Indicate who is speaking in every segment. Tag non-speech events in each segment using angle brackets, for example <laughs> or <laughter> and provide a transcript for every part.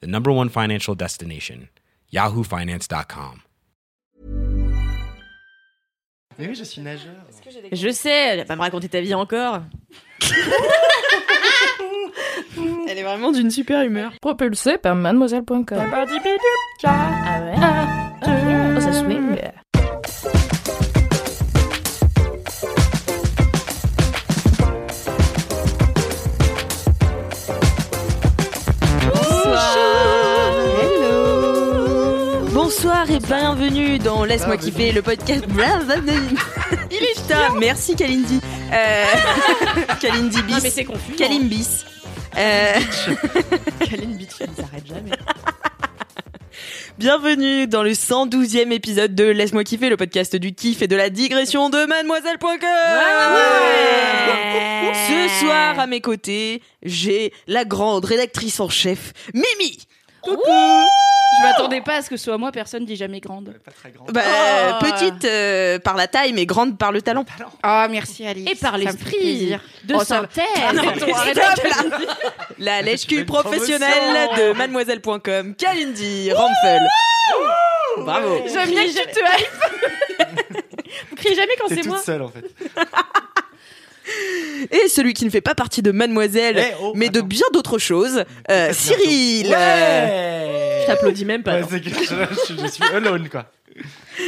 Speaker 1: the number one financial destination, yahoofinance.com.
Speaker 2: Mais oui, je suis nageur.
Speaker 3: Je sais, elle va pas me raconter ta vie encore.
Speaker 4: Elle est vraiment d'une super humeur.
Speaker 5: Propulsé par mademoiselle.com. Ah ouais Oh, ça swing.
Speaker 4: Hello
Speaker 3: Bonsoir et bienvenue dans Laisse-moi
Speaker 2: Bienvenue.
Speaker 3: kiffer le <laughs> podcast. Il est
Speaker 4: Putain, merci Kalindi.
Speaker 3: <laughs>
Speaker 4: Euh... Kalindi bis.
Speaker 3: Non, mais c'est confus.
Speaker 4: Kalim bis. Euh,
Speaker 2: Caline Beach, il ne s'arrête jamais.
Speaker 4: <laughs> Bienvenue dans le 112e épisode de Laisse-moi kiffer, le podcast du kiff et de la digression de mademoiselle.com.
Speaker 3: Euh, Ouais.
Speaker 4: Ce soir à mes côtés, j'ai la grande rédactrice en chef, Mimi.
Speaker 6: Je m'attendais pas à ce que ce soit moi, personne dit jamais grande.
Speaker 2: Pas très grand.
Speaker 4: Bah,
Speaker 6: Oh.
Speaker 4: Petite euh, par la taille, mais grande par le talent.
Speaker 6: Ah, merci Alice.
Speaker 3: Et par
Speaker 6: Ça me fait
Speaker 3: l'esprit
Speaker 6: plaisir.
Speaker 3: de
Speaker 6: Oh, ça-
Speaker 3: synthèse.
Speaker 6: Ah, non,
Speaker 4: Stop, là.
Speaker 2: <laughs>
Speaker 4: La lèche cul professionnelle de mademoiselle.com, Kalindi Ramphel. Bravo.
Speaker 6: J'aime bien que tu te hype. Vous criez jamais quand
Speaker 2: T'es
Speaker 6: c'est
Speaker 2: toute
Speaker 6: moi.
Speaker 2: seule en fait.
Speaker 4: Et celui qui ne fait pas partie de mademoiselle,
Speaker 2: Eh, oh,
Speaker 4: mais de
Speaker 2: attends.
Speaker 4: bien d'autres choses, euh,
Speaker 2: Peut-être
Speaker 4: Cyril.
Speaker 2: bientôt.
Speaker 4: euh,
Speaker 2: Ouais
Speaker 4: Je t'applaudis même
Speaker 2: Ouais, c'est que je, je suis- je suis alone quoi.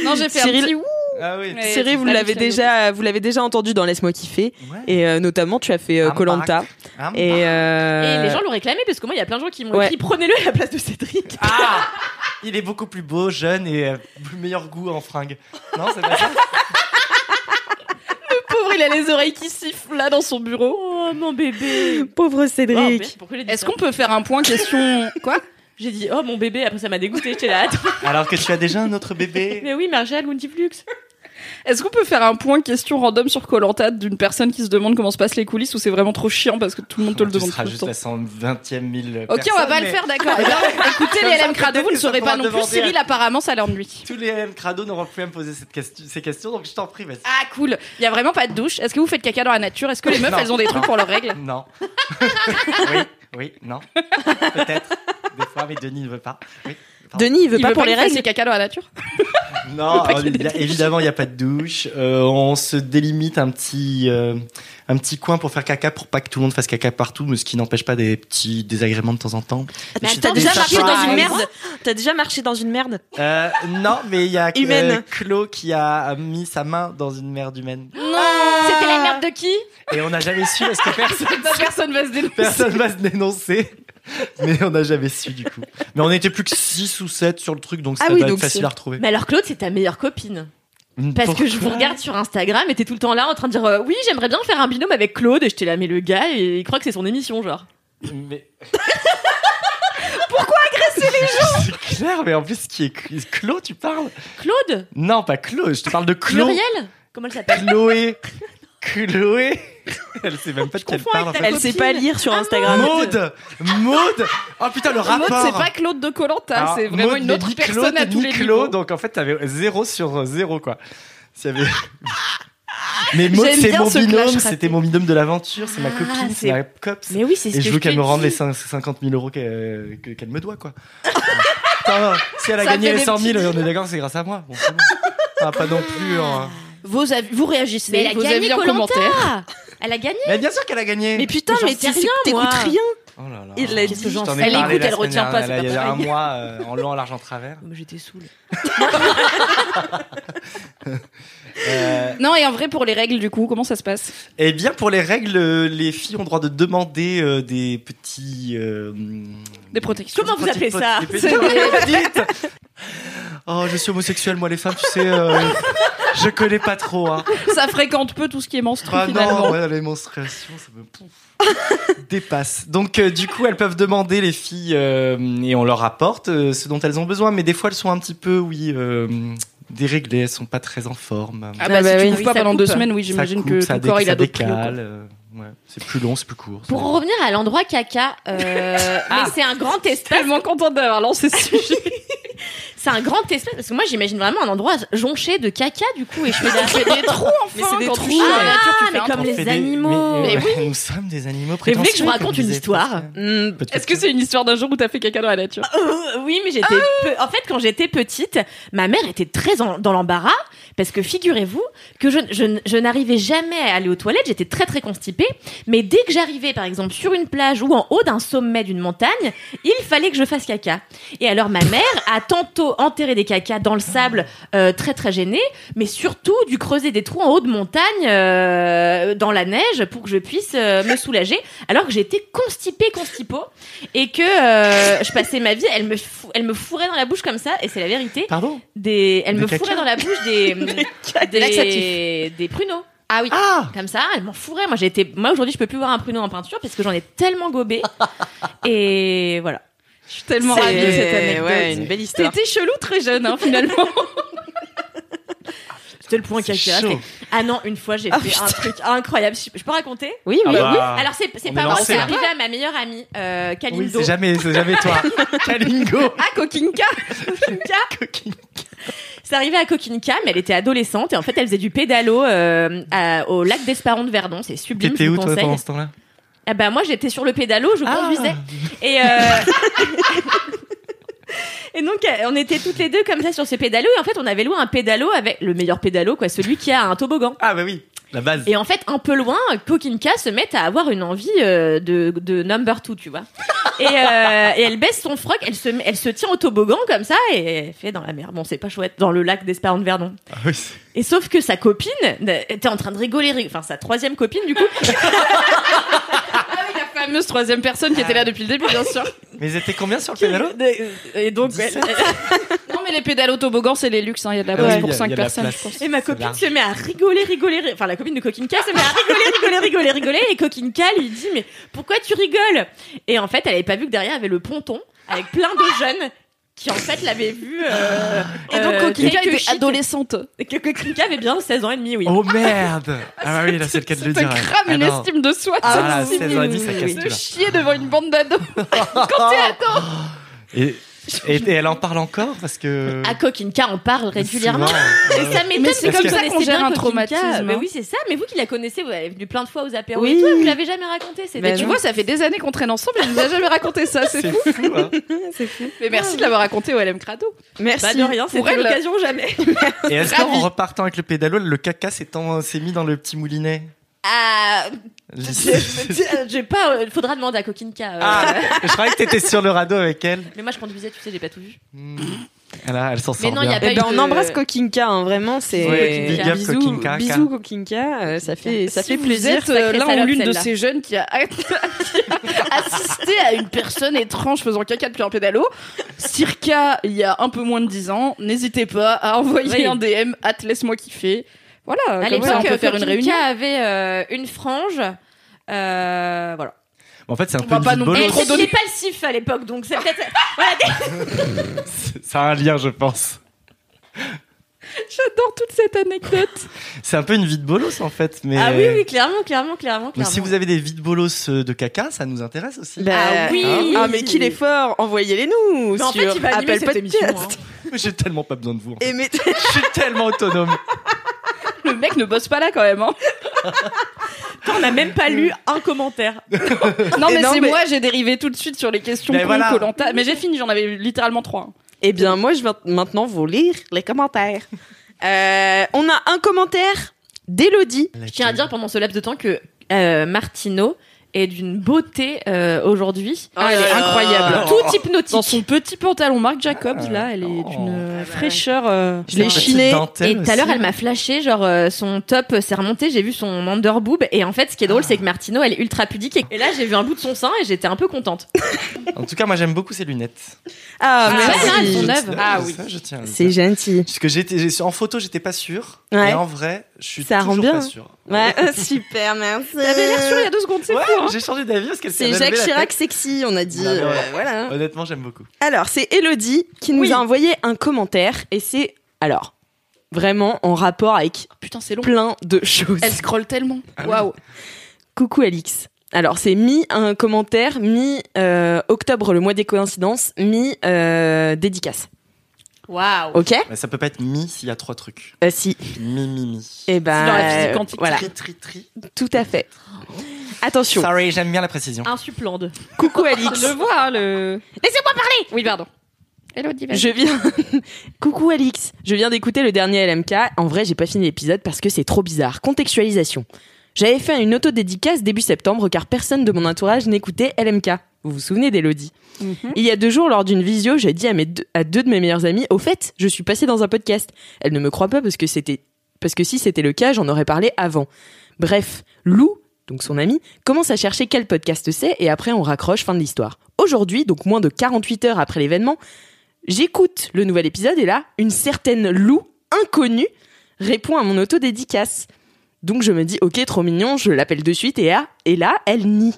Speaker 6: Non, j'ai fait
Speaker 4: Cyril-
Speaker 6: un petit ouh.
Speaker 2: Ah oui.
Speaker 6: Mais-
Speaker 4: Cyril, vous
Speaker 6: Salut,
Speaker 4: l'avez
Speaker 6: salut.
Speaker 4: déjà, vous l'avez déjà entendu dans Laisse-moi kiffer,
Speaker 2: Ouais. Ah,
Speaker 4: et euh, notamment tu as fait
Speaker 2: Un
Speaker 4: Colanta.
Speaker 2: parc. Un
Speaker 4: et,
Speaker 2: parc.
Speaker 4: euh,
Speaker 3: Et les gens l'ont réclamé parce que moi, il y a plein de gens qui m'ont
Speaker 4: Ouais.
Speaker 3: dit prenez-le à la place de <laughs> Cédric.
Speaker 2: Ah Il est beaucoup plus beau, jeune et euh, meilleur goût en fringue. Non, c'est pas ça
Speaker 3: Pauvre, il a les oreilles qui sifflent là dans son bureau. Oh mon bébé.
Speaker 4: pauvre
Speaker 3: Oh,
Speaker 4: Cédric.
Speaker 3: merde, pourquoi j'ai dit
Speaker 6: Est-ce
Speaker 3: ça
Speaker 6: qu'on peut faire un point <laughs> question Quoi
Speaker 3: J'ai dit oh mon bébé. Après ça m'a dégoûté. J'étais là. <laughs> Attends,
Speaker 2: Alors que tu as déjà un autre bébé.
Speaker 6: <laughs>
Speaker 3: mais oui, Marjal, Lundiflux.
Speaker 6: Est-ce qu'on peut faire un point question random sur Colanta d'une personne qui se demande comment se passent les coulisses ou c'est vraiment trop chiant parce que tout le monde te le
Speaker 2: tu
Speaker 6: demande
Speaker 2: seras
Speaker 6: tout le
Speaker 2: juste
Speaker 6: temps
Speaker 2: la 120 e mille.
Speaker 6: Ok, on va pas le faire, d'accord.
Speaker 2: <laughs>
Speaker 6: Eh ben, Écoutez
Speaker 2: Comme
Speaker 6: les
Speaker 2: ça,
Speaker 6: LM Crado,
Speaker 2: peut-être
Speaker 6: vous ne
Speaker 2: que ça
Speaker 6: saurez pas
Speaker 2: pourra
Speaker 6: non plus.
Speaker 2: demander à-
Speaker 6: Cyril, apparemment, ça l'ennuie.
Speaker 2: Tous les LM Crado n'auront plus à me poser cette question, ces questions, donc je t'en prie, vas-y.
Speaker 6: Ah, cool. Il y a vraiment pas de douche. Est-ce que vous faites caca dans la nature Est-ce que les meufs,
Speaker 2: Non.
Speaker 6: elles ont des trucs pour
Speaker 2: <laughs>
Speaker 6: leurs règles
Speaker 2: Non. oui, oui, non. Peut-être. Des fois, mais Denis ne veut pas. Oui. pardon.
Speaker 4: Denis, il veut
Speaker 6: Il
Speaker 4: pas
Speaker 6: veut
Speaker 4: pour
Speaker 6: que
Speaker 4: les
Speaker 6: vous fassiez
Speaker 4: règles.
Speaker 6: caca dans la nature
Speaker 2: Non,
Speaker 6: pas qu'il y ait
Speaker 2: il y a-
Speaker 6: des
Speaker 2: évidemment, il n'y a pas de douche. Euh, on se délimite un petit, euh, un petit coin pour faire caca pour pas que tout le monde fasse caca partout, mais ce qui n'empêche pas des petits désagréments de temps en temps.
Speaker 4: Mais
Speaker 2: Des
Speaker 4: t'as
Speaker 2: petits
Speaker 4: déjà marché
Speaker 2: surprises.
Speaker 4: dans une
Speaker 3: surprise.
Speaker 4: merde. T'as déjà marché dans une merde.
Speaker 2: Euh, non, mais il y a
Speaker 4: Humaine.
Speaker 2: euh, Clo qui a mis sa main dans une merde humaine.
Speaker 6: Non
Speaker 3: C'était la merde de qui
Speaker 2: Et on n'a jamais su, parce que personne
Speaker 6: Bah, Personne va se dénoncer.
Speaker 2: personne va se dénoncer. Mais on n'a jamais su, du coup. Mais on était plus que 6 ou 7 sur le truc, donc
Speaker 4: Ah
Speaker 2: ça
Speaker 4: oui,
Speaker 2: doit
Speaker 4: donc
Speaker 2: être facile
Speaker 4: c'est-
Speaker 2: à retrouver.
Speaker 3: Mais alors Claude, c'est ta meilleure copine.
Speaker 2: Mm,
Speaker 3: Parce que je vous
Speaker 2: Pourquoi
Speaker 3: regarde sur Instagram et t'es tout le temps là en train de dire euh, oui, j'aimerais bien faire un binôme avec Claude. Et je t'ai là, mais le gars, il croit que c'est son émission, genre.
Speaker 2: <laughs> Mm,
Speaker 6: <laughs>
Speaker 2: Mais... Pourquoi agresser les gens <laughs> C'est clair, mais en plus, qui est Cl- Clo, tu parles
Speaker 3: Claude
Speaker 2: Non, pas Clo, je te parle de Clo.
Speaker 3: Muriel Comment elle s'appelle
Speaker 2: Chloé.
Speaker 6: <laughs>
Speaker 2: Chloé. Elle sait même pas de quelle
Speaker 3: confonds
Speaker 2: parle en
Speaker 3: avec
Speaker 2: fait.
Speaker 4: Elle Ah sait pas lire sur Instagram.
Speaker 2: Maude Maude Oh putain, le
Speaker 6: Maud,
Speaker 2: rapport
Speaker 6: c'est pas Claude de Colanta,
Speaker 2: Alors,
Speaker 6: c'est vraiment
Speaker 2: Maude,
Speaker 6: une
Speaker 2: mais
Speaker 6: autre
Speaker 2: ni Clo,
Speaker 6: personne à
Speaker 2: ni
Speaker 6: tous les
Speaker 2: Clo,
Speaker 6: niveaux.
Speaker 2: donc en fait, t'avais 0 sur 0, quoi. S'il
Speaker 6: <laughs>
Speaker 2: y avait- Mais Maude,
Speaker 6: J'aime
Speaker 2: c'est
Speaker 6: bien
Speaker 2: mon
Speaker 6: ce
Speaker 2: binôme,
Speaker 6: clash raté.
Speaker 2: c'était mon binôme de l'aventure, c'est ma
Speaker 3: Ah,
Speaker 2: copine,
Speaker 3: c'est-
Speaker 2: c'est ma copse.
Speaker 3: Mais oui, c'est ce
Speaker 2: Et
Speaker 3: que
Speaker 2: je veux
Speaker 3: te
Speaker 2: qu'elle me rende
Speaker 3: dis.
Speaker 2: les cin- 50 000 euros qu'elle que- qu'elle me doit, quoi. Putain, si elle a
Speaker 6: Ça
Speaker 2: gagné
Speaker 6: fait
Speaker 2: les
Speaker 6: des
Speaker 2: 100 000,
Speaker 6: petits
Speaker 2: on est d'accord, c'est grâce à moi. Bon, c'est bon. Ah, pas non plus. hein.
Speaker 3: Vos avis- vous réagissez.
Speaker 6: Mais elle a
Speaker 3: vos
Speaker 6: gagné
Speaker 3: avis en
Speaker 6: Koh-Lanta.
Speaker 3: commentaire. Elle a gagné.
Speaker 2: Mais bien sûr qu'elle a gagné.
Speaker 4: Mais putain,
Speaker 3: J'en
Speaker 4: mais
Speaker 3: sais
Speaker 4: tu sais
Speaker 3: rien,
Speaker 4: que t'écoutes
Speaker 3: moi.
Speaker 4: rien.
Speaker 2: Oh là là.
Speaker 4: Il l'a dit.
Speaker 2: Je t'en ai
Speaker 3: Elle
Speaker 2: parlé
Speaker 3: écoute,
Speaker 2: la
Speaker 3: elle
Speaker 2: semaine
Speaker 3: retient pas,
Speaker 2: dernière,
Speaker 3: c'est
Speaker 2: Il y
Speaker 3: pas
Speaker 2: a un
Speaker 3: pareil.
Speaker 2: mois, euh, en long, en large, en travers.
Speaker 3: Moi, J'étais saoule.
Speaker 2: Euh,
Speaker 6: Non, et en vrai, pour les règles, du coup, comment ça se passe
Speaker 2: Eh bien, pour les règles, euh, les filles ont droit de demander euh, des petits. euh,
Speaker 6: Des protections.
Speaker 3: Comment vous appelez ça
Speaker 2: Des petits- Dites Oh, je suis homosexuel, moi, les femmes, tu sais, euh, je connais pas trop. Hein.
Speaker 6: <laughs> Ça fréquente peu tout ce qui est menstrué
Speaker 2: Ah
Speaker 6: finalement.
Speaker 2: non, ouais, les menstruations, ça me pouf, <laughs> dépasse. Donc, euh, du coup, elles peuvent demander les filles euh, et on leur apporte euh, ce dont elles ont besoin. Mais des fois, elles sont un petit peu, oui, euh, déréglées. Elles sont pas très en forme.
Speaker 6: Ah bah,
Speaker 4: Ah bah
Speaker 6: si tu
Speaker 4: oui.
Speaker 6: couves
Speaker 3: Oui,
Speaker 6: pas
Speaker 3: ça
Speaker 6: pendant
Speaker 3: coupe.
Speaker 6: deux semaines, oui,
Speaker 2: Ça
Speaker 6: j'imagine
Speaker 2: coupe,
Speaker 6: que
Speaker 2: ça
Speaker 6: ton
Speaker 2: dé-
Speaker 6: corps il
Speaker 2: ça
Speaker 6: a d'autres prios, quoi.
Speaker 2: décale. euh, ouais. C'est plus long, c'est plus court.
Speaker 3: Pour
Speaker 2: ça-
Speaker 3: revenir à l'endroit caca, euh, mais c'est un grand espace.
Speaker 6: Tellement contente d'avoir
Speaker 2: <laughs>
Speaker 6: lancé ce sujet.
Speaker 3: C'est un grand espace parce que moi j'imagine vraiment un endroit jonché de caca du coup et je fais des, des trous.
Speaker 4: Mais c'est des
Speaker 6: quand
Speaker 4: trous.
Speaker 6: tu chies dans la
Speaker 4: Ah,
Speaker 6: nature, tu fais
Speaker 3: mais
Speaker 6: un
Speaker 3: comme
Speaker 2: On
Speaker 3: les
Speaker 2: fait des-
Speaker 3: animaux.
Speaker 2: mais-
Speaker 3: Mais oui.
Speaker 2: Nous sommes des animaux
Speaker 3: Mais vous voulez que je
Speaker 2: prétentieux,
Speaker 3: vous raconte
Speaker 2: comme
Speaker 3: une
Speaker 2: disait
Speaker 3: histoire
Speaker 2: Pascal.
Speaker 4: Mm,
Speaker 2: Peut-être
Speaker 6: Est-ce que c'est une histoire d'un jour où t'as fait caca dans la nature
Speaker 3: Euh, <laughs> oui, mais j'étais.
Speaker 2: Ah
Speaker 3: peu- En fait, quand j'étais petite, ma mère était très en- dans l'embarras parce que figurez-vous que je, je n- je n'arrivais jamais à aller aux toilettes. J'étais très très constipée, mais dès que j'arrivais, par exemple, sur une plage ou en haut d'un sommet d'une montagne, il fallait que je fasse caca. Et alors ma mère a tantôt enterré des cacas dans le sable, euh, très très gênée, mais surtout du creuser des trous en haut de montagne euh, dans la neige pour que je puisse euh, me soulager, alors que j'étais constipée constipo et que euh, je passais ma vie, elle me, fou- elle me fourrait dans la bouche comme ça, et c'est la vérité.
Speaker 2: Pardon
Speaker 3: Des, elle
Speaker 2: Des
Speaker 3: me
Speaker 2: cacas
Speaker 3: fourrait dans la bouche
Speaker 2: <laughs>
Speaker 3: des, des,
Speaker 4: laxatifs.
Speaker 3: des pruneaux. Ah oui.
Speaker 2: Ah
Speaker 3: Comme ça, elle m'en fourrait. Moi, j'ai été, moi aujourd'hui, je peux plus voir un pruneau en peinture parce que j'en ai
Speaker 2: <laughs>
Speaker 3: tellement gobé. et voilà.
Speaker 6: Je suis tellement
Speaker 4: c'est-
Speaker 6: ravie de cette anecdote.
Speaker 4: Ouais, une belle histoire.
Speaker 6: C'était chelou très jeune hein, finalement.
Speaker 3: <laughs> C'était le point
Speaker 2: C'est
Speaker 3: caca.
Speaker 2: chaud.
Speaker 3: C'est- Ah non, une fois, j'ai fait un truc incroyable. Je je peux raconter
Speaker 4: Oui,
Speaker 2: Ah
Speaker 4: oui.
Speaker 2: bah,
Speaker 3: Alors, c'est c'est
Speaker 2: on
Speaker 3: pas
Speaker 2: est
Speaker 3: moi,
Speaker 2: lancé,
Speaker 3: c'est
Speaker 2: là.
Speaker 3: arrivé à ma meilleure amie, euh,
Speaker 2: Oui,
Speaker 3: Kalindo.
Speaker 2: c'est jamais, c'est jamais
Speaker 3: <laughs>
Speaker 2: toi. Kalingo
Speaker 6: ah coquinka
Speaker 3: C'est arrivé à Coquinca, mais elle était adolescente et en fait elle faisait du pédalo euh, à- au lac d'Esparon de Verdon. C'est sublime.
Speaker 2: T'étais
Speaker 3: je vous
Speaker 2: où, toi,
Speaker 3: conseille.
Speaker 2: pendant ce temps-là
Speaker 3: Ah bah moi j'étais sur le pédalo, je
Speaker 2: Ah.
Speaker 3: conduisais. Et, euh, <laughs> et donc euh, on était toutes les deux comme ça sur ce pédalo et en fait on avait loué un pédalo avec le meilleur pédalo quoi, celui qui a un toboggan.
Speaker 2: Ah bah oui, la base.
Speaker 3: Et en fait un peu loin, Kokinka se met à avoir une envie euh, de, de number two, tu vois. Et, euh, et elle baisse son froc, elle se, met- elle se tient au toboggan comme ça et elle fait dans la mer. Bon c'est pas chouette, dans le lac d'Esparon de Verdon.
Speaker 2: Ah oui, c'est-
Speaker 3: Et sauf que sa copine euh, était en train de rigoler, rig- enfin sa troisième copine du coup,
Speaker 6: La fameuse troisième personne qui était
Speaker 2: Ah.
Speaker 6: là depuis le début
Speaker 2: <laughs>
Speaker 6: bien sûr.
Speaker 2: Mais ils étaient combien sur le pédalo
Speaker 3: et donc elle-
Speaker 6: Non mais les pédalos toboggans c'est les luxes, hein, il y a de la
Speaker 2: Ah oui, il
Speaker 6: place
Speaker 2: y a-
Speaker 6: pour
Speaker 2: il y
Speaker 6: 5
Speaker 2: a de la
Speaker 6: personnes
Speaker 2: place.
Speaker 6: je pense.
Speaker 3: Et ma
Speaker 2: C'est
Speaker 3: copine
Speaker 2: large.
Speaker 3: se met à rigoler, rigoler, ri- enfin la copine de Coquinka se met à rigoler, <laughs> rigoler, rigoler, rigoler, et Coquinka lui dit mais pourquoi tu rigoles Et en fait elle avait pas vu que derrière il y avait le ponton avec plein de jeunes qui en fait l'avaient vu. euh,
Speaker 6: Et donc
Speaker 3: euh,
Speaker 6: coquinka
Speaker 3: quelques
Speaker 6: était
Speaker 3: chics.
Speaker 6: adolescente.
Speaker 3: Et que Coquinka avait bien 16 ans et demi, oui.
Speaker 2: Oh merde Ah bah oui, là c'est le
Speaker 6: <laughs>
Speaker 2: cas de le
Speaker 6: Ça te
Speaker 2: dire.
Speaker 6: crame
Speaker 2: Ah
Speaker 6: une
Speaker 2: non.
Speaker 6: estime de soi.
Speaker 2: Ah
Speaker 6: ça,
Speaker 2: voilà,
Speaker 6: c'est
Speaker 2: 16 ans et
Speaker 6: nul.
Speaker 2: demi, ça casse
Speaker 6: De
Speaker 2: tout là.
Speaker 6: chier devant une bande d'ados. Quand t'es ado.
Speaker 2: Et, et, et elle en parle encore parce que.
Speaker 3: À Coquinka on parle régulièrement. <laughs>
Speaker 2: Souvent,
Speaker 3: Et
Speaker 2: euh,
Speaker 3: ça m'étonne,
Speaker 6: Mais c'est
Speaker 3: parce
Speaker 6: comme
Speaker 3: que
Speaker 6: ça
Speaker 3: vous
Speaker 6: qu'on
Speaker 3: connaissez
Speaker 6: gère
Speaker 3: bien
Speaker 6: un
Speaker 3: Kokinka.
Speaker 6: traumatisme,
Speaker 3: Mais
Speaker 6: hein.
Speaker 3: oui, c'est ça. Mais vous qui la connaissez, vous êtes venu plein de fois aux apéros
Speaker 4: Oui.
Speaker 3: et tout, et vous l'avez jamais raconté. C'est
Speaker 4: Mais
Speaker 6: Tu vois, ça fait des années qu'on traîne ensemble et je vous ai jamais raconté ça, c'est
Speaker 2: C'est
Speaker 6: fou.
Speaker 2: fou,
Speaker 3: <laughs>
Speaker 2: hein.
Speaker 6: Mais merci de l'avoir raconté au LM Crado.
Speaker 4: Merci.
Speaker 3: Bah de rien,
Speaker 6: Pour
Speaker 3: c'était
Speaker 6: elle.
Speaker 3: l'occasion jamais.
Speaker 2: Et est-ce qu'en
Speaker 6: Ravi.
Speaker 2: repartant avec le pédalo, le caca s'est en- s'est mis dans le petit moulinet
Speaker 3: Ah, <laughs>
Speaker 2: Lisse.
Speaker 3: J'ai pas. euh, Faudra demander à Coquinka. euh,
Speaker 2: Ah, je croyais que t'étais sur le radeau avec elle.
Speaker 3: Mais moi je conduisais, tu sais, j'ai pas tout vu.
Speaker 2: Hmm. Là, elle s'en
Speaker 3: Mais
Speaker 2: sort
Speaker 3: non, il y
Speaker 2: bien.
Speaker 3: a pas
Speaker 4: Eh ben,
Speaker 3: eu
Speaker 4: on
Speaker 3: de-
Speaker 4: embrasse Kokinka, hein, vraiment, c'est
Speaker 2: Ouais, big up
Speaker 4: bisous,
Speaker 2: Kokinka,
Speaker 4: bisous Kokinka, euh, ça fait ça
Speaker 6: Si
Speaker 4: fait
Speaker 6: vous
Speaker 4: plaisir.
Speaker 6: êtes, euh,
Speaker 3: sacrée
Speaker 6: l'un ou
Speaker 3: salope,
Speaker 6: l'une de
Speaker 3: celle-là.
Speaker 6: ces jeunes qui a <laughs> assisté à une personne étrange faisant caca depuis un pédalo, circa il y a un peu moins de 10 ans, n'hésitez pas à envoyer
Speaker 3: Oui.
Speaker 6: un DM at laisse-moi kiffer. Voilà,
Speaker 3: À
Speaker 6: comme
Speaker 3: l'époque,
Speaker 6: ça on peut faire une réunion.
Speaker 3: avait euh, une frange. Euh, voilà.
Speaker 2: En fait, c'est un
Speaker 6: On
Speaker 2: peu
Speaker 6: va
Speaker 2: une
Speaker 6: pas
Speaker 2: vie de
Speaker 6: non plus
Speaker 3: Et
Speaker 2: bolos.
Speaker 6: trop
Speaker 3: c'était
Speaker 6: donné.
Speaker 3: pas le sif à l'époque, donc
Speaker 2: <laughs>
Speaker 3: c'est peut-être.
Speaker 2: Ça a un lien, je pense.
Speaker 6: J'adore toute cette anecdote.
Speaker 2: C'est un peu une vie de bolos, en fait. Mais...
Speaker 3: Ah oui, oui, clairement, clairement, clairement, clairement.
Speaker 2: Mais si vous avez des vides bolos euh, de caca, ça nous intéresse aussi.
Speaker 3: Ah oui.
Speaker 6: hein
Speaker 4: Ah mais qu'il est fort, envoyez-les nous
Speaker 3: Mais
Speaker 4: sur
Speaker 3: en fait, il va
Speaker 4: Apple
Speaker 3: animer cette
Speaker 4: Podcast.
Speaker 3: émission. hein.
Speaker 2: Mais J'ai tellement pas besoin de vous. en fait.
Speaker 4: Et mettez-
Speaker 2: Je suis tellement autonome.
Speaker 6: Le mec ne bosse pas là
Speaker 3: <laughs>
Speaker 6: quand même. hein.
Speaker 3: Putain, On n'a
Speaker 2: <laughs>
Speaker 3: même pas lu un commentaire.
Speaker 6: Non
Speaker 4: Et
Speaker 6: mais
Speaker 4: non,
Speaker 6: c'est
Speaker 4: mais-
Speaker 6: moi, j'ai dérivé tout de suite sur les questions
Speaker 2: Mais
Speaker 6: qu'on
Speaker 2: voilà.
Speaker 6: Colanta. Mais j'ai fini, j'en avais littéralement trois. hein.
Speaker 4: Eh bien, moi, je vais maintenant vous lire les commentaires. Euh, on a un commentaire d'Elodie.
Speaker 3: Je tiens à dire pendant ce laps de temps que euh, Martino et d'une beauté euh, aujourd'hui.
Speaker 4: Ah,
Speaker 2: Oh
Speaker 6: elle est
Speaker 4: incroyable.
Speaker 3: Tout hypnotique.
Speaker 6: Dans son petit pantalon Marc Jacobs,
Speaker 2: Ah.
Speaker 6: là, elle est
Speaker 2: Oh.
Speaker 6: d'une euh,
Speaker 3: bah
Speaker 6: fraîcheur. euh,
Speaker 4: Je l'ai
Speaker 2: Petite
Speaker 4: chiné,
Speaker 3: Et
Speaker 2: dentelle
Speaker 3: tout à l'heure,
Speaker 2: aussi.
Speaker 3: elle m'a flashé, genre euh, son top euh, s'est remonté, j'ai vu son underboob. Et en fait, ce qui est drôle, c'est que Martino, elle est ultra pudique. Et, et là, j'ai vu un bout de son sein et j'étais un peu contente.
Speaker 2: En tout cas, moi j'aime beaucoup ces lunettes.
Speaker 4: Ah,
Speaker 3: Ah,
Speaker 4: merci.
Speaker 3: ouais, elles sont neuves.
Speaker 2: Ah oui. Ça, je tiens à le
Speaker 4: C'est
Speaker 2: dire.
Speaker 4: gentil.
Speaker 2: Parce que j'étais j'ai- en photo, j'étais pas sûr.
Speaker 4: Ouais.
Speaker 2: Et en vrai, je suis
Speaker 4: Ça rend
Speaker 2: toujours
Speaker 4: bien.
Speaker 2: pas sûr.
Speaker 4: Ouais, <laughs> euh, super, merci.
Speaker 6: T'avais l'air sûre il y a deux secondes, c'est
Speaker 2: Ouais,
Speaker 6: fou, hein.
Speaker 2: j'ai changé d'avis parce qu'elle s'est
Speaker 4: C'est Jacques
Speaker 2: relevée la
Speaker 4: Chirac
Speaker 2: tête.
Speaker 4: sexy, on a dit.
Speaker 2: Ah, ouais.
Speaker 4: Euh, voilà.
Speaker 2: Honnêtement, j'aime beaucoup.
Speaker 4: Alors, c'est Elodie qui nous
Speaker 6: Oui.
Speaker 4: a envoyé un commentaire et c'est alors vraiment en rapport avec
Speaker 6: Putain, c'est long.
Speaker 4: plein de choses.
Speaker 6: Elle scrolle tellement. Waouh.
Speaker 4: Coucou Alix. Alors, c'est mi un commentaire, mi euh, octobre le mois des coïncidences, mi euh, dédicace.
Speaker 3: Waouh.
Speaker 4: OK
Speaker 2: Mais ça peut pas être mi s'il y a trois trucs.
Speaker 4: Euh, si.
Speaker 2: Mi, mi, mi.
Speaker 4: Et ben
Speaker 6: dans la physique quantique.
Speaker 4: voilà,
Speaker 2: Tri, tri, tri.
Speaker 4: tout à fait. Attention.
Speaker 2: Sorry, j'aime bien la précision.
Speaker 4: Ah.
Speaker 3: Insuplande.
Speaker 4: Coucou Alix.
Speaker 6: Je le vois, hein, le.
Speaker 3: Laissez-moi parler
Speaker 6: Oui, pardon. Elodie, vas-y.
Speaker 4: Je viens. <laughs> Coucou Alix, je viens d'écouter le dernier LMK. En vrai, j'ai pas fini l'épisode parce que c'est trop bizarre. Contextualisation. J'avais fait une autodédicace début septembre car personne de mon entourage n'écoutait LMK. Vous vous souvenez d'Elodie Il y a deux jours, lors d'une visio, j'ai dit à, mes deux, à deux de mes meilleurs amis Au fait, je suis passée dans un podcast. Elle ne me croit pas parce que c'était parce que si c'était le cas, j'en aurais parlé avant. Bref, Lou, donc son ami, commence à chercher quel podcast c'est et après on raccroche, fin de l'histoire. Aujourd'hui, donc moins de 48 heures après l'événement, j'écoute le nouvel épisode et là, une certaine Lou, inconnue, répond à mon auto-dédicace. Donc je me dis, ok, trop mignon, je l'appelle de suite et, ah, et là, elle nie.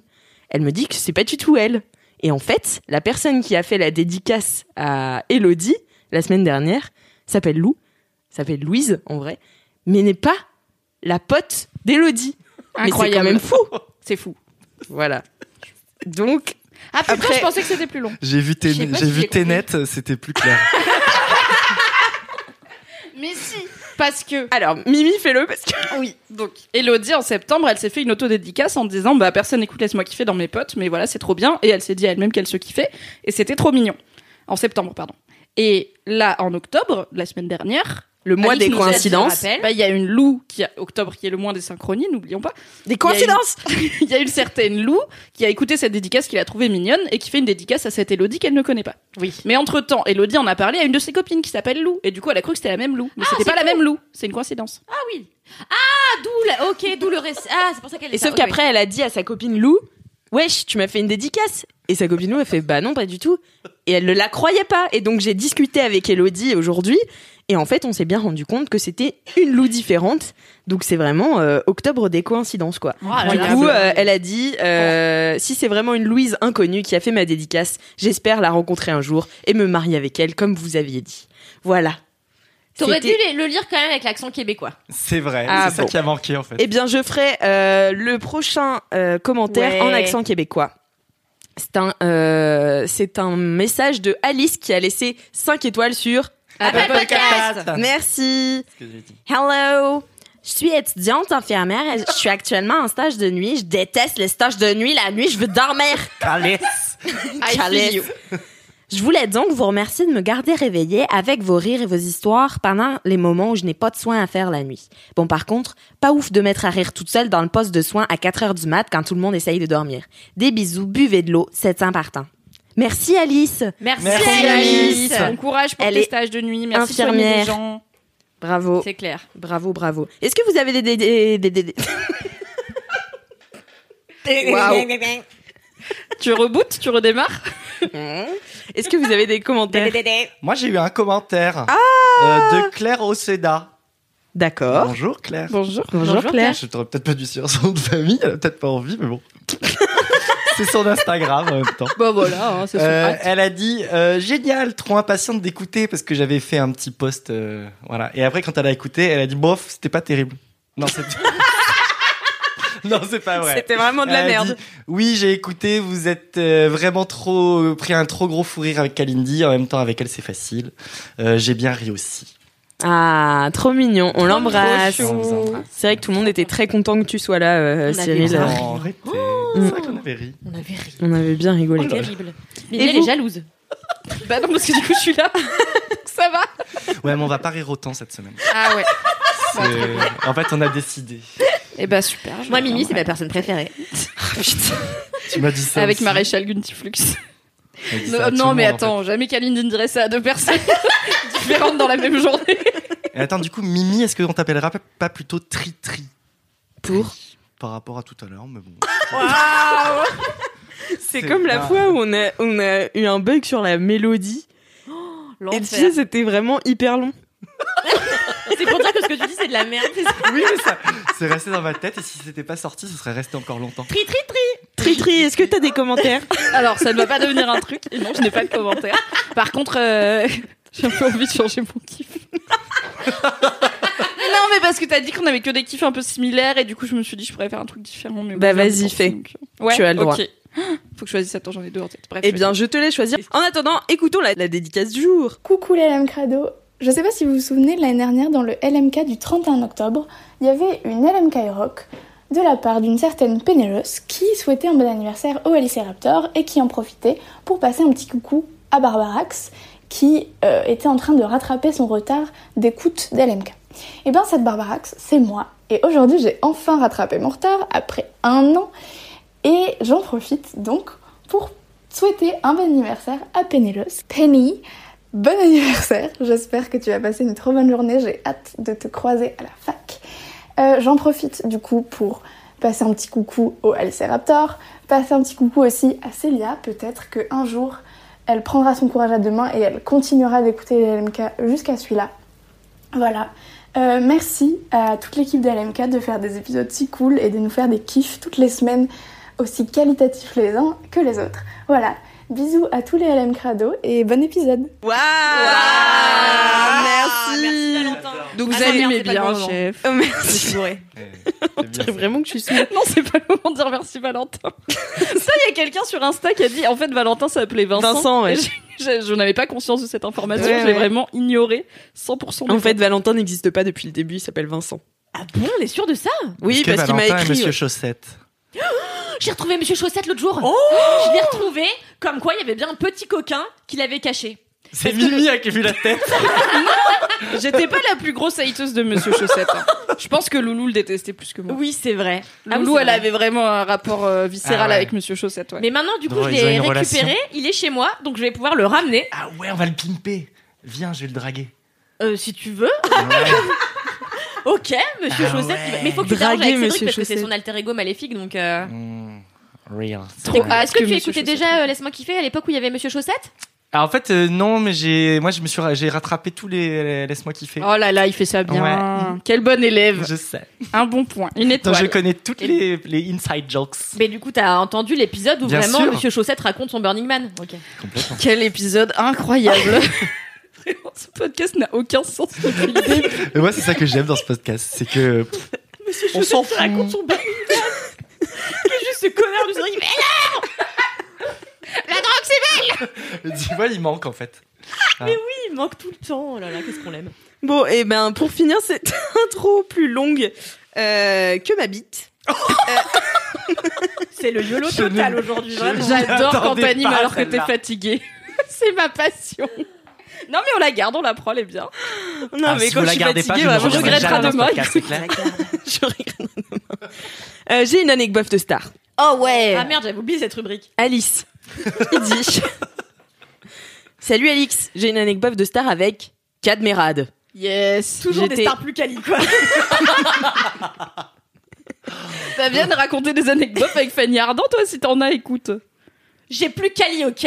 Speaker 4: Elle me dit que c'est pas du tout elle. Et en fait, la personne qui a fait la dédicace à Elodie la semaine dernière s'appelle Lou, s'appelle Louise en vrai, mais n'est pas la pote d'Elodie. Mais c'est quand
Speaker 6: Incroyable.
Speaker 4: même fou.
Speaker 6: C'est fou.
Speaker 4: Voilà. Donc,
Speaker 6: Ah putain,
Speaker 4: Après-
Speaker 6: je pensais que c'était plus long.
Speaker 2: J'ai vu tes,
Speaker 6: Je sais pas
Speaker 2: j'ai
Speaker 6: si
Speaker 2: vu
Speaker 6: j'ai
Speaker 2: tes
Speaker 6: compris.
Speaker 2: nets, c'était plus clair.
Speaker 6: Mais si, parce que.
Speaker 4: alors Mimi fais-le parce que
Speaker 6: Oui, donc Elodie en septembre, elle s'est fait une autodédicace en disant bah personne n'écoute laisse-moi kiffer dans mes potes, mais voilà c'est trop bien. Et elle s'est dit à elle-même qu'elle se kiffait et c'était trop mignon. En septembre, pardon. Et là, en octobre, la semaine dernière,
Speaker 4: le mois
Speaker 6: Alix
Speaker 4: des
Speaker 6: nous a dit,
Speaker 4: coïncidences.
Speaker 6: je rappelle, bah, il y a une Lou qui a octobre qui est le mois des synchronies, n'oublions pas.
Speaker 4: Des
Speaker 6: coïncidences <laughs> Il y a une certaine Lou qui a écouté cette dédicace qu'il a trouvée mignonne et qui fait une dédicace à cette Elodie qu'elle ne connaît pas.
Speaker 3: Oui.
Speaker 6: Mais entre-temps, Elodie en a parlé à une de ses copines qui s'appelle Lou et du coup elle a cru que c'était la même Lou, mais c'était pas
Speaker 3: c'est
Speaker 6: la même Lou, c'est une coïncidence.
Speaker 3: Ah oui. Ah, d'où la... Ok, d'où le reste. Ah, c'est pour ça qu'elle
Speaker 4: Et
Speaker 3: est
Speaker 4: sauf
Speaker 3: ça, oui,
Speaker 4: qu'après, elle a dit à sa copine Lou, wesh, tu m'as fait une dédicace. Et sa copine Lou, elle fait, bah non, pas du tout. Et elle ne la croyait pas. Et donc, j'ai discuté avec Elodie aujourd'hui. Et en fait, on s'est bien rendu compte que c'était une Lou différente. Donc, c'est vraiment euh, octobre des coïncidences, quoi.
Speaker 3: oui. Ah là
Speaker 4: Du
Speaker 3: là.
Speaker 4: coup, euh, elle a dit euh, si c'est vraiment une Louise inconnue qui a fait ma dédicace, j'espère la rencontrer un jour et me marier avec elle, comme vous aviez dit. Voilà.
Speaker 3: T'aurais dû
Speaker 4: C'était-
Speaker 3: le le lire quand même avec l'accent québécois.
Speaker 2: C'est vrai,
Speaker 4: Ah,
Speaker 2: c'est
Speaker 4: bon.
Speaker 2: ça qui a manqué en fait.
Speaker 4: Eh bien, je ferai euh, le prochain euh, commentaire
Speaker 3: Ouais.
Speaker 4: en accent québécois. C'est un, euh, c'est un message de Alice qui a laissé 5 étoiles sur.
Speaker 3: Apple Podcast.
Speaker 2: Ah.
Speaker 4: Merci.
Speaker 2: Ce que j'ai dit.
Speaker 4: Hello. Je suis étudiante infirmière. et Je suis actuellement en stage de nuit. Je déteste les stages de nuit. La nuit, je veux dormir.
Speaker 2: Alice.
Speaker 6: I feel
Speaker 4: Calais.
Speaker 6: you.
Speaker 4: <laughs> Je voulais donc vous remercier de me garder réveillée avec vos rires et vos histoires pendant les moments où je n'ai pas de soins à faire la nuit. Bon, par contre, pas ouf de mettre à rire toute seule dans le poste de soins à 4 heures du mat quand tout le monde essaye de dormir. Des bisous, buvez de l'eau, 700 par temps. Merci Alice!
Speaker 3: Merci,
Speaker 2: Merci,
Speaker 3: Alice.
Speaker 2: Alice.
Speaker 6: Bon courage pour
Speaker 4: Elle
Speaker 6: tes
Speaker 4: est
Speaker 6: stages de nuit. Merci de soigner
Speaker 4: infirmière.
Speaker 6: les gens.
Speaker 4: Bravo,
Speaker 6: C'est clair.
Speaker 4: bravo, bravo. Est-ce que vous avez des... des, des, des- <laughs> des-
Speaker 6: Tu rebootes, tu redémarres.
Speaker 4: Hmm? Est-ce que vous avez des commentaires?
Speaker 2: Moi j'ai eu un commentaire euh, de Claire Oceda.
Speaker 4: D'accord.
Speaker 2: Bonjour Claire.
Speaker 6: Bonjour.
Speaker 3: Bonjour, Claire.
Speaker 2: Je t'aurais peut-être pas dû dire son nom de famille, elle a peut-être pas envie, mais bon. c'est son Instagram en même temps.
Speaker 6: Bah voilà, hein, c'est son
Speaker 2: Euh,
Speaker 6: hâte.
Speaker 2: elle a dit euh, génial, trop impatiente d'écouter parce que j'avais fait un petit post, euh, voilà. Et après quand elle a écouté, elle a dit bof, c'était pas terrible. Non, c'est <laughs> non, c'est pas vrai.
Speaker 4: vraiment
Speaker 2: Elle a dit, oui, j'ai écouté. Vous êtes euh, vraiment trop euh, pris un trop gros fou rire avec Kalindi. En même temps, avec elle, c'est facile. Euh, j'ai bien ri aussi.
Speaker 4: Ah, trop mignon, on l'embrasse.
Speaker 2: On vous embrasse.
Speaker 4: C'est vrai que tout le monde était très content que tu sois là, euh,
Speaker 3: On avait
Speaker 4: Cyril.
Speaker 3: bien
Speaker 2: Non, arrêtez. C'est vrai qu'on avait ri.
Speaker 3: On avait ri.
Speaker 4: On avait bien rigolé.
Speaker 2: Oh là là.
Speaker 3: Terrible.
Speaker 4: Et
Speaker 3: Mais elle est
Speaker 4: vous
Speaker 3: jalouse.
Speaker 6: Bah non, parce que du coup, je suis là. <laughs> Ça va.
Speaker 2: Ouais, mais on va pas rire autant cette semaine.
Speaker 6: Ah ouais.
Speaker 2: C'est- En fait, on a décidé.
Speaker 6: Et bah super.
Speaker 3: Moi, Mimi, c'est ma personne préférée.
Speaker 6: putain.
Speaker 2: Tu m'as dit ça.
Speaker 6: Avec
Speaker 2: aussi.
Speaker 6: Maréchal Guntiflux.
Speaker 2: Tu m'as dit ça
Speaker 6: Non,
Speaker 2: à tout
Speaker 6: non,
Speaker 2: le
Speaker 6: mais
Speaker 2: monde, en
Speaker 6: attends, jamais Kalindine dirait ça à deux personnes <laughs> différentes dans la même journée.
Speaker 2: fait. Et attends, du coup, Mimi, est-ce que on t'appellera pas- pas plutôt Tri-Tri
Speaker 4: Pour
Speaker 2: par rapport à tout à l'heure Mais bon.
Speaker 4: C'est
Speaker 2: C'est
Speaker 4: comme la
Speaker 2: pas-
Speaker 4: fois où on a, on a eu un bug sur la mélodie. Et tu sais, c'était vraiment hyper long.
Speaker 3: C'est pour dire que ce que tu dis, c'est de la merde.
Speaker 2: oui, mais ça, c'est resté dans ma tête et si c'était pas sorti, ce serait resté encore longtemps.
Speaker 3: Tri, tri, tri.
Speaker 4: Tri tri, est-ce que t'as des commentaires
Speaker 6: Alors, ça ne va pas devenir un truc. Et non, je n'ai pas de commentaire. Par contre, euh, <laughs> j'ai un peu envie de changer mon kiff. Mais non, mais parce que t'as dit qu'on avait que des kiffs un peu similaires et du coup, je me suis dit, je pourrais faire un truc différent. Mais
Speaker 4: Bah,
Speaker 6: bon,
Speaker 4: vas-y,
Speaker 6: j'en
Speaker 4: fais.
Speaker 6: pense, donc. euh, Ouais,
Speaker 4: Tu as le droit.
Speaker 6: ok. <gasps> Faut que je choisisse. Attends, j'en ai deux en tête. Bref.
Speaker 4: Eh bien, je te laisse choisir. En attendant, écoutons la, la dédicace du jour.
Speaker 5: Coucou les LM Crado. Je sais pas si vous vous souvenez de l'année dernière dans le LMK du 31 octobre, il y avait une LMK rock de la part d'une certaine Pénélos qui souhaitait un bon anniversaire au Raptor et qui en profitait pour passer un petit coucou à Barbarax qui euh, était en train de rattraper son retard d'écoute d'LMK. Et bien Eh ben, cette Barbarax, c'est moi. Et aujourd'hui, j'ai enfin rattrapé mon retard après un an et j'en profite donc pour souhaiter un bon anniversaire à Pénélos. Penny, Bon anniversaire, j'espère que tu as passé une trop bonne journée, j'ai hâte de te croiser à la fac. Euh, J'en profite du coup pour passer un petit coucou au Alicéraptor, passer un petit coucou aussi à Célia, peut-être que un jour elle prendra son courage à deux mains et elle continuera d'écouter les LMK jusqu'à celui-là. Voilà. Euh, merci à toute l'équipe de LMK de faire des épisodes si cool et de nous faire des kiffs toutes les semaines, aussi qualitatifs les uns que les autres. Voilà. Bisous à tous les LM Crado et bon épisode
Speaker 4: Waouh Merci. Donc vous
Speaker 3: Ah non,
Speaker 4: allez
Speaker 3: merde,
Speaker 4: allumez
Speaker 3: c'est pas
Speaker 4: bien,
Speaker 3: le moment.
Speaker 4: chef. Oh, merci. <laughs>
Speaker 2: Eh,
Speaker 4: On
Speaker 2: c'est
Speaker 4: dirait
Speaker 2: bien,
Speaker 4: vraiment que je suis sous-
Speaker 6: <laughs> Non, c'est pas le moment de dire merci Valentin. <laughs> Ça, il y a quelqu'un sur Insta qui a dit en fait Valentin s'appelait Vincent.
Speaker 4: Vincent, ouais.
Speaker 6: Et <laughs> je- Je, je n'avais pas conscience de cette information,
Speaker 4: Ouais,
Speaker 6: je
Speaker 4: ouais.
Speaker 6: l'ai vraiment ignorée 100%. des
Speaker 4: En fait,
Speaker 6: fois.
Speaker 4: Valentin n'existe pas depuis le début, il s'appelle Vincent.
Speaker 3: Ah bon, on est sûr de ça
Speaker 4: Oui,
Speaker 2: Est-ce que
Speaker 4: parce qu'il m'a
Speaker 2: Valentin et
Speaker 4: écrit. euh.
Speaker 2: Monsieur
Speaker 4: ouais.
Speaker 2: Chaussette.
Speaker 3: J'ai retrouvé Monsieur Chaussette l'autre jour. je l'ai retrouvé comme quoi il y avait bien un petit coquin qui l'avait caché.
Speaker 2: C'est Mimi qui a vu la tête.
Speaker 6: j'étais pas la plus grosse hateuse de Monsieur Chaussette. hein. Je pense que Loulou le détestait plus que moi.
Speaker 3: Oui, c'est vrai. Ah oui,
Speaker 6: Loulou,
Speaker 3: c'est
Speaker 6: elle
Speaker 3: vrai.
Speaker 6: avait vraiment un rapport euh, viscéral
Speaker 2: Ah ouais.
Speaker 6: avec Monsieur Chaussette. Ouais.
Speaker 3: Mais maintenant, du coup,
Speaker 2: Non,
Speaker 3: je
Speaker 2: ils
Speaker 3: l'ai
Speaker 2: ont une
Speaker 3: récupéré.
Speaker 2: relation.
Speaker 3: Il est chez moi, donc je vais pouvoir le ramener
Speaker 2: Ah ouais, on va le pimper. Viens, je vais le
Speaker 4: <laughs>
Speaker 2: draguer.
Speaker 3: euh, si tu veux. Ok, Monsieur
Speaker 2: Ah
Speaker 3: Chaussette.
Speaker 2: ouais.
Speaker 3: qui va- Mais il faut que tu t'arranges
Speaker 4: Draguer
Speaker 3: avec Cédric
Speaker 4: Monsieur
Speaker 3: parce que c'est
Speaker 4: Chaussette.
Speaker 3: son alter ego maléfique, donc.
Speaker 4: Ah.
Speaker 3: euh,
Speaker 2: Mm, Real.
Speaker 6: Trop hâte
Speaker 3: Est-ce que,
Speaker 6: que
Speaker 3: tu
Speaker 6: Monsieur
Speaker 3: écoutais
Speaker 6: Chaussette.
Speaker 3: déjà euh, Laisse-moi kiffer à l'époque où il y avait Monsieur Chaussette
Speaker 2: Alors en fait, euh, non, mais j'ai, moi, je me suis, ra- j'ai rattrapé tous les, les- laisse-moi kiffer.
Speaker 6: Oh là là, il fait ça bien.
Speaker 2: Ouais.
Speaker 6: Quel bon élève.
Speaker 2: Je sais.
Speaker 6: Un bon point. Une
Speaker 2: Attends,
Speaker 6: étoile.
Speaker 2: je connais toutes les, les inside jokes.
Speaker 3: Mais du coup, t'as entendu l'épisode où
Speaker 2: Bien
Speaker 3: vraiment
Speaker 2: sûr.
Speaker 3: Monsieur Chaussette raconte son Burning Man. Ok.
Speaker 2: Complètement.
Speaker 6: Quel épisode incroyable. Vraiment, <laughs> ce podcast n'a aucun sens depuis le début.
Speaker 2: Et moi, c'est ça que j'aime dans ce podcast, c'est
Speaker 4: <laughs>
Speaker 2: que pff, on s'en fout.
Speaker 3: raconte son Burning Man. Qui est juste ce connard du
Speaker 6: <laughs>
Speaker 3: Cédric.
Speaker 2: <laughs> Tu vois, il manque en
Speaker 4: <laughs>
Speaker 2: fait.
Speaker 3: Il manque tout le temps. Oh là là, qu'est-ce qu'on l'aime.
Speaker 4: Bon, et ben pour finir cette <laughs> intro plus longue euh, que ma bite.
Speaker 3: <laughs> C'est le YOLO
Speaker 2: Je ne-
Speaker 3: total aujourd'hui,
Speaker 2: je-
Speaker 3: vraiment.
Speaker 6: J'adore quand
Speaker 2: J'attendais
Speaker 6: t'animes
Speaker 2: pas
Speaker 6: alors que t'es
Speaker 2: celle-là.
Speaker 3: <laughs>
Speaker 6: fatigué. C'est ma passion. Non mais on la garde, on la prend, elle est bien.
Speaker 4: Non,
Speaker 2: Ah,
Speaker 4: mais
Speaker 2: si vous
Speaker 4: quand je
Speaker 2: la
Speaker 4: suis
Speaker 2: gardez
Speaker 4: fatiguée,
Speaker 2: pas, je
Speaker 4: vraiment,
Speaker 2: vous
Speaker 4: je
Speaker 2: en
Speaker 6: remettrai
Speaker 4: regretterai
Speaker 2: jamais dans ce
Speaker 4: demain.
Speaker 2: podcast, c'est clair.
Speaker 4: <laughs> je regretterai demain. Euh, J'ai une anecdote de star. Oh ouais.
Speaker 3: Ah merde, j'avais oublié cette rubrique. <laughs>
Speaker 4: Alice. Il dit. Salut Alix, j'ai une anecdote de star avec Cadmerade.
Speaker 6: Yes.
Speaker 3: Toujours des
Speaker 4: J'étais-
Speaker 3: stars plus quali,
Speaker 4: <laughs>
Speaker 3: quoi.
Speaker 6: Ça vient de raconter des anecdotes avec Fanny Ardant, toi si t'en as, écoute.
Speaker 3: J'ai plus quali, ok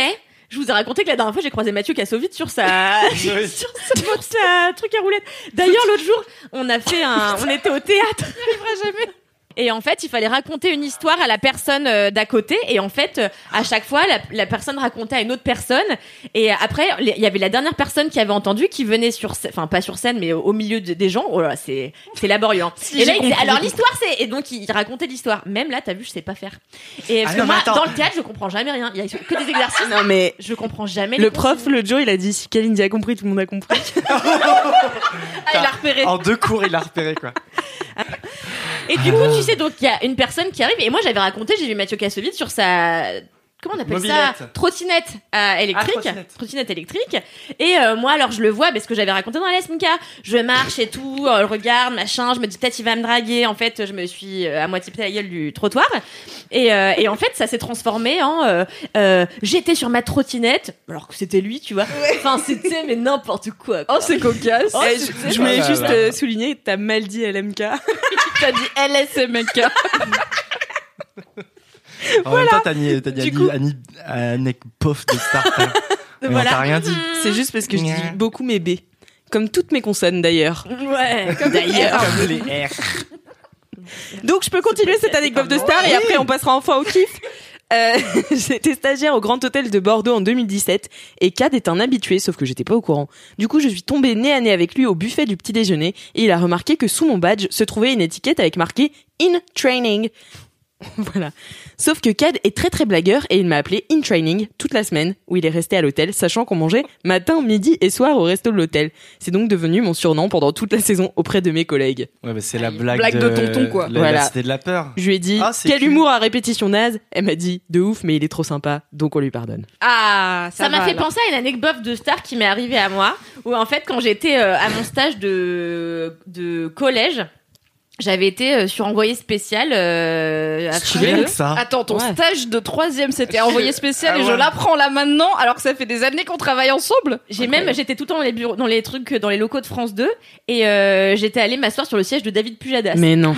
Speaker 3: je vous ai raconté que la dernière fois j'ai croisé Mathieu Kassovitz sur sa
Speaker 2: <laughs> Oui.
Speaker 3: sur sa, sur sa truc à roulette. D'ailleurs l'autre jour on a fait un on était au théâtre. jamais. Et en fait il fallait raconter une histoire à la personne euh, d'à côté et en fait euh, à chaque fois la, la personne racontait à une autre personne et après les- il y avait la dernière personne qui avait entendu qui venait sur scè- enfin pas sur scène mais au, au milieu de- des gens. Oh là c'est c'est laborieux. hein.
Speaker 6: Si,
Speaker 3: et là
Speaker 6: j'ai
Speaker 3: il disait,
Speaker 6: compris.
Speaker 3: alors l'histoire c'est et donc il, il racontait l'histoire. Même là t'as vu je sais pas faire. Et parce
Speaker 2: non,
Speaker 3: que
Speaker 2: mais
Speaker 3: moi
Speaker 2: attends.
Speaker 3: dans le théâtre je comprends jamais rien. Il y a que des exercices.
Speaker 4: Non mais
Speaker 3: Je comprends jamais. les
Speaker 4: le prof,
Speaker 3: consignes.
Speaker 4: le Joe, il a dit si Kalindi a compris, tout le monde a compris.
Speaker 3: Ah, il l'a repéré.
Speaker 2: En deux cours, il l'a repéré
Speaker 4: <laughs>
Speaker 2: quoi. Ah
Speaker 3: Et du coup, tu sais, donc il y a une personne qui arrive. Et moi, j'avais raconté, j'ai vu Mathieu Kassovitz sur sa comment on appelle ça
Speaker 2: Mobilette.
Speaker 3: Trottinette euh, électrique.
Speaker 2: Ah, trottinette.
Speaker 3: trottinette électrique. Et euh, moi, alors, je le vois, parce que j'avais raconté dans la SMK. Je marche et tout, euh, je regarde, machin, je me dis peut-être il va me draguer. En fait, je me suis euh, à moitié pété la gueule du trottoir. Et, euh, et en fait, ça s'est transformé en euh, euh, j'étais sur ma trottinette, alors que c'était lui, tu vois. Enfin, c'était mais n'importe quoi. quoi.
Speaker 4: Oh, c'est cocasse.
Speaker 3: Oh,
Speaker 4: Eh,
Speaker 3: c'est-
Speaker 4: je je voulais
Speaker 2: Voilà.
Speaker 4: juste euh, souligner, t'as mal dit LMK.
Speaker 6: Oh, T'as dit LSMK.
Speaker 2: En même temps, t'as ni, t'as dit
Speaker 4: Du
Speaker 2: Annie-
Speaker 4: coup-
Speaker 2: Annie- Annec Poff de Starter.
Speaker 4: <laughs>
Speaker 2: Mais
Speaker 3: Voilà.
Speaker 2: t'as rien dit.
Speaker 4: C'est juste parce que
Speaker 2: <laughs>
Speaker 4: je dis
Speaker 2: Nya.
Speaker 4: beaucoup mes B. Comme toutes mes consonnes d'ailleurs.
Speaker 3: Ouais. D'ailleurs.
Speaker 2: Comme les R.
Speaker 4: Donc je peux continuer cette anecdote de star et après on passera enfin au kiff. Euh, <laughs> j'étais stagiaire au Grand Hôtel de Bordeaux en 2017 et Cad est un habitué sauf que j'étais pas au courant. Du coup, je suis tombée nez à nez avec lui au buffet du petit déjeuner et il a remarqué que sous mon badge se trouvait une étiquette avec marqué In Training. <laughs> voilà. Sauf que Cad est très très blagueur et il m'a appelé In Training toute la semaine où il est resté à l'hôtel sachant qu'on mangeait matin, midi et soir au resto de l'hôtel. C'est donc devenu mon surnom pendant toute la saison auprès de mes collègues.
Speaker 2: Ouais, mais c'est la blague,
Speaker 6: blague de tonton, quoi.
Speaker 2: La,
Speaker 4: Voilà.
Speaker 2: la cité de la peur.
Speaker 4: Je lui ai dit
Speaker 2: Ah, c'est
Speaker 4: quel
Speaker 2: cul.
Speaker 4: humour à répétition naze. Elle m'a dit de ouf, mais il est trop sympa, donc on lui pardonne.
Speaker 6: <laughs> Ah,
Speaker 3: Ça m'a
Speaker 6: va,
Speaker 3: fait
Speaker 6: alors.
Speaker 3: penser à une anecdote de star qui m'est arrivée à moi, où en fait quand j'étais euh, à mon stage de, de collège, j'avais été euh, sur envoyé spécial euh, à
Speaker 2: Stylé
Speaker 6: hein.
Speaker 3: France
Speaker 2: que ça.
Speaker 6: Attends, ton
Speaker 4: Ouais.
Speaker 6: stage de troisième, c'était envoyé spécial
Speaker 2: Ah
Speaker 6: et je
Speaker 2: ouais.
Speaker 6: l'apprends là maintenant, alors que ça fait des années qu'on travaille ensemble.
Speaker 3: J'ai même j'étais tout le temps dans les bureaux, dans les trucs, dans les locaux de France 2, et euh, j'étais allée m'asseoir sur le siège de David Pujadas.
Speaker 4: Mais
Speaker 3: <gasps>
Speaker 4: non.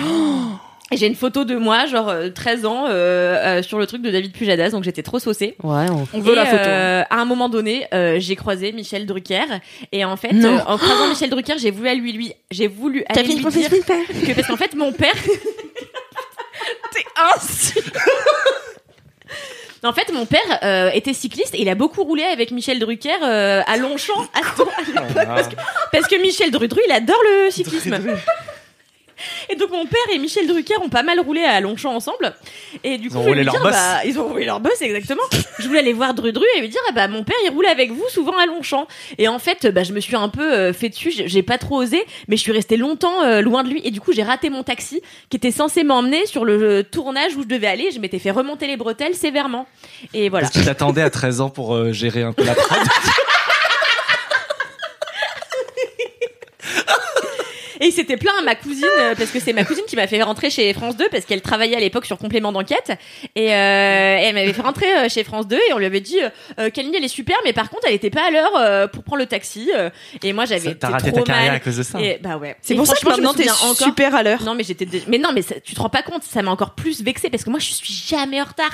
Speaker 3: Et j'ai une photo de moi, genre euh, 13 ans, euh, euh, sur le truc de David Pujadas, donc j'étais trop saucée.
Speaker 4: Ouais.
Speaker 6: On veut
Speaker 3: Et,
Speaker 6: la photo. hein.
Speaker 3: euh, à un moment donné, euh, j'ai croisé Michel Drucker, et en fait,
Speaker 4: Non.
Speaker 3: euh, en croisant Michel Drucker, j'ai voulu à lui, lui, j'ai voulu aller lui dire que parce qu'en fait mon père en fait mon père euh, était cycliste et il a beaucoup roulé avec Michel Drucker euh, à Longchamp à Ston-
Speaker 4: Ah,
Speaker 2: Oh,
Speaker 3: parce que Michel Drudru il adore le cyclisme et donc mon père et Michel Drucker ont pas mal roulé à Longchamp ensemble et du
Speaker 2: Ils
Speaker 3: coup
Speaker 2: ont
Speaker 3: je
Speaker 2: roulé
Speaker 3: voulais lui
Speaker 2: leur
Speaker 3: dire,
Speaker 2: bosse.
Speaker 3: bah, ils ont roulé leur boss exactement je voulais aller voir Drudru et lui dire ah bah mon père il roule avec vous souvent à Longchamp et en fait bah, je me suis un peu euh, fait dessus j'ai j'ai pas trop osé mais je suis restée longtemps euh, loin de lui et du coup j'ai raté mon taxi qui était censé m'emmener sur le euh, tournage où je devais aller. Je m'étais fait remonter les bretelles sévèrement. Et voilà.
Speaker 2: Parce que tu t'attendais à 13 ans pour euh, gérer un peu la prod.
Speaker 4: Ah,
Speaker 3: Et c'était plein à ma cousine, euh, parce que c'est ma cousine qui m'a fait rentrer chez France 2, parce qu'elle travaillait à l'époque sur complément d'enquête. Et, euh, et elle m'avait fait rentrer euh, chez France 2, et on lui avait dit, euh, euh, Kalindi, elle est super, mais par contre, elle était pas à l'heure euh, pour prendre le taxi. euh. et moi, j'avais
Speaker 2: Ça,
Speaker 3: été
Speaker 2: T'as raté
Speaker 3: trop
Speaker 2: ta carrière à
Speaker 3: mal.
Speaker 2: cause de ça.
Speaker 3: Et, bah ouais.
Speaker 4: C'est
Speaker 3: Et
Speaker 4: pour ça que
Speaker 3: franchement, je me
Speaker 4: maintenant t'es
Speaker 3: souviens encore-
Speaker 4: super à l'heure.
Speaker 3: Non mais j'étais dé- mais non mais ça- tu te rends pas compte ça m'a encore plus vexée parce que moi je suis jamais en retard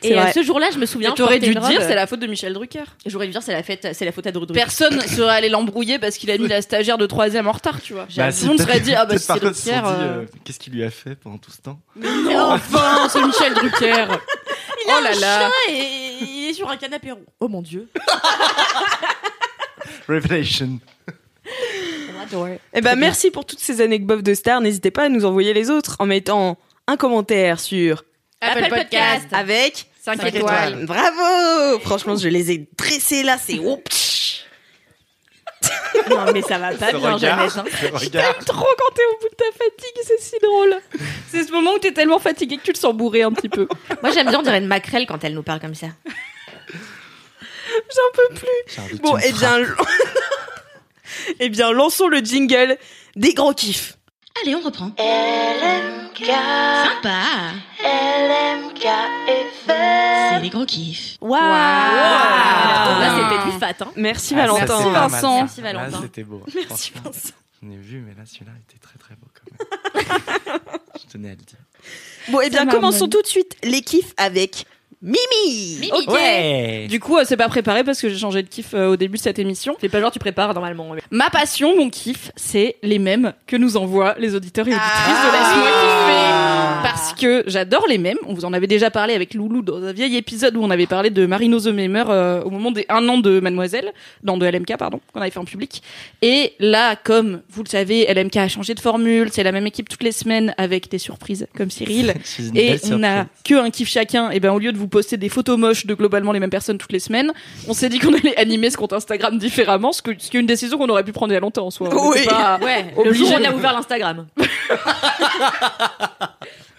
Speaker 4: C'est
Speaker 3: et euh,
Speaker 4: vrai.
Speaker 3: ce jour-là je me
Speaker 6: Et
Speaker 3: souviens
Speaker 6: T'aurais
Speaker 3: porter
Speaker 6: dû
Speaker 3: une robe,
Speaker 6: dire, c'est
Speaker 3: euh,
Speaker 6: la faute de Michel Drucker.
Speaker 3: j'aurais dû dire c'est la fête c'est la faute à Drudru
Speaker 6: Personne <laughs> serait allé l'embrouiller parce qu'il a mis la stagiaire de troisième en retard, tu vois.
Speaker 2: Bah,
Speaker 6: Tout
Speaker 2: si,
Speaker 6: le monde
Speaker 2: peut-être-
Speaker 6: serait dit, ah bah
Speaker 2: peut-être
Speaker 6: c'est
Speaker 2: par contre, ils se
Speaker 6: Drucker.
Speaker 2: sont dit,
Speaker 6: euh,
Speaker 2: euh, Qu'est-ce qu'il lui a fait pendant tout ce temps
Speaker 6: mais enfin, c'est Michel Drucker.
Speaker 3: Il a
Speaker 6: Oh là
Speaker 3: un chien
Speaker 6: là.
Speaker 3: et il est sur un canapé rond. Oh mon dieu.
Speaker 4: <laughs>
Speaker 2: Revelation.
Speaker 4: Eh ben merci pour toutes ces anecdotes de star. N'hésitez pas à nous envoyer les autres en mettant un commentaire sur
Speaker 3: Apple Podcast.
Speaker 4: avec
Speaker 6: 5
Speaker 2: Cinq étoiles.
Speaker 6: étoiles.
Speaker 2: étoiles.
Speaker 4: Bravo. Franchement, je les ai dressés là.
Speaker 3: <laughs>
Speaker 4: C'est
Speaker 3: Non mais ça va pas
Speaker 2: Le
Speaker 3: bien
Speaker 2: regard.
Speaker 3: Jeannette, hein.
Speaker 2: Le regard.
Speaker 6: Ah, Trop quand t'es au bout de ta fatigue, c'est si
Speaker 3: <laughs>
Speaker 6: drôle. C'est ce moment où t'es tellement fatigué que tu le sens bourré un petit peu.
Speaker 3: Moi j'aime bien on dirait une maquerelle quand elle nous parle comme ça.
Speaker 2: J'ai envie que
Speaker 4: bon.
Speaker 2: tu me
Speaker 4: Eh bien, <laughs> eh bien, lançons le jingle des grands kiffs.
Speaker 3: Allez on reprend.
Speaker 7: LMK,
Speaker 3: Sympa.
Speaker 7: LMK FM.
Speaker 3: les gros kiffs.
Speaker 4: Waouh
Speaker 3: Là c'était du fat hein.
Speaker 4: Merci
Speaker 2: Ah, ça,
Speaker 4: Valentin.
Speaker 2: c'est pas mal,
Speaker 6: Vincent.
Speaker 2: ça.
Speaker 3: Merci, Valentin.
Speaker 2: Là, c'était beau.
Speaker 4: Merci
Speaker 2: Franchement,
Speaker 4: Vincent.
Speaker 2: On est vu, mais là, celui-là était très très beau quand même.
Speaker 4: <laughs>
Speaker 2: Je tenais à le dire.
Speaker 4: Bon, et
Speaker 6: Ça
Speaker 4: bien
Speaker 6: m'a
Speaker 4: commençons
Speaker 6: emmené.
Speaker 4: tout de suite les kiffs avec Mimi.
Speaker 3: Mimi.
Speaker 6: Ok.
Speaker 4: Eh,
Speaker 2: Eh,
Speaker 6: Du coup, euh, c'est pas préparé parce que j'ai changé de kiff euh, au début de cette émission.
Speaker 3: C'est pas genre tu prépares normalement. mais-
Speaker 6: Ma passion, mon kiff, c'est les mêmes que nous envoient les auditeurs et auditrices
Speaker 4: Ah.
Speaker 6: de Laisse-moi
Speaker 4: Ah.
Speaker 6: kiffer. Parce que j'adore les mêmes. On vous en avait déjà parlé avec Loulou dans un vieil épisode où on avait parlé de Marino The Memer euh, au moment des un an de Mademoiselle, dans de LMK, pardon, qu'on avait fait en public. Et là, comme vous le savez, LMK a changé de formule. C'est la même équipe toutes les semaines avec des surprises comme Cyril.
Speaker 4: <laughs>
Speaker 2: Je suis une
Speaker 6: et
Speaker 2: belle
Speaker 6: on a
Speaker 2: surprise.
Speaker 6: que un kiff chacun, et ben au lieu de vous poster des photos moches de globalement les mêmes personnes toutes les semaines, on s'est dit qu'on <laughs> allait animer ce compte Instagram différemment, ce, que, ce qui est une décision qu'on aurait pu prendre il y a longtemps
Speaker 4: <laughs>
Speaker 6: en soi. On
Speaker 4: Oui.
Speaker 6: était pas-
Speaker 3: Ouais. Le
Speaker 6: Obligé.
Speaker 3: jour où on a ouvert l'Instagram.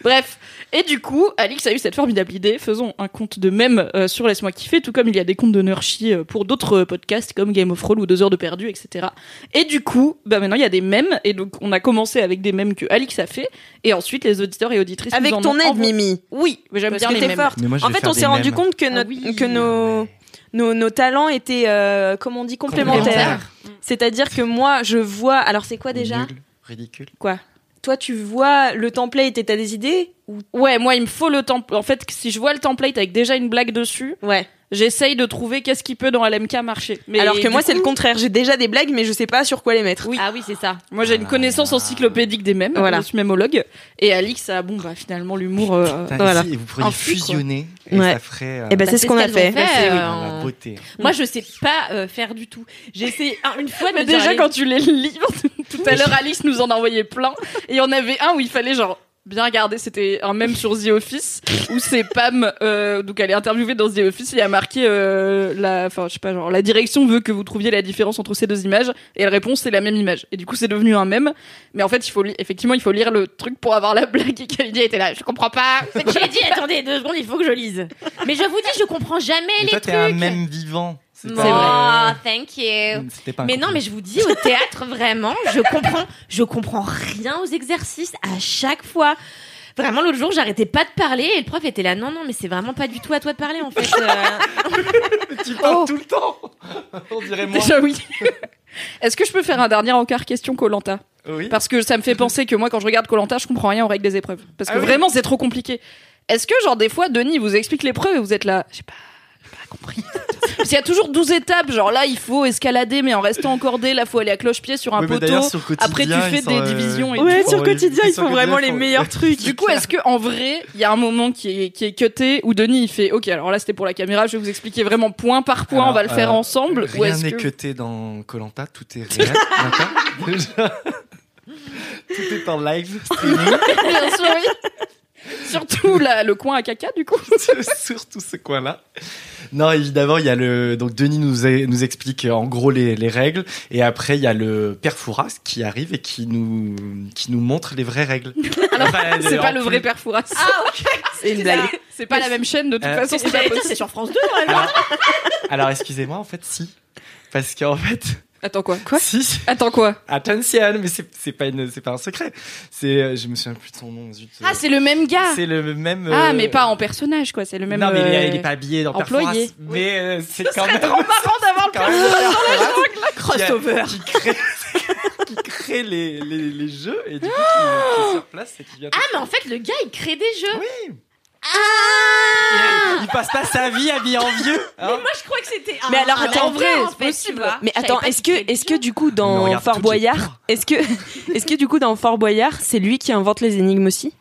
Speaker 6: Bref, Et du coup, Alix a eu cette formidable idée. Faisons un compte de même euh, sur Laisse-moi kiffer, tout comme il y a des comptes de Nurchi euh, pour d'autres euh, podcasts comme Game of Roll ou Deux heures de perdu, etc. Et du coup, bah maintenant il y a des mèmes. Et donc, on a commencé avec des mèmes que Alix a fait. Et ensuite, les auditeurs et auditrices. nous
Speaker 4: Avec
Speaker 6: en
Speaker 4: ton
Speaker 6: ont
Speaker 4: aide,
Speaker 6: envoyé.
Speaker 4: Mimi.
Speaker 6: Oui, mais j'aime
Speaker 4: Parce
Speaker 6: bien
Speaker 4: que
Speaker 6: les
Speaker 4: t'es
Speaker 6: mèmes.
Speaker 4: forte.
Speaker 2: Mais moi, je
Speaker 4: En
Speaker 2: vais
Speaker 4: fait,
Speaker 2: faire
Speaker 4: on
Speaker 2: des
Speaker 4: s'est rendu
Speaker 2: mèmes.
Speaker 4: compte que,
Speaker 6: Ah
Speaker 4: notre-
Speaker 6: oui.
Speaker 4: que nos, nos, nos talents étaient, euh, comment on dit, complémentaires.
Speaker 3: Complémentaires.
Speaker 4: C'est-à-dire que moi, je vois. Alors, c'est quoi déjà
Speaker 2: Nul, ridicule.
Speaker 4: Toi, tu vois le template et t'as des idées
Speaker 6: Ouais, moi, il me faut le template. En fait, si je vois le template avec déjà une blague dessus,
Speaker 4: Ouais.
Speaker 6: j'essaye de trouver qu'est-ce qui peut dans LMK marcher. Mais
Speaker 4: Alors que
Speaker 6: du
Speaker 4: moi, c'est
Speaker 6: coup,
Speaker 4: le contraire. J'ai déjà des blagues, mais je sais pas sur quoi les mettre.
Speaker 3: Ah oui, c'est ça.
Speaker 6: Moi, j'ai une
Speaker 2: Ah.
Speaker 6: connaissance encyclopédique des mèmes.
Speaker 4: Voilà.
Speaker 6: Je suis mémologue. Et Alix a, bon, bah, finalement, l'humour. euh,
Speaker 2: Putain,
Speaker 4: voilà.
Speaker 2: si, et vous pourriez
Speaker 6: Un flux, quoi.
Speaker 2: fusionner et
Speaker 4: Ouais.
Speaker 2: ça ferait. euh,
Speaker 4: Et ben, c'est
Speaker 3: Bah,
Speaker 4: ce qu'on a
Speaker 3: qu'elles ont
Speaker 4: fait.
Speaker 2: ah,
Speaker 3: euh,
Speaker 2: la
Speaker 3: on-
Speaker 2: beauté. hein.
Speaker 3: Moi, je sais pas euh, faire du tout. J'ai essayé un- une fois de
Speaker 6: Mais
Speaker 3: me dire,
Speaker 6: déjà,
Speaker 3: allez,
Speaker 6: quand tu les lis, <laughs> tout à l'heure, Alice nous en a envoyé plein. Et il y en avait un où il fallait, genre, bien regarder. C'était un même sur The Office, où c'est Pam, euh, donc elle est interviewée dans The Office, et il y a marqué, euh, la, enfin, je sais pas, genre, la direction veut que vous trouviez la différence entre ces deux images. Et elle répond, c'est la même image. Et du coup, c'est devenu un même. Mais en fait, il faut, li- effectivement, il faut lire le truc pour avoir la blague. Et Kennedy était là, je comprends pas.
Speaker 3: J'ai dit, attendez deux secondes, il faut que je lise. Mais je vous dis, je comprends jamais
Speaker 2: Mais
Speaker 3: les
Speaker 2: toi,
Speaker 3: trucs.
Speaker 2: t'es un mème vivant. C'est
Speaker 3: Non,
Speaker 2: pas- Mmh,
Speaker 3: thank you.
Speaker 2: C'était pas un
Speaker 3: Mais non, mais
Speaker 2: compliment.
Speaker 3: je vous dis, au théâtre, vraiment, je comprends, je comprends rien aux exercices à chaque fois. Vraiment, l'autre jour, j'arrêtais pas de parler et le prof était là, non, non, mais c'est vraiment pas du tout à toi de parler, en fait. euh.
Speaker 2: Tu parles tout le temps <laughs> On dirait moi.
Speaker 6: Oh. Déjà, oui. <laughs> Est-ce que je peux faire un dernier encart question Colanta
Speaker 2: Oui.
Speaker 6: Parce que ça me fait penser que moi, quand je regarde Colanta, je comprends rien aux règles des épreuves. Parce que
Speaker 2: Mhm. Ah oui.
Speaker 6: vraiment, c'est trop compliqué. Est-ce que, genre, des fois, Denis vous explique l'épreuve et vous êtes là, j'ai pas, j'ai pas
Speaker 2: <laughs>
Speaker 6: compris. Parce qu'il y a toujours 12 étapes. Genre là, il faut escalader, mais en restant encordé. Là, faut aller à cloche-pied sur un
Speaker 2: Oui, mais
Speaker 6: poteau.
Speaker 2: d'ailleurs, sur Quotidien,
Speaker 6: Après, tu
Speaker 2: ils
Speaker 6: fais
Speaker 2: sont,
Speaker 6: des
Speaker 2: euh,
Speaker 6: divisions et
Speaker 4: Ouais,
Speaker 2: tout.
Speaker 4: sur
Speaker 2: Oh,
Speaker 4: quotidien,
Speaker 2: les-
Speaker 4: ils font
Speaker 2: sur
Speaker 4: vraiment les
Speaker 2: Quotidien,
Speaker 4: meilleurs trucs.
Speaker 6: Du coup, est-ce que en vrai, il y a un moment qui est qui est cuté où Denis il fait, ok, alors là c'était pour la caméra, je vais vous expliquer vraiment point par point,
Speaker 2: Alors,
Speaker 6: on va le faire
Speaker 2: euh,
Speaker 6: ensemble. ou
Speaker 2: Rien
Speaker 6: est-ce
Speaker 2: n'est
Speaker 6: que-
Speaker 2: cuté dans Colanta, tout est réel. d'accord Déjà. Tout est en live streaming.
Speaker 6: <laughs> Bien sûr, oui. Surtout la- le coin à caca, du coup.
Speaker 2: <laughs> surtout ce coin-là. Non, évidemment, il y a le. Donc, Denis nous, a- nous explique euh, en gros les, les règles. Et après, il y a le père Fouras qui arrive et qui nous, qui nous montre les vraies
Speaker 6: <laughs>
Speaker 2: règles. Enfin,
Speaker 6: C'est
Speaker 2: en
Speaker 6: pas le
Speaker 2: plus-
Speaker 6: vrai père Fouras.
Speaker 4: Ah, C'est
Speaker 3: Euh,
Speaker 4: une blague.
Speaker 6: C'est pas la même chaîne, de toute
Speaker 2: Euh,
Speaker 6: façon, c'est pas
Speaker 3: J'allais dire,
Speaker 6: possible.
Speaker 3: c'est sur France 2, vraiment.
Speaker 2: Alors, <laughs> alors, excusez-moi, en fait, si. Parce qu'en fait.
Speaker 6: Attends quoi
Speaker 2: Si, si.
Speaker 6: Attends quoi
Speaker 2: Attention, mais c'est c'est pas, une- c'est pas un secret. C'est, euh, je me souviens plus de son nom. zut.
Speaker 6: Ah, c'est le même gars
Speaker 2: C'est le même.
Speaker 6: Ah,
Speaker 2: euh,
Speaker 6: mais pas en personnage, quoi, c'est le même...
Speaker 2: non, mais il est-
Speaker 6: euh,
Speaker 2: il est pas habillé dans Père
Speaker 6: employé.
Speaker 2: Fouras, Mais euh, c'est
Speaker 6: Ce
Speaker 2: quand
Speaker 6: serait
Speaker 2: même. <laughs>
Speaker 6: trop marrant d'avoir le
Speaker 2: quand
Speaker 6: père
Speaker 2: même
Speaker 6: Fouras.
Speaker 2: Père Fouras
Speaker 4: Crossover.
Speaker 2: Qui crée, <laughs> qui crée les, les, les jeux et du coup qui, qui est sur place et qui vient.
Speaker 3: Ah, mais en fait, le gars, il crée des jeux.
Speaker 2: Oui.
Speaker 3: Ah
Speaker 2: Il passe pas sa vie habillé en vieux. hein.
Speaker 3: Moi, je crois que c'était un.
Speaker 4: Mais alors,
Speaker 3: un
Speaker 4: attends,
Speaker 3: acteur,
Speaker 6: en vrai,
Speaker 3: en
Speaker 6: c'est
Speaker 3: fait, tu
Speaker 6: possible.
Speaker 3: vois.
Speaker 4: Mais
Speaker 3: Je savais
Speaker 4: attends,
Speaker 3: pas
Speaker 4: est-ce
Speaker 3: qu'il
Speaker 4: que,
Speaker 3: crée
Speaker 4: est-ce
Speaker 3: des
Speaker 4: que du coup
Speaker 2: Mais
Speaker 4: dans
Speaker 2: regarde
Speaker 4: Fort
Speaker 2: toutes les
Speaker 4: Boyard,
Speaker 2: couleurs.
Speaker 4: est-ce que, est-ce que <laughs> du coup dans Fort Boyard, c'est lui qui invente les énigmes aussi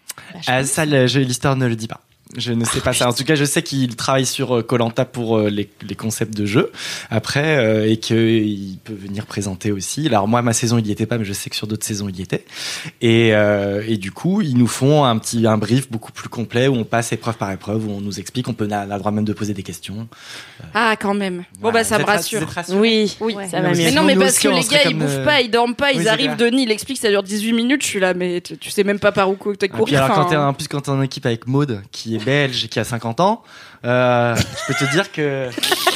Speaker 2: Euh, ça, le- je- l'histoire ne le dit pas. Je ne sais pas ça. En tout cas, je sais qu'il travaille sur Colanta pour euh, les, les concepts de jeu après euh, et qu'il peut venir présenter aussi. Alors moi, ma saison, il y était pas, mais je sais que sur d'autres saisons, il y était. Et, euh, et du coup, ils nous font un petit un brief beaucoup plus complet où on passe épreuve par épreuve, où on nous explique, on peut on a le droit même de poser des questions.
Speaker 6: Ah, quand même. Bon,
Speaker 2: Voilà.
Speaker 6: bah, ça
Speaker 2: Vous
Speaker 6: me
Speaker 2: êtes ra- vous
Speaker 6: rassure.
Speaker 2: êtes rassurés
Speaker 4: Oui,
Speaker 6: Oui.
Speaker 4: ça
Speaker 2: Non, mais
Speaker 4: va
Speaker 6: Mais
Speaker 4: mieux.
Speaker 2: c'est-
Speaker 6: non, mais
Speaker 2: nous
Speaker 6: parce
Speaker 2: aussi,
Speaker 6: que
Speaker 2: on
Speaker 6: les
Speaker 2: serait
Speaker 6: gars, ils
Speaker 2: comme,
Speaker 6: bouffent
Speaker 2: euh,
Speaker 6: pas, ils dorment pas,
Speaker 2: oui,
Speaker 6: ils
Speaker 2: c'est
Speaker 6: arrivent,
Speaker 2: clair.
Speaker 6: Denis, il explique, ça dure 18 minutes, je suis là, mais tu, tu sais même pas par où cou- t'as
Speaker 2: Et Ah, puis
Speaker 6: couru.
Speaker 2: alors, quand
Speaker 6: enfin,
Speaker 2: t'es en plus quand t'es en équipe avec Maude qui est belge et qui a 50 ans, euh, je peux te dire
Speaker 3: <laughs>
Speaker 2: que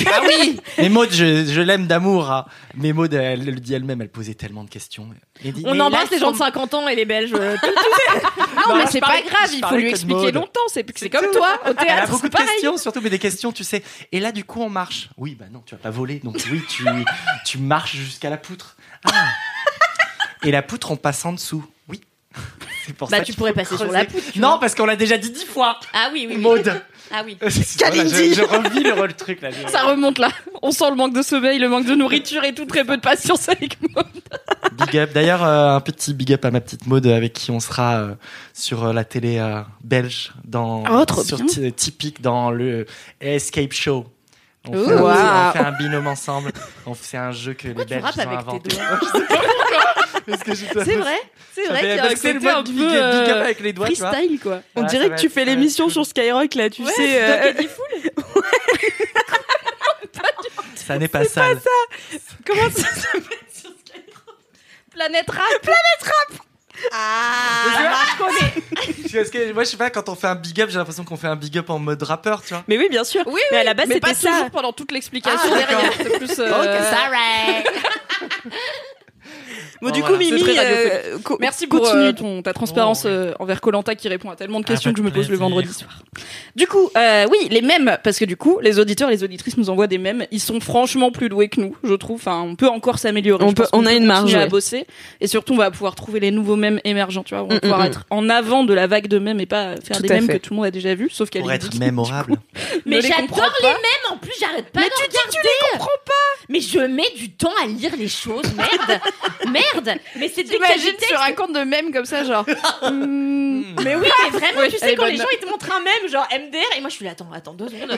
Speaker 2: ah oui. Mais Maude, je, je l'aime d'amour. hein. Mais Maude, elle, le dit elle-même, elle posait tellement de questions. Elle dit,
Speaker 3: On
Speaker 2: mais
Speaker 3: embrasse
Speaker 2: là,
Speaker 3: les gens de 50 ans et les Belges. euh,
Speaker 6: Non,
Speaker 2: Non,
Speaker 6: Ah, mais
Speaker 2: je
Speaker 6: c'est pas
Speaker 2: parlais-
Speaker 6: grave,
Speaker 2: je
Speaker 6: il faut
Speaker 2: parlais
Speaker 6: lui
Speaker 2: que de
Speaker 6: expliquer
Speaker 2: mode.
Speaker 6: longtemps. C'est c'est
Speaker 2: C'est
Speaker 6: comme
Speaker 2: tout.
Speaker 6: toi, au
Speaker 2: Elle a
Speaker 6: théâtre,
Speaker 2: beaucoup
Speaker 6: c'est
Speaker 2: de
Speaker 6: pareil.
Speaker 2: questions, surtout mais des questions, tu sais. Et là, du coup, on marche. Oui, bah non, tu vas pas voler. Donc oui, tu tu marches jusqu'à la poutre. Ah. Et la poutre, on passe en dessous. Oui. <laughs> C'est pour
Speaker 3: Bah,
Speaker 2: ça
Speaker 3: tu
Speaker 2: qu'il
Speaker 3: pourrais
Speaker 2: faut
Speaker 3: passer sur
Speaker 2: creuser.
Speaker 3: la poutre. tu
Speaker 2: Non,
Speaker 3: vois.
Speaker 2: parce qu'on l'a déjà dit dix fois.
Speaker 3: Ah oui, oui. oui.
Speaker 2: Maude.
Speaker 3: Ah oui.
Speaker 2: Voilà, je, je revis le, le truc là.
Speaker 6: Ça remonte là. On sent le manque de sommeil, le manque de nourriture et tout, très peu de patience avec moi.
Speaker 2: Big up. D'ailleurs, euh, un petit big up à ma petite Maude avec qui on sera euh, sur euh, la télé euh, belge dans
Speaker 3: Ah,
Speaker 6: Oh, trop
Speaker 2: sur
Speaker 6: bien.
Speaker 2: Ti- typique dans le Escape Show. On fait,
Speaker 6: Ouh.
Speaker 2: un, petit-
Speaker 4: Waouh.
Speaker 2: on fait un binôme ensemble. On f- C'est un jeu que les
Speaker 3: tu
Speaker 2: Belges
Speaker 3: rappes
Speaker 2: ont
Speaker 3: avec tes
Speaker 2: inventé. <laughs>
Speaker 3: doigts
Speaker 2: Je sais pas pourquoi. Parce que je-
Speaker 3: C'est vrai, c'est vrai
Speaker 2: j'avais-
Speaker 3: qu'il y a un
Speaker 2: parce que c'est le
Speaker 3: côté
Speaker 2: mode
Speaker 3: un
Speaker 2: du
Speaker 3: peu,
Speaker 2: big up, big up
Speaker 3: euh,
Speaker 2: avec les doigts, tu vois.
Speaker 6: Freestyle quoi.
Speaker 4: On
Speaker 2: Voilà,
Speaker 4: dirait
Speaker 2: ça
Speaker 4: que
Speaker 2: va
Speaker 4: tu
Speaker 2: être-
Speaker 4: fais
Speaker 2: ça va être
Speaker 4: l'émission
Speaker 2: cool.
Speaker 4: sur Skyrock là, tu
Speaker 3: Ouais,
Speaker 4: sais.
Speaker 3: Doc
Speaker 4: euh,
Speaker 3: et Diffoul.
Speaker 2: <laughs> Ça n'est pas ça.
Speaker 4: comment ça
Speaker 6: Planète rap Ah,
Speaker 2: Tu vois, parce que moi, je sais pas, quand on fait un big up, j'ai l'impression qu'on fait un big up en mode rappeur, tu vois.
Speaker 4: <laughs> Mais oui, bien sûr.
Speaker 6: Oui,
Speaker 4: Mais à la base,
Speaker 6: mais
Speaker 4: c'était
Speaker 6: pas
Speaker 4: ça.
Speaker 6: toujours pendant toute l'explication
Speaker 2: Ah, d'accord.
Speaker 6: derrière. C'est plus. euh,
Speaker 4: Bon,
Speaker 2: Bon,
Speaker 4: du
Speaker 2: voilà,
Speaker 4: coup,
Speaker 6: c'est
Speaker 4: Mimi,
Speaker 6: très
Speaker 4: <laughs> euh, co-
Speaker 6: Merci pour
Speaker 4: continue.
Speaker 6: euh, ton, ta transparence
Speaker 2: Oh, ouais.
Speaker 6: euh, envers Colanta qui répond à tellement de
Speaker 2: Ah,
Speaker 6: questions
Speaker 2: pas
Speaker 6: que je me
Speaker 2: de
Speaker 6: pose le
Speaker 2: plaisir.
Speaker 6: vendredi soir. Du coup, euh, oui, les mêmes, parce que du coup, les auditeurs, les auditrices nous envoient des mêmes. Ils sont franchement plus doués que nous, je trouve. Enfin, on peut encore s'améliorer.
Speaker 4: On
Speaker 6: Je
Speaker 4: peut-
Speaker 6: pense
Speaker 4: on
Speaker 6: qu'on
Speaker 4: a
Speaker 6: peut
Speaker 4: une marge,
Speaker 6: continuer à
Speaker 4: ouais.
Speaker 6: bosser, et surtout, on va pouvoir trouver les nouveaux mêmes émergents. Tu vois, on va
Speaker 4: Mm,
Speaker 6: pouvoir
Speaker 4: mm,
Speaker 6: être en avant de la vague de mêmes et pas faire
Speaker 4: Tout
Speaker 6: des
Speaker 4: à
Speaker 6: mêmes
Speaker 4: fait.
Speaker 6: que tout le monde a déjà vu, sauf qu'elle
Speaker 2: Pour
Speaker 6: est
Speaker 2: être
Speaker 6: geek,
Speaker 2: mémorable.
Speaker 3: Mais
Speaker 6: Ne les comprends
Speaker 3: j'adore
Speaker 6: pas.
Speaker 3: les mêmes en plus, j'arrête pas
Speaker 6: Mais
Speaker 3: de
Speaker 6: tu dis
Speaker 3: regarder. comprends pas. Mais je mets du temps à lire les choses,
Speaker 6: <laughs>
Speaker 3: merde, merde. Mais c'est dès que t'as du
Speaker 6: T'imagines
Speaker 3: texte.
Speaker 6: sur un compte de mêmes comme ça, genre. <laughs> hmm,
Speaker 3: Mais oui, mais vraiment,
Speaker 6: Ouais, eh ben
Speaker 3: tu
Speaker 6: elle
Speaker 3: sais
Speaker 6: est
Speaker 3: quand les
Speaker 6: bonne.
Speaker 3: gens ils te montrent un même genre MDR et moi je suis là, attends, attends deux
Speaker 6: <laughs>
Speaker 3: secondes.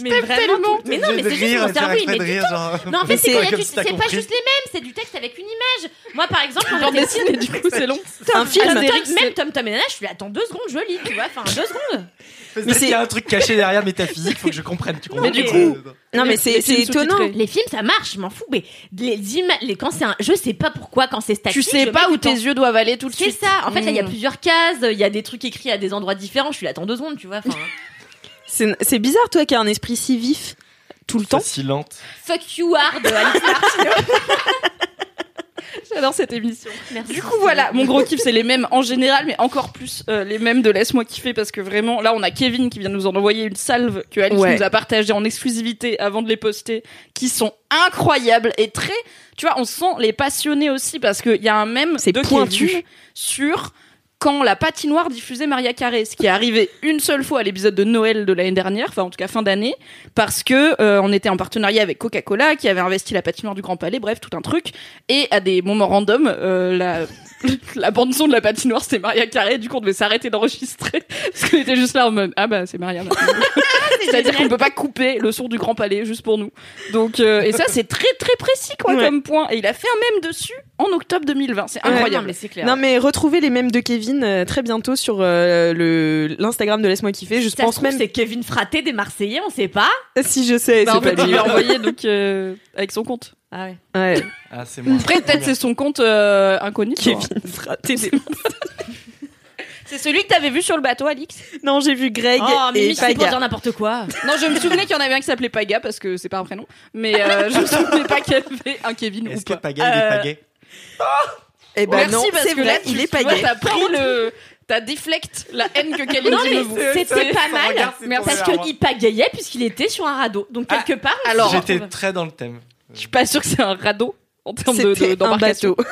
Speaker 3: mais
Speaker 6: t'aime tellement.
Speaker 3: mais non, mais c'est juste mon cerveau, il met du temps. Non, en fait, c'est
Speaker 4: C'est
Speaker 3: quand il y a
Speaker 2: comme
Speaker 3: du-
Speaker 2: si t'as
Speaker 3: c'est pas
Speaker 2: compris.
Speaker 3: juste les mêmes, c'est du texte avec une image. Moi, par exemple, quand
Speaker 6: Genre
Speaker 3: j'étais
Speaker 6: dessine, et du coup, c'est long.
Speaker 4: Un film.
Speaker 3: Tom,
Speaker 6: Astérix,
Speaker 3: Tom- même Tom Tom et Nana, je suis là, attends deux secondes, je lis, tu vois, enfin
Speaker 6: <laughs>
Speaker 3: deux secondes.
Speaker 2: Mais
Speaker 4: c'est-
Speaker 2: il y a un truc caché derrière métaphysique, faut que je comprenne. Tu comprends
Speaker 6: Mais du
Speaker 2: Euh,
Speaker 4: Non, mais
Speaker 6: Les-
Speaker 4: c'est
Speaker 6: les
Speaker 4: c'est
Speaker 6: films
Speaker 4: étonnant.
Speaker 6: sous-titrés.
Speaker 3: Les films, ça marche, je m'en fous, mais les, ima- les quand c'est un, je sais pas pourquoi quand c'est statique.
Speaker 6: Tu sais
Speaker 3: je
Speaker 6: pas
Speaker 3: mets
Speaker 6: où
Speaker 3: du temps.
Speaker 6: tes yeux doivent aller tout de
Speaker 3: C'est
Speaker 6: suite.
Speaker 3: ça. En fait, là, il y a
Speaker 6: Mm.
Speaker 3: plusieurs cases, il y a des trucs écrits à des endroits différents. Je suis là, attends deux secondes, tu
Speaker 6: <laughs>
Speaker 3: vois. Enfin,
Speaker 4: C'est c'est bizarre, toi, qui as un esprit si vif tout le temps.
Speaker 2: Fascinante.
Speaker 3: fuck you hard, Alice
Speaker 6: <laughs>
Speaker 3: Martineau.
Speaker 6: J'adore cette émission.
Speaker 3: Merci.
Speaker 6: Du coup, voilà, mon gros kiff, c'est les mêmes en général, mais encore plus euh, les mêmes de Laisse-moi kiffer, parce que vraiment, là, on a Kevin qui vient nous en envoyer une salve que Alice
Speaker 4: Ouais.
Speaker 6: nous a partagée en exclusivité avant de les poster, qui sont incroyables et très, tu vois, on sent les passionnés aussi, parce qu'il y a un même
Speaker 4: C'est
Speaker 6: de
Speaker 4: pointu.
Speaker 6: Kevin sur quand la patinoire diffusait Maria Carré, ce qui est arrivé une seule fois à l'épisode de Noël de l'année dernière, enfin en tout cas fin d'année, parce que euh, on était en partenariat avec Coca-Cola qui avait investi la patinoire du Grand Palais, bref, tout un truc. Et à des moments random, euh, la, <laughs> la bande son de la patinoire c'était Maria Carré, du coup on devait s'arrêter d'enregistrer <laughs> parce qu'on était juste là en mode ah bah c'est Maria. maintenant. <laughs> C'est-à-dire qu'on peut pas couper le son du Grand Palais juste pour nous. Donc euh, et ça c'est très très précis quoi
Speaker 4: Ouais.
Speaker 6: comme point. Et il a fait un même dessus en octobre 2020, c'est
Speaker 4: Ouais,
Speaker 6: incroyable.
Speaker 3: mais c'est clair.
Speaker 4: Non, mais retrouvez les mêmes de Kevin euh, très bientôt sur euh, le l'Instagram de Laisse-moi kiffer. Je
Speaker 3: Ça se
Speaker 4: pense
Speaker 3: trouve,
Speaker 4: même
Speaker 3: c'est Kevin Fraté des Marseillais, on sait pas.
Speaker 4: <laughs> si je sais,
Speaker 6: Bah, en
Speaker 4: c'est
Speaker 6: fait,
Speaker 4: pas
Speaker 6: il
Speaker 4: lui.
Speaker 6: lui a
Speaker 4: <laughs>
Speaker 6: envoyé donc euh, avec son compte.
Speaker 3: Ah ouais.
Speaker 4: Ouais.
Speaker 2: Ah, c'est moi.
Speaker 6: Après peut-être c'est son compte euh, inconnu. tu vois.
Speaker 4: Kevin fraté. des-
Speaker 6: C'est celui que t'avais vu sur le bateau, Alix.
Speaker 4: <laughs> Non, j'ai vu Greg
Speaker 3: Oh, mais
Speaker 4: et
Speaker 3: Mimi, c'est pour
Speaker 4: Paga.
Speaker 3: dire n'importe
Speaker 6: <laughs>
Speaker 3: quoi.
Speaker 6: Non, je me souvenais qu'il y en avait un qui s'appelait Paga parce que c'est pas un prénom, mais euh, je me souvenais pas qu'il y avait un Kevin ou
Speaker 2: Est-ce que
Speaker 6: pas.
Speaker 2: Pagaille il est
Speaker 6: Euh,
Speaker 2: pagaie
Speaker 4: Eh ben
Speaker 6: Merci
Speaker 4: non,
Speaker 6: parce
Speaker 4: c'est
Speaker 6: que là,
Speaker 4: vrai, il
Speaker 6: tu-
Speaker 4: est
Speaker 6: tu vois,
Speaker 4: Paga.
Speaker 6: T'as pris le, t'as déflecte la haine que Kevin
Speaker 3: Non,
Speaker 6: dit de vous.
Speaker 3: mais c'était pas mal.
Speaker 2: regard, c'est
Speaker 6: Merci.
Speaker 2: pour
Speaker 3: Parce
Speaker 2: vers moi.
Speaker 3: qu'il pagayait puisqu'il était sur un radeau. Donc,
Speaker 6: Ah,
Speaker 3: quelque part,
Speaker 6: alors,
Speaker 3: on se
Speaker 2: J'étais
Speaker 3: retrouve.
Speaker 2: très dans le thème.
Speaker 6: Je suis pas sûre que c'est un radeau en termes de- de-
Speaker 4: C'était un
Speaker 6: d'embarcation.
Speaker 4: bateau.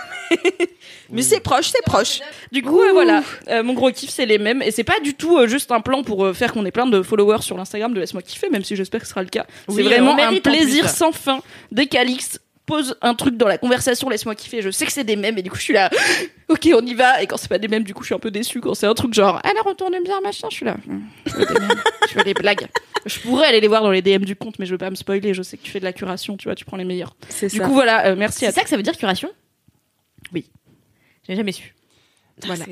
Speaker 4: Mais c'est proche, c'est proche.
Speaker 6: du coup, euh, voilà, Euh, mon gros kiff c'est les mêmes et c'est pas du tout euh, juste un plan pour euh, faire qu'on ait plein de followers sur l'Instagram de laisse-moi kiffer, même si j'espère que ce sera le cas. c'est
Speaker 3: Oui, on
Speaker 6: vraiment un
Speaker 3: mérite en
Speaker 6: plaisir
Speaker 3: plus.
Speaker 6: sans fin dès qu'Alix pose un truc dans la conversation laisse-moi kiffer je sais que c'est des mêmes et du coup je suis là <laughs> ok on y va et quand c'est pas des mêmes du coup je suis un peu déçue quand c'est un truc genre alors on tourne bien machin je suis là Hum, je veux des mèmes, je veux des blagues je pourrais aller les voir dans les DM du compte mais je veux pas me spoiler je sais que tu fais de la curation tu vois tu prends les meilleurs
Speaker 4: C'est
Speaker 6: du coup voilà euh, merci à
Speaker 3: C'est ça que ça veut dire curation Oui. J'ai jamais su.
Speaker 4: voilà.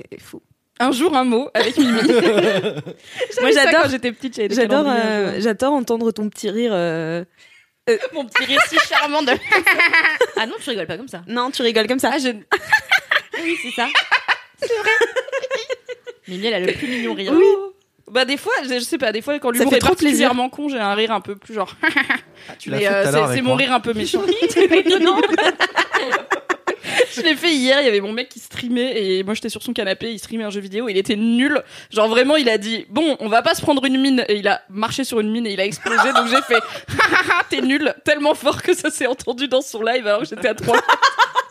Speaker 6: un jour un mot avec
Speaker 4: <laughs>
Speaker 6: Mimi
Speaker 4: Moi,
Speaker 6: J'avais ça
Speaker 4: j'adore-
Speaker 6: quand j'étais petite j'avais des
Speaker 4: J'adore,
Speaker 6: calendriers un
Speaker 4: euh,
Speaker 6: jour.
Speaker 4: j'adore entendre ton petit rire. euh.
Speaker 6: mon petit récit charmant de
Speaker 3: Ah non, tu rigoles pas comme ça.
Speaker 4: Non, tu rigoles comme ça.
Speaker 6: ah, je...
Speaker 3: <laughs> Oui, c'est ça. <laughs> c'est vrai. Mimi, elle a le plus mignon rire.
Speaker 6: Oui. Bah des fois, je je sais pas, des fois quand
Speaker 4: Ça
Speaker 6: l'humour
Speaker 4: fait
Speaker 6: est
Speaker 4: trop plaisir.
Speaker 6: particulièrement con, j'ai un rire un peu plus genre.
Speaker 2: Ah, Tu l'as
Speaker 6: Mais,
Speaker 2: fait tout
Speaker 6: euh,
Speaker 2: à l'heure
Speaker 6: c'est- c'est
Speaker 2: avec
Speaker 6: mon
Speaker 2: moi.
Speaker 6: rire <laughs> un peu méchant. <laughs>
Speaker 3: non.
Speaker 6: je l'ai fait hier, il y avait mon mec qui streamait et moi j'étais sur son canapé, il streamait un jeu vidéo, il était nul. Genre vraiment, il a dit "Bon, on va pas se prendre une mine" et il a marché sur une mine et il a explosé donc j'ai fait "Ha, ha, ha, "T'es nul" tellement fort que ça s'est entendu dans son live alors que j'étais à trois. <laughs>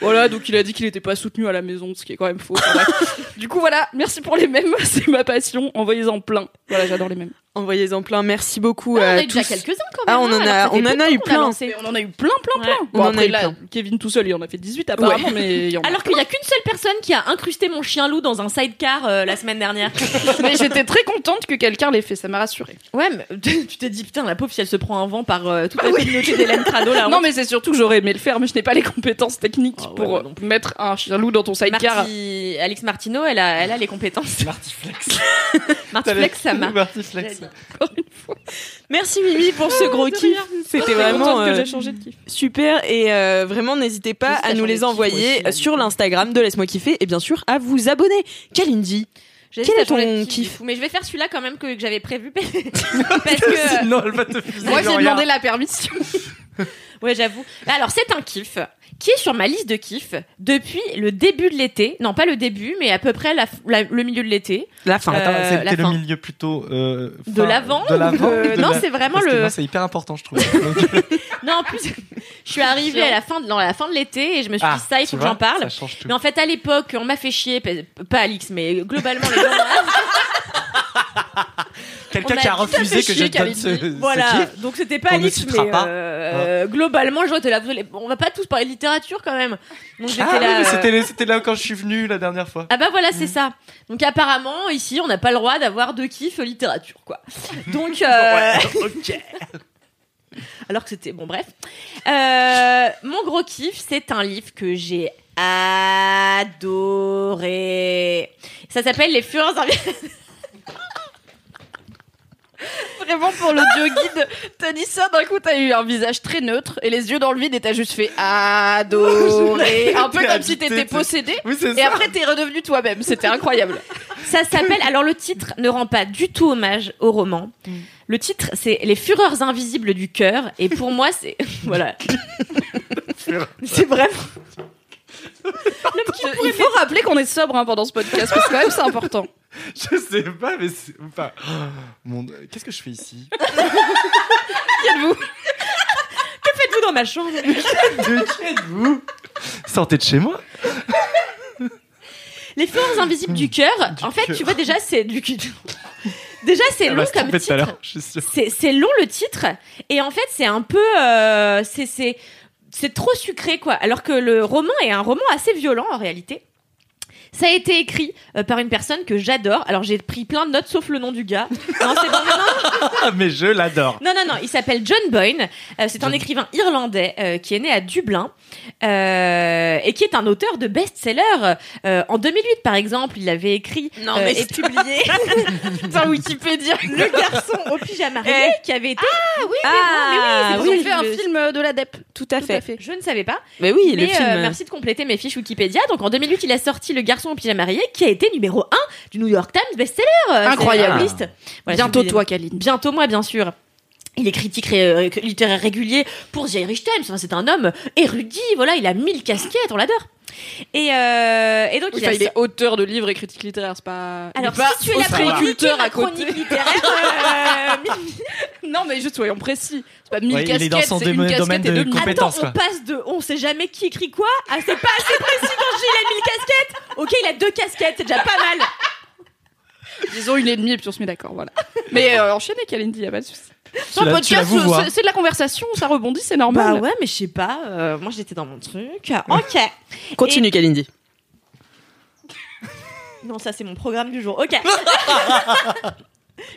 Speaker 6: Voilà, donc il a dit qu'il n'était pas soutenu à la maison, ce qui est quand même faux. Enfin, bref. du coup, voilà, merci pour les mêmes, <laughs> c'est ma passion, envoyez-en plein. Voilà, j'adore les mêmes.
Speaker 4: Envoyez-en plein. Merci beaucoup
Speaker 3: On en
Speaker 4: à
Speaker 3: a eu
Speaker 4: tous.
Speaker 3: déjà quelques-uns quand même.
Speaker 4: Ah, on en
Speaker 3: hein,
Speaker 4: a-
Speaker 3: alors que ça
Speaker 4: on
Speaker 3: fait
Speaker 4: en a
Speaker 3: peu
Speaker 4: eu
Speaker 3: qu'on
Speaker 4: plein.
Speaker 3: lancé.
Speaker 6: Mais on en a eu plein, plein, plein.
Speaker 3: Ouais.
Speaker 6: Bon,
Speaker 4: On en
Speaker 6: après,
Speaker 4: a eu
Speaker 6: là,
Speaker 4: plein.
Speaker 6: Kevin tout seul, il en a fait 18 apparemment, mais il y en a-
Speaker 3: Alors qu'il y a qu'une seule personne qui a incrusté mon chien loup dans un sidecar euh, la semaine dernière.
Speaker 6: mais j'étais très contente que quelqu'un l'ait fait, ça m'a rassurée.
Speaker 3: <laughs> Ouais, mais tu t'es dit putain la pauvre si elle se prend un vent par euh, toute la communauté d'Hélène Crado <laughs> là. hein.
Speaker 6: non, mais c'est surtout que j'aurais aimé le faire, mais je n'ai pas les compétences techniques
Speaker 3: Ah ouais,
Speaker 6: pour
Speaker 3: moi
Speaker 6: euh, mettre un chien loup dans ton sidecar.
Speaker 3: Marty- Alex Martineau, elle a, elle a les compétences.
Speaker 2: Martiflex.
Speaker 3: <laughs> Marty Flex, ça marche.
Speaker 2: Martiflex. <laughs>
Speaker 4: Merci Mimi pour ce gros kiff. C'était vraiment
Speaker 6: Contente que
Speaker 4: euh,
Speaker 6: j'ai changé de kiff.
Speaker 4: super et euh, vraiment n'hésitez pas
Speaker 3: N'hésitez
Speaker 4: à
Speaker 3: pas
Speaker 4: nous
Speaker 3: à
Speaker 4: les
Speaker 3: faire des kiffs
Speaker 4: envoyer
Speaker 3: aussi.
Speaker 4: sur l'Instagram de Laisse-moi kiffer et bien sûr à vous abonner. Kalindi,
Speaker 3: J'ai
Speaker 4: Quel
Speaker 3: hésité
Speaker 4: est
Speaker 3: à changer de
Speaker 4: ton
Speaker 3: kiff,
Speaker 4: kiff
Speaker 3: du coup, Mais je vais faire celui-là quand même que, que j'avais prévu.
Speaker 2: <laughs>
Speaker 3: <laughs> parce que.
Speaker 2: Sinon, elle va te fuser
Speaker 6: Moi, j'ai
Speaker 2: Gloria.
Speaker 6: demandé la permission.
Speaker 3: <laughs> Ouais, j'avoue. Alors, c'est un kiff qui est sur ma liste de kiffs depuis le début de l'été. Non, pas le début, mais à peu près la- la- le milieu de l'été.
Speaker 4: la fin.
Speaker 3: Euh,
Speaker 2: Attends,
Speaker 3: la
Speaker 2: c'était le
Speaker 3: fin.
Speaker 2: milieu plutôt. euh,
Speaker 3: De
Speaker 2: fin-
Speaker 3: l'avant
Speaker 2: De
Speaker 3: ou <laughs>
Speaker 2: l'avant
Speaker 3: de-
Speaker 2: ou de
Speaker 3: Non,
Speaker 2: la-
Speaker 3: c'est vraiment
Speaker 2: Parce que
Speaker 3: le.
Speaker 2: moi, c'est hyper important, je trouve. Donc,
Speaker 3: Non, en plus, <laughs> je suis arrivée à la fin de, dans la fin de l'été et je me suis
Speaker 2: ah,
Speaker 3: dit ça, il
Speaker 2: tu
Speaker 3: faut que
Speaker 2: vois,
Speaker 3: j'en parle.
Speaker 2: Ça change tout.
Speaker 3: Mais en fait, à l'époque, on m'a fait chier, pa- pas Alix, mais globalement,
Speaker 2: <laughs>
Speaker 3: les gens.
Speaker 2: Quelqu'un
Speaker 3: on
Speaker 2: qui a
Speaker 3: a tout à fait
Speaker 2: refusé que je
Speaker 3: chier
Speaker 2: te donne
Speaker 3: qu'Alix
Speaker 2: ce. ce
Speaker 3: voilà.
Speaker 2: kiff.
Speaker 3: Donc, c'était pas
Speaker 2: qu'on ne
Speaker 3: Alix, mais
Speaker 2: citera pas. Hein.
Speaker 3: euh, globalement, j'étais là. vous allez- On va pas tous parler de littérature quand même. Donc, j'étais
Speaker 2: Ah,
Speaker 3: là.
Speaker 2: oui, mais
Speaker 3: euh,
Speaker 2: c'était- Mm. c'était là quand je suis venu la dernière fois.
Speaker 3: Ah bah voilà, c'est ça. Donc apparemment, ici, on n'a pas le droit d'avoir de kiff littérature, quoi.
Speaker 2: <laughs>
Speaker 3: Donc... euh, <laughs> Alors que c'était... Bon, bref. Euh, mon gros kiff, c'est un livre que j'ai adoré. Ça s'appelle Les Fureurs Invisibles.
Speaker 6: Vraiment, pour l'audio guide, t'as dit ça, d'un coup, t'as eu un visage très neutre et les yeux dans le vide et t'as juste fait
Speaker 3: <laughs>
Speaker 6: adorer. Un peu
Speaker 2: T'es
Speaker 6: comme si
Speaker 2: habité, t'es-
Speaker 6: t'étais possédé.
Speaker 2: Oui, c'est
Speaker 6: Et
Speaker 2: ça.
Speaker 6: après, t'es redevenu toi-même. C'était incroyable.
Speaker 3: Ça s'appelle... Alors le titre ne rend pas du tout hommage au roman.
Speaker 2: Mm.
Speaker 3: Le titre, c'est Les Fureurs Invisibles du cœur. Et pour moi, c'est... <laughs> Voilà. c'est vraiment...
Speaker 6: Il faut rappeler qu'on est sobre hein, pendant ce podcast parce que quand même, c'est important.
Speaker 2: <laughs> Je sais pas, mais c'est. Enfin, <gasps> mon- Qu'est-ce que je fais
Speaker 3: <laughs>
Speaker 2: ici
Speaker 3: Faites-vous dans ma chambre
Speaker 2: De qui êtes-vous Sortez de chez moi
Speaker 3: Les fleurs invisibles du cœur, en fait,
Speaker 2: cœur.
Speaker 3: tu vois, déjà, c'est du cul. Déjà, c'est
Speaker 2: Elle
Speaker 3: long
Speaker 2: va se
Speaker 3: comme
Speaker 2: tromper tout à
Speaker 3: titre.
Speaker 2: l'heure, je suis <laughs> sûr.
Speaker 3: C'est c'est long le titre. Et en fait, c'est un peu. euh, c'est- c'est c'est trop sucré, quoi. Alors que le roman est un roman assez violent, en réalité. Ça a été écrit euh, par une personne que j'adore. Alors, j'ai pris plein de notes, sauf le nom du gars. Non, c'est bon, non, non,
Speaker 2: Ah, mais je l'adore.
Speaker 3: non, non, non, il s'appelle John Boyne. Euh, c'est un écrivain irlandais euh, qui est né à Dublin euh, et qui est un auteur de best-sellers. Euh, en 2008, par exemple, il avait écrit
Speaker 4: Non,
Speaker 3: euh,
Speaker 4: mais
Speaker 3: et
Speaker 4: c'est-
Speaker 3: publié
Speaker 6: Putain, Wikipédia.
Speaker 3: <laughs> Le garçon au pyjama rayé qui avait été. Ah oui,
Speaker 4: Eh. Ah,
Speaker 3: mais
Speaker 6: Ils
Speaker 3: oui,
Speaker 6: ont
Speaker 3: mais oui,
Speaker 6: fait un
Speaker 3: le-
Speaker 6: film de l'ADEP.
Speaker 4: Tout à fait.
Speaker 3: Je ne savais pas.
Speaker 4: Mais oui,
Speaker 3: mais
Speaker 4: le film.
Speaker 3: euh, merci de compléter mes fiches Wikipédia. Donc en 2008, il a sorti Le garçon au pyjama rayé qui a été numéro 1 du New York Times best-seller. Euh,
Speaker 6: Incroyable.
Speaker 3: c'est la liste. Voilà,
Speaker 6: Bientôt
Speaker 3: je-
Speaker 6: toi, Kaline.
Speaker 3: Bientôt moi, bien sûr. Il est critique ré- ré- littéraire régulier pour The Irish Times. Enfin, c'est un homme érudit. Voilà, il a mille casquettes. On l'adore. Et, euh, et donc
Speaker 6: Oui,
Speaker 3: il, a
Speaker 6: enfin, il est auteur de livres et critique littéraire, c'est pas. il
Speaker 3: Alors
Speaker 6: est pas
Speaker 3: si tu es la chronique,
Speaker 6: agriculteur
Speaker 3: la
Speaker 6: à côté.
Speaker 3: chronique littéraire, euh,
Speaker 6: <laughs> Non, mais juste soyons précis. C'est pas mille
Speaker 2: Ouais, il est
Speaker 6: casquettes,
Speaker 2: dans son
Speaker 6: c'est une
Speaker 2: domaine-
Speaker 6: casquette
Speaker 2: domaine
Speaker 6: et
Speaker 2: de
Speaker 6: demi.
Speaker 2: compétence.
Speaker 3: Attends,
Speaker 2: quoi.
Speaker 3: on passe de on sait jamais qui écrit quoi à c'est pas assez précis quand j'ai la mille casquettes. Ok, il a deux casquettes, c'est déjà pas mal.
Speaker 6: Disons une et demie et puis on se met d'accord, voilà. <laughs> Mais euh, enchaînez, Kalindi, y a pas de souci. Sur
Speaker 2: la-
Speaker 6: le
Speaker 2: tu la
Speaker 6: podcast,
Speaker 2: vous vois.
Speaker 6: c'est- c'est de la conversation, ça rebondit, c'est
Speaker 3: Bah
Speaker 6: normal.
Speaker 3: ouais, mais je sais pas. euh, moi j'étais dans mon truc. Ok.
Speaker 4: Continue Kalindi.
Speaker 3: Non, ça c'est mon programme du jour. Ok.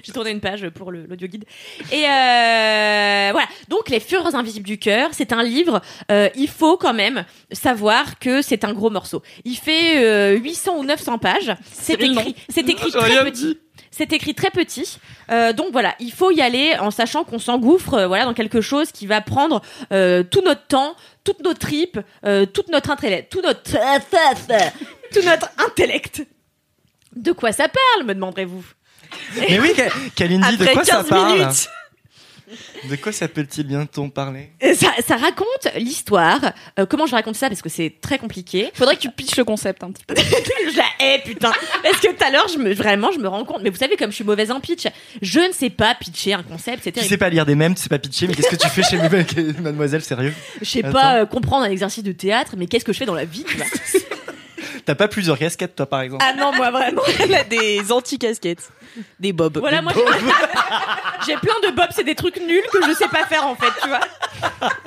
Speaker 3: J'ai tourné une page pour le- l'audio guide. Et euh, voilà. Donc, Les Fureurs Invisibles du Cœur, c'est un livre. euh, il faut quand même savoir que c'est un gros morceau. Il fait euh, 800 ou 900 pages. C'est
Speaker 6: long.
Speaker 3: écrit, c'est écrit
Speaker 2: J'ai rien
Speaker 3: très petit. C'est écrit très petit. Euh, donc voilà, il faut y aller en sachant qu'on s'engouffre euh, voilà, dans quelque chose qui va prendre euh, tout notre temps, toutes nos tripes, euh, toute notre intellect, tout notre, <laughs> tout notre intellect. De quoi ça parle, me demanderez-vous
Speaker 2: Mais oui, Ka- Kalindi, de
Speaker 4: Après
Speaker 2: quoi ça
Speaker 4: 15
Speaker 2: parle
Speaker 4: minutes.
Speaker 2: De quoi s'appelle-t-il bientôt parler
Speaker 3: Euh, ça, ça raconte l'histoire. Euh, comment je raconte ça Parce que c'est très compliqué.
Speaker 6: Faudrait que tu pitches le concept un petit peu.
Speaker 3: je la hais, putain. Parce que tout à l'heure, je me, vraiment, je me rends compte. Mais vous savez, comme je suis mauvaise en pitch, je ne sais pas pitcher un concept. C'est
Speaker 2: Tu
Speaker 3: terrible.
Speaker 2: sais pas lire des mèmes, tu sais pas pitcher, mais qu'est-ce que tu fais chez <laughs>
Speaker 3: <laughs>
Speaker 2: mes- mademoiselle, sérieux
Speaker 3: Je sais
Speaker 2: Attends.
Speaker 3: pas euh, comprendre un exercice de théâtre, mais qu'est-ce que je fais dans la vie tu vois
Speaker 2: T'as pas plusieurs casquettes, toi, par exemple
Speaker 3: Ah non, moi vraiment.
Speaker 4: Elle a <laughs> des anti-casquettes. Des
Speaker 3: <laughs>
Speaker 4: bobs.
Speaker 3: Voilà, moi, <laughs> j'ai- j'ai plein de bobs. C'est des trucs nuls que je sais pas faire en fait, tu vois.
Speaker 6: <laughs>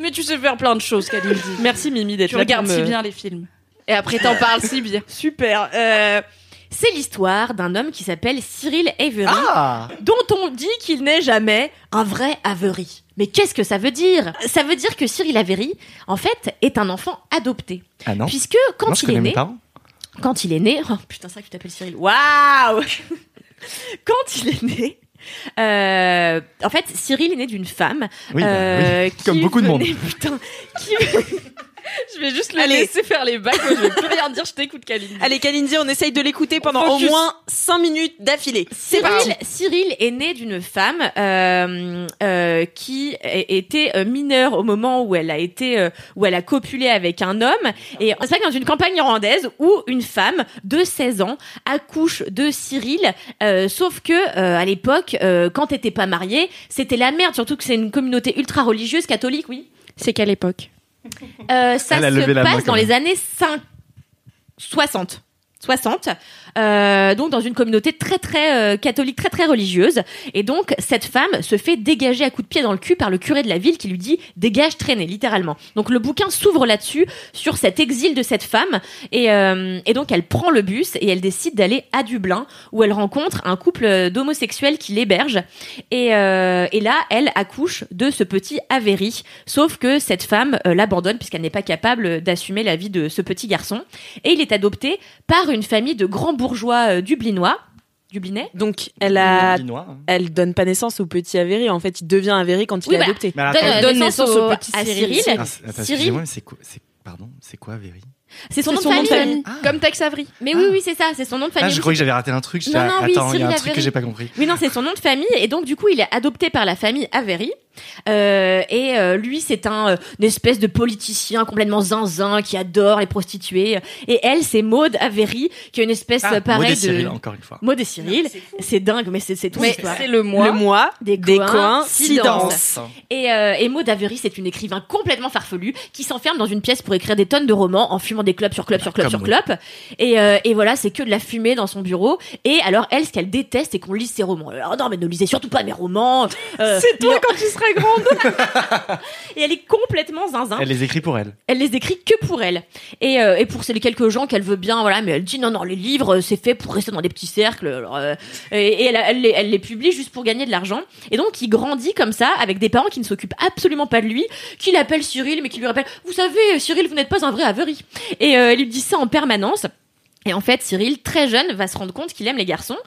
Speaker 6: Mais tu sais faire plein de choses, <laughs> Kalindi.
Speaker 3: Merci Mimi d'être
Speaker 6: Tu
Speaker 3: là
Speaker 6: regardes
Speaker 3: pour me-
Speaker 6: si bien les films. Et après, t'en parles si bien.
Speaker 3: Super. Euh, c'est l'histoire d'un homme qui s'appelle Cyril Avery.
Speaker 2: Ah
Speaker 3: dont on dit qu'il n'est jamais un vrai Avery. Mais qu'est-ce que ça veut dire Ça veut dire que Cyril Avery, en fait, est un enfant adopté.
Speaker 2: Ah non
Speaker 3: Puisque quand
Speaker 2: Non, je
Speaker 3: il est
Speaker 2: connais mes
Speaker 3: né,
Speaker 2: parents.
Speaker 3: quand il est né, oh putain, c'est vrai que tu t'appelles Cyril. Waouh <laughs> quand il est né. euh, en fait, Cyril est né d'une femme.
Speaker 2: Oui, bah,
Speaker 3: euh,
Speaker 2: oui. <laughs> Comme beaucoup de monde.
Speaker 3: venait- <laughs> putain, qui venait-
Speaker 6: <laughs> Je vais juste le
Speaker 4: Allez.
Speaker 6: laisser faire les bacs, moi, je vais plus rien dire, je t'écoute Kaline.
Speaker 4: Allez, Kalindi, on essaye de l'écouter pendant
Speaker 6: Focus.
Speaker 4: au moins 5 minutes d'affilée. C'est parti.
Speaker 3: Cyril, Cyril est né d'une femme euh, euh, qui é- était euh, mineure au moment où elle a été euh, où elle a copulé avec un homme et c'est vrai que dans une campagne irlandaise où une femme de 16 ans accouche de Cyril euh, sauf que euh, à l'époque euh, quand t'étais pas mariée c'était la merde surtout que c'est une communauté ultra religieuse catholique oui
Speaker 6: C'est quelle époque
Speaker 3: euh, ça
Speaker 2: Elle a
Speaker 3: se
Speaker 2: levé la main,
Speaker 3: passe
Speaker 2: quand
Speaker 3: dans
Speaker 2: même.
Speaker 3: les années 5... 60. 60, euh, donc dans une communauté très très euh, catholique, très très religieuse. Et donc cette femme se fait dégager à coups de pied dans le cul par le curé de la ville qui lui dit dégage traîner, littéralement. Donc le bouquin s'ouvre là-dessus, sur cet exil de cette femme. Et, euh, et donc elle prend le bus et elle décide d'aller à Dublin où elle rencontre un couple d'homosexuels qui l'héberge. Et, euh, et là, elle accouche de ce petit Avery. Sauf que cette femme euh, l'abandonne puisqu'elle n'est pas capable d'assumer la vie de ce petit garçon. Et il est adopté par une famille de grands bourgeois euh, dublinois. Dublinais
Speaker 4: Donc, elle a,
Speaker 2: Noir.
Speaker 4: elle donne pas naissance au petit Avery. En fait, il devient Avery quand il
Speaker 3: Oui,
Speaker 4: est
Speaker 3: bah,
Speaker 4: adopté.
Speaker 2: Mais alors,
Speaker 3: Donne-
Speaker 2: attends,
Speaker 3: euh,
Speaker 6: donne
Speaker 3: naissance
Speaker 6: naissance au
Speaker 3: au-
Speaker 6: petit
Speaker 3: à
Speaker 6: Cyril.
Speaker 3: Cyril.
Speaker 2: attends, attends,
Speaker 3: Cyril-
Speaker 2: excusez-moi, mais Ah, c'est quoi, c'est- pardon, c'est quoi Avery
Speaker 3: C'est son, nom de famille.
Speaker 6: Comme Tex Avery.
Speaker 3: Mais oui, oui, c'est ça, c'est son nom de
Speaker 2: Ah,
Speaker 3: famille.
Speaker 2: je croyais que j'avais raté un truc. j'étais
Speaker 3: Non,
Speaker 2: là,
Speaker 3: non, oui,
Speaker 2: attends, il y
Speaker 3: Cyril
Speaker 2: a un
Speaker 3: Avery.
Speaker 2: truc que j'ai pas compris.
Speaker 3: Oui, non, c'est son nom de famille. Et donc, du coup, il est adopté par la famille Avery. Euh, et euh, lui, c'est un euh, une espèce de politicien complètement zinzin qui adore les prostituées. Et elle, c'est Maud Avery, qui est une espèce euh,
Speaker 2: Maud Ah, et
Speaker 3: pareille
Speaker 2: Cyril,
Speaker 3: de...
Speaker 2: encore une fois.
Speaker 3: Maud et Cyril. C'est dingue, mais c'est c'est ton
Speaker 6: Mais
Speaker 3: histoire.
Speaker 6: c'est le mois.
Speaker 4: le mois
Speaker 3: Des
Speaker 4: des
Speaker 3: coïncidences.
Speaker 4: coïncidences.
Speaker 3: Et, euh, et Maud Avery, c'est une écrivain complètement farfelue qui s'enferme dans une pièce pour écrire des tonnes de romans en fumant des clopes sur clopes sur clopes
Speaker 2: Ah, Comme
Speaker 3: sur
Speaker 2: Maud.
Speaker 3: clopes. Et, euh, et voilà, c'est que de la fumée dans son bureau. Et alors, elle, ce qu'elle déteste, c'est qu'on lise ses romans. Alors, non, mais ne lisez surtout pas mes romans. Euh,
Speaker 6: C'est toi quand tu seras grande. <laughs>
Speaker 3: et elle est complètement zinzin.
Speaker 2: Elle les écrit pour elle.
Speaker 3: Elle les écrit que pour elle. Et, euh, et pour ces quelques gens qu'elle veut bien, voilà, mais elle dit non, non, les livres, euh, c'est fait pour rester dans des petits cercles. alors, euh, et et elle, elle les, elle les publie juste pour gagner de l'argent. Et donc, il grandit comme ça, avec des parents qui ne s'occupent absolument pas de lui, qui l'appellent Cyril, mais qui lui rappellent Vous savez, Cyril, vous n'êtes pas un vrai Avery. Et euh, elle lui dit ça en permanence. Et en fait, Cyril, très jeune, va se rendre compte qu'il aime les garçons.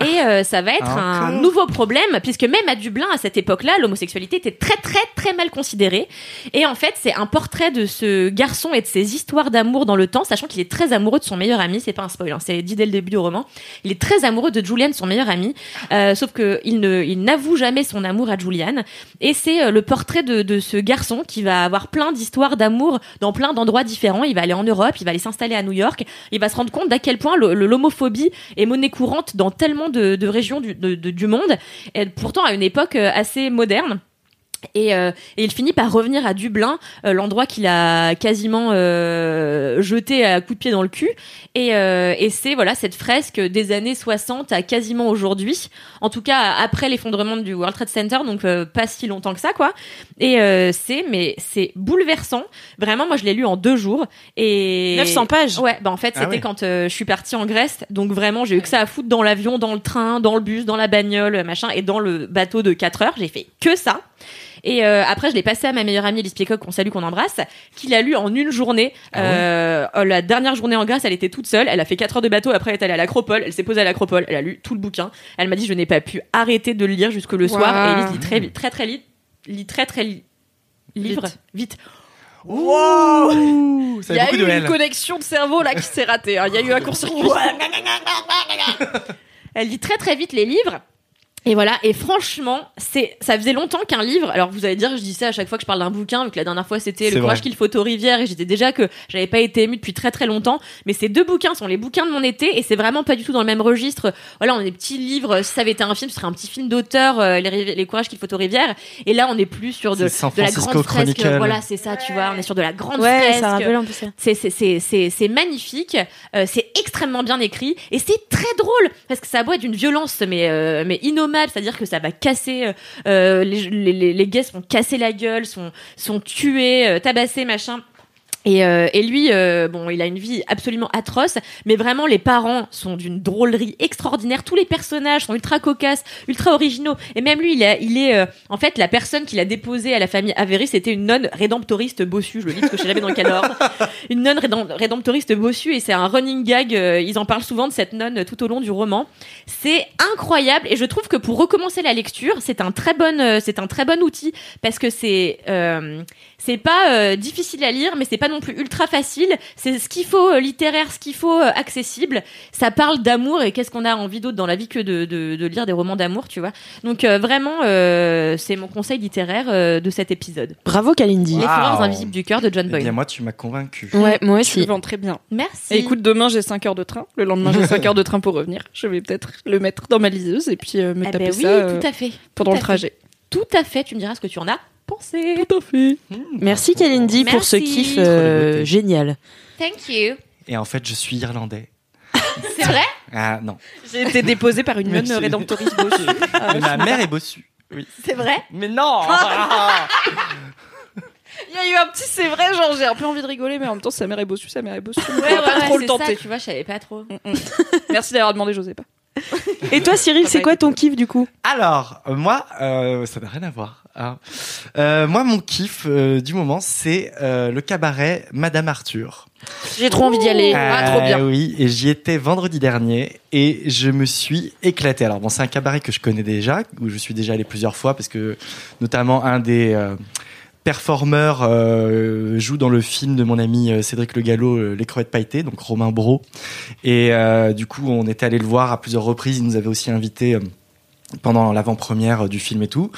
Speaker 3: Et euh, ça va être un
Speaker 2: Encore.
Speaker 3: nouveau problème, puisque même à Dublin, à cette époque-là, l'homosexualité était très, très, très mal considérée. Et en fait, c'est un portrait de ce garçon et de ses histoires d'amour dans le temps, sachant qu'il est très amoureux de son meilleur ami. C'est pas un spoil, hein, c'est dit dès le début du roman. Il est très amoureux de Julianne, son meilleur ami. Euh, sauf que il ne, il n'avoue jamais son amour à Julianne. Et c'est euh, le portrait de, de ce garçon qui va avoir plein d'histoires d'amour dans plein d'endroits différents. Il va aller en Europe, il va aller s'installer à New York. Il va se rendre compte d'à quel point le- le- l'homophobie est monnaie courante dans tellement de, de régions du, de- de- du monde. Et pourtant, à une époque euh, assez moderne. Et, euh, et il finit par revenir à Dublin, euh, l'endroit qu'il a quasiment euh, jeté à coups de pied dans le cul. Et, euh, et c'est voilà cette fresque des années 60 à quasiment aujourd'hui, en tout cas après l'effondrement du World Trade Center, donc euh, pas si longtemps que ça quoi. Et euh, c'est mais c'est bouleversant. Vraiment, moi je l'ai lu en deux jours et
Speaker 4: 900 pages.
Speaker 3: Ouais, bah en fait,
Speaker 2: Ah
Speaker 3: c'était
Speaker 2: ouais.
Speaker 3: quand euh, je suis partie en Grèce, donc vraiment, j'ai eu que ça à foutre dans l'avion, dans le train, dans le bus, dans la bagnole, machin, et dans le bateau de 4 heures, j'ai fait que ça. Et euh, après, je l'ai passé à ma meilleure amie Elise Piecock, qu'on salue, qu'on embrasse, qui l'a lu en une journée.
Speaker 2: Ah
Speaker 3: Euh, euh, la dernière journée en Grèce, elle était toute seule, elle a fait 4 heures de bateau, après elle est allée à l'Acropole, elle s'est posée à l'Acropole, elle a lu tout le bouquin, elle m'a dit, je n'ai pas pu arrêter de le lire jusque le
Speaker 6: Waouh.
Speaker 3: soir, et Elise lit très, vite- très, très, lit, lit très, très, li- livre, vite.
Speaker 6: Vite.
Speaker 2: Wow Ça
Speaker 6: Il
Speaker 2: fait
Speaker 6: y a
Speaker 2: beaucoup de
Speaker 6: eu une
Speaker 2: L.
Speaker 6: connexion de cerveau là qui s'est ratée. hein. Il y a eu un court-circuit.
Speaker 3: Elle lit très très vite les livres. Et voilà, et franchement, c'est ça faisait longtemps qu'un livre. Alors vous allez dire, je dis ça à chaque fois que je parle d'un bouquin, vu que la dernière fois c'était
Speaker 2: C'est
Speaker 3: Le courage
Speaker 2: vrai.
Speaker 3: qu'il faut aux rivières, et j'étais déjà que j'avais pas été émue depuis très très longtemps. Mais ces deux bouquins sont les bouquins de mon été, et c'est vraiment pas du tout dans le même registre. Voilà, on est des petits livres. Si ça avait été un film, ce serait un petit film d'auteur, euh, les, rivi- les courages qu'il faut aux rivières. Et là, on est plus sur de,
Speaker 2: C'est San
Speaker 3: de la
Speaker 2: Francisco
Speaker 3: grande fresque.
Speaker 2: Chronicle.
Speaker 3: Voilà, c'est ça, tu vois, on est sur de la grande fresque.
Speaker 4: un peu ça.
Speaker 3: C'est- c'est- C'est c'est- c'est magnifique, euh, c'est extrêmement bien écrit et c'est très drôle parce que ça a beau être d'une violence mais, euh, mais innommable, c'est-à-dire que ça va casser, euh, euh, les, les, les, les gays sont cassés la gueule, sont, sont tués, euh, tabassés, machin. Et, euh, et lui, euh, bon, il a une vie absolument atroce, mais vraiment les parents sont d'une drôlerie extraordinaire. Tous les personnages sont ultra cocasses, ultra originaux. Et même lui, il, a- il est, euh, en fait, la personne qu'il a déposée à la famille Avery, c'était une nonne rédemptoriste bossue. Je le dis parce que je sais jamais dans quel ordre. Une nonne rédem- rédemptoriste bossue, et c'est un running gag. euh, ils en parlent souvent de cette nonne euh, tout au long du roman. C'est incroyable, et je trouve que pour recommencer la lecture, c'est un très bon, euh, c'est un très bon outil parce que c'est euh, c'est pas euh, difficile à lire, mais c'est pas non plus ultra facile. C'est ce qu'il faut euh, littéraire, ce qu'il faut euh, accessible. Ça parle d'amour et qu'est-ce qu'on a envie d'autre dans la vie que de, de, de lire des romans d'amour, tu vois. Donc euh, vraiment, euh, c'est mon conseil littéraire euh, de cet épisode.
Speaker 4: Bravo Kalindi.
Speaker 2: Wow.
Speaker 3: Les fleurs invisibles du cœur de John
Speaker 2: Eh bien,
Speaker 3: Boyne.
Speaker 2: moi, tu m'as convaincu.
Speaker 4: Ouais, moi
Speaker 6: Tu le
Speaker 4: aussi.
Speaker 6: vends très bien.
Speaker 3: Merci.
Speaker 6: Et écoute, demain j'ai 5 heures de train. Le lendemain j'ai 5 heures de train pour revenir. Je vais peut-être le mettre dans ma liseuse et puis euh, me
Speaker 3: Ah
Speaker 6: taper
Speaker 3: ben oui,
Speaker 6: ça euh,
Speaker 3: tout à fait.
Speaker 6: pendant
Speaker 3: tout
Speaker 6: le
Speaker 3: à
Speaker 6: trajet.
Speaker 3: Tout à fait. Tu me diras ce que tu en as pensé.
Speaker 6: Tout à fait.
Speaker 2: Mmh.
Speaker 4: Merci Kalindi pour ce
Speaker 3: Merci.
Speaker 4: kiff euh,
Speaker 2: Trop de beauté.
Speaker 4: génial.
Speaker 3: Thank you.
Speaker 2: Et en fait, je suis irlandais.
Speaker 3: C'est vrai.
Speaker 2: Ah non.
Speaker 6: J'ai été déposée par une
Speaker 2: Merci.
Speaker 6: nonne rédemptoriste bossue.
Speaker 2: Mais ma mère est bossue. Oui.
Speaker 3: C'est vrai.
Speaker 2: Mais non Ah
Speaker 6: Il y a eu un petit c'est vrai, genre j'ai un peu envie de rigoler, mais en même temps sa mère est bossue, sa mère est bossue. On
Speaker 3: Ouais,
Speaker 6: va
Speaker 3: ouais,
Speaker 6: pas
Speaker 3: ouais,
Speaker 6: trop le
Speaker 3: c'est ça,
Speaker 6: tenter.
Speaker 3: tu vois, je savais pas trop.
Speaker 6: Merci d'avoir demandé, je sais pas.
Speaker 4: Et toi Cyril, c'est quoi ton kiff du coup
Speaker 2: Alors, euh, moi, euh, ça n'a rien à voir. hein. Euh, moi, mon kiff euh, du moment, c'est euh, le cabaret Madame Arthur.
Speaker 4: J'ai trop envie d'y aller.
Speaker 6: Ah, trop bien.
Speaker 2: Oui, et j'y étais vendredi dernier et je me suis éclaté. Alors bon, c'est un cabaret que je connais déjà, où je suis déjà allé plusieurs fois parce que notamment un des euh, performeurs euh, joue dans le film de mon ami euh, Cédric Le Gallo, euh, Les Crevettes Pailletées, donc Romain Bro. Et euh, du coup, on était allé le voir à plusieurs reprises. Il nous avait aussi invité. euh, pendant l'avant-première euh, du film et tout.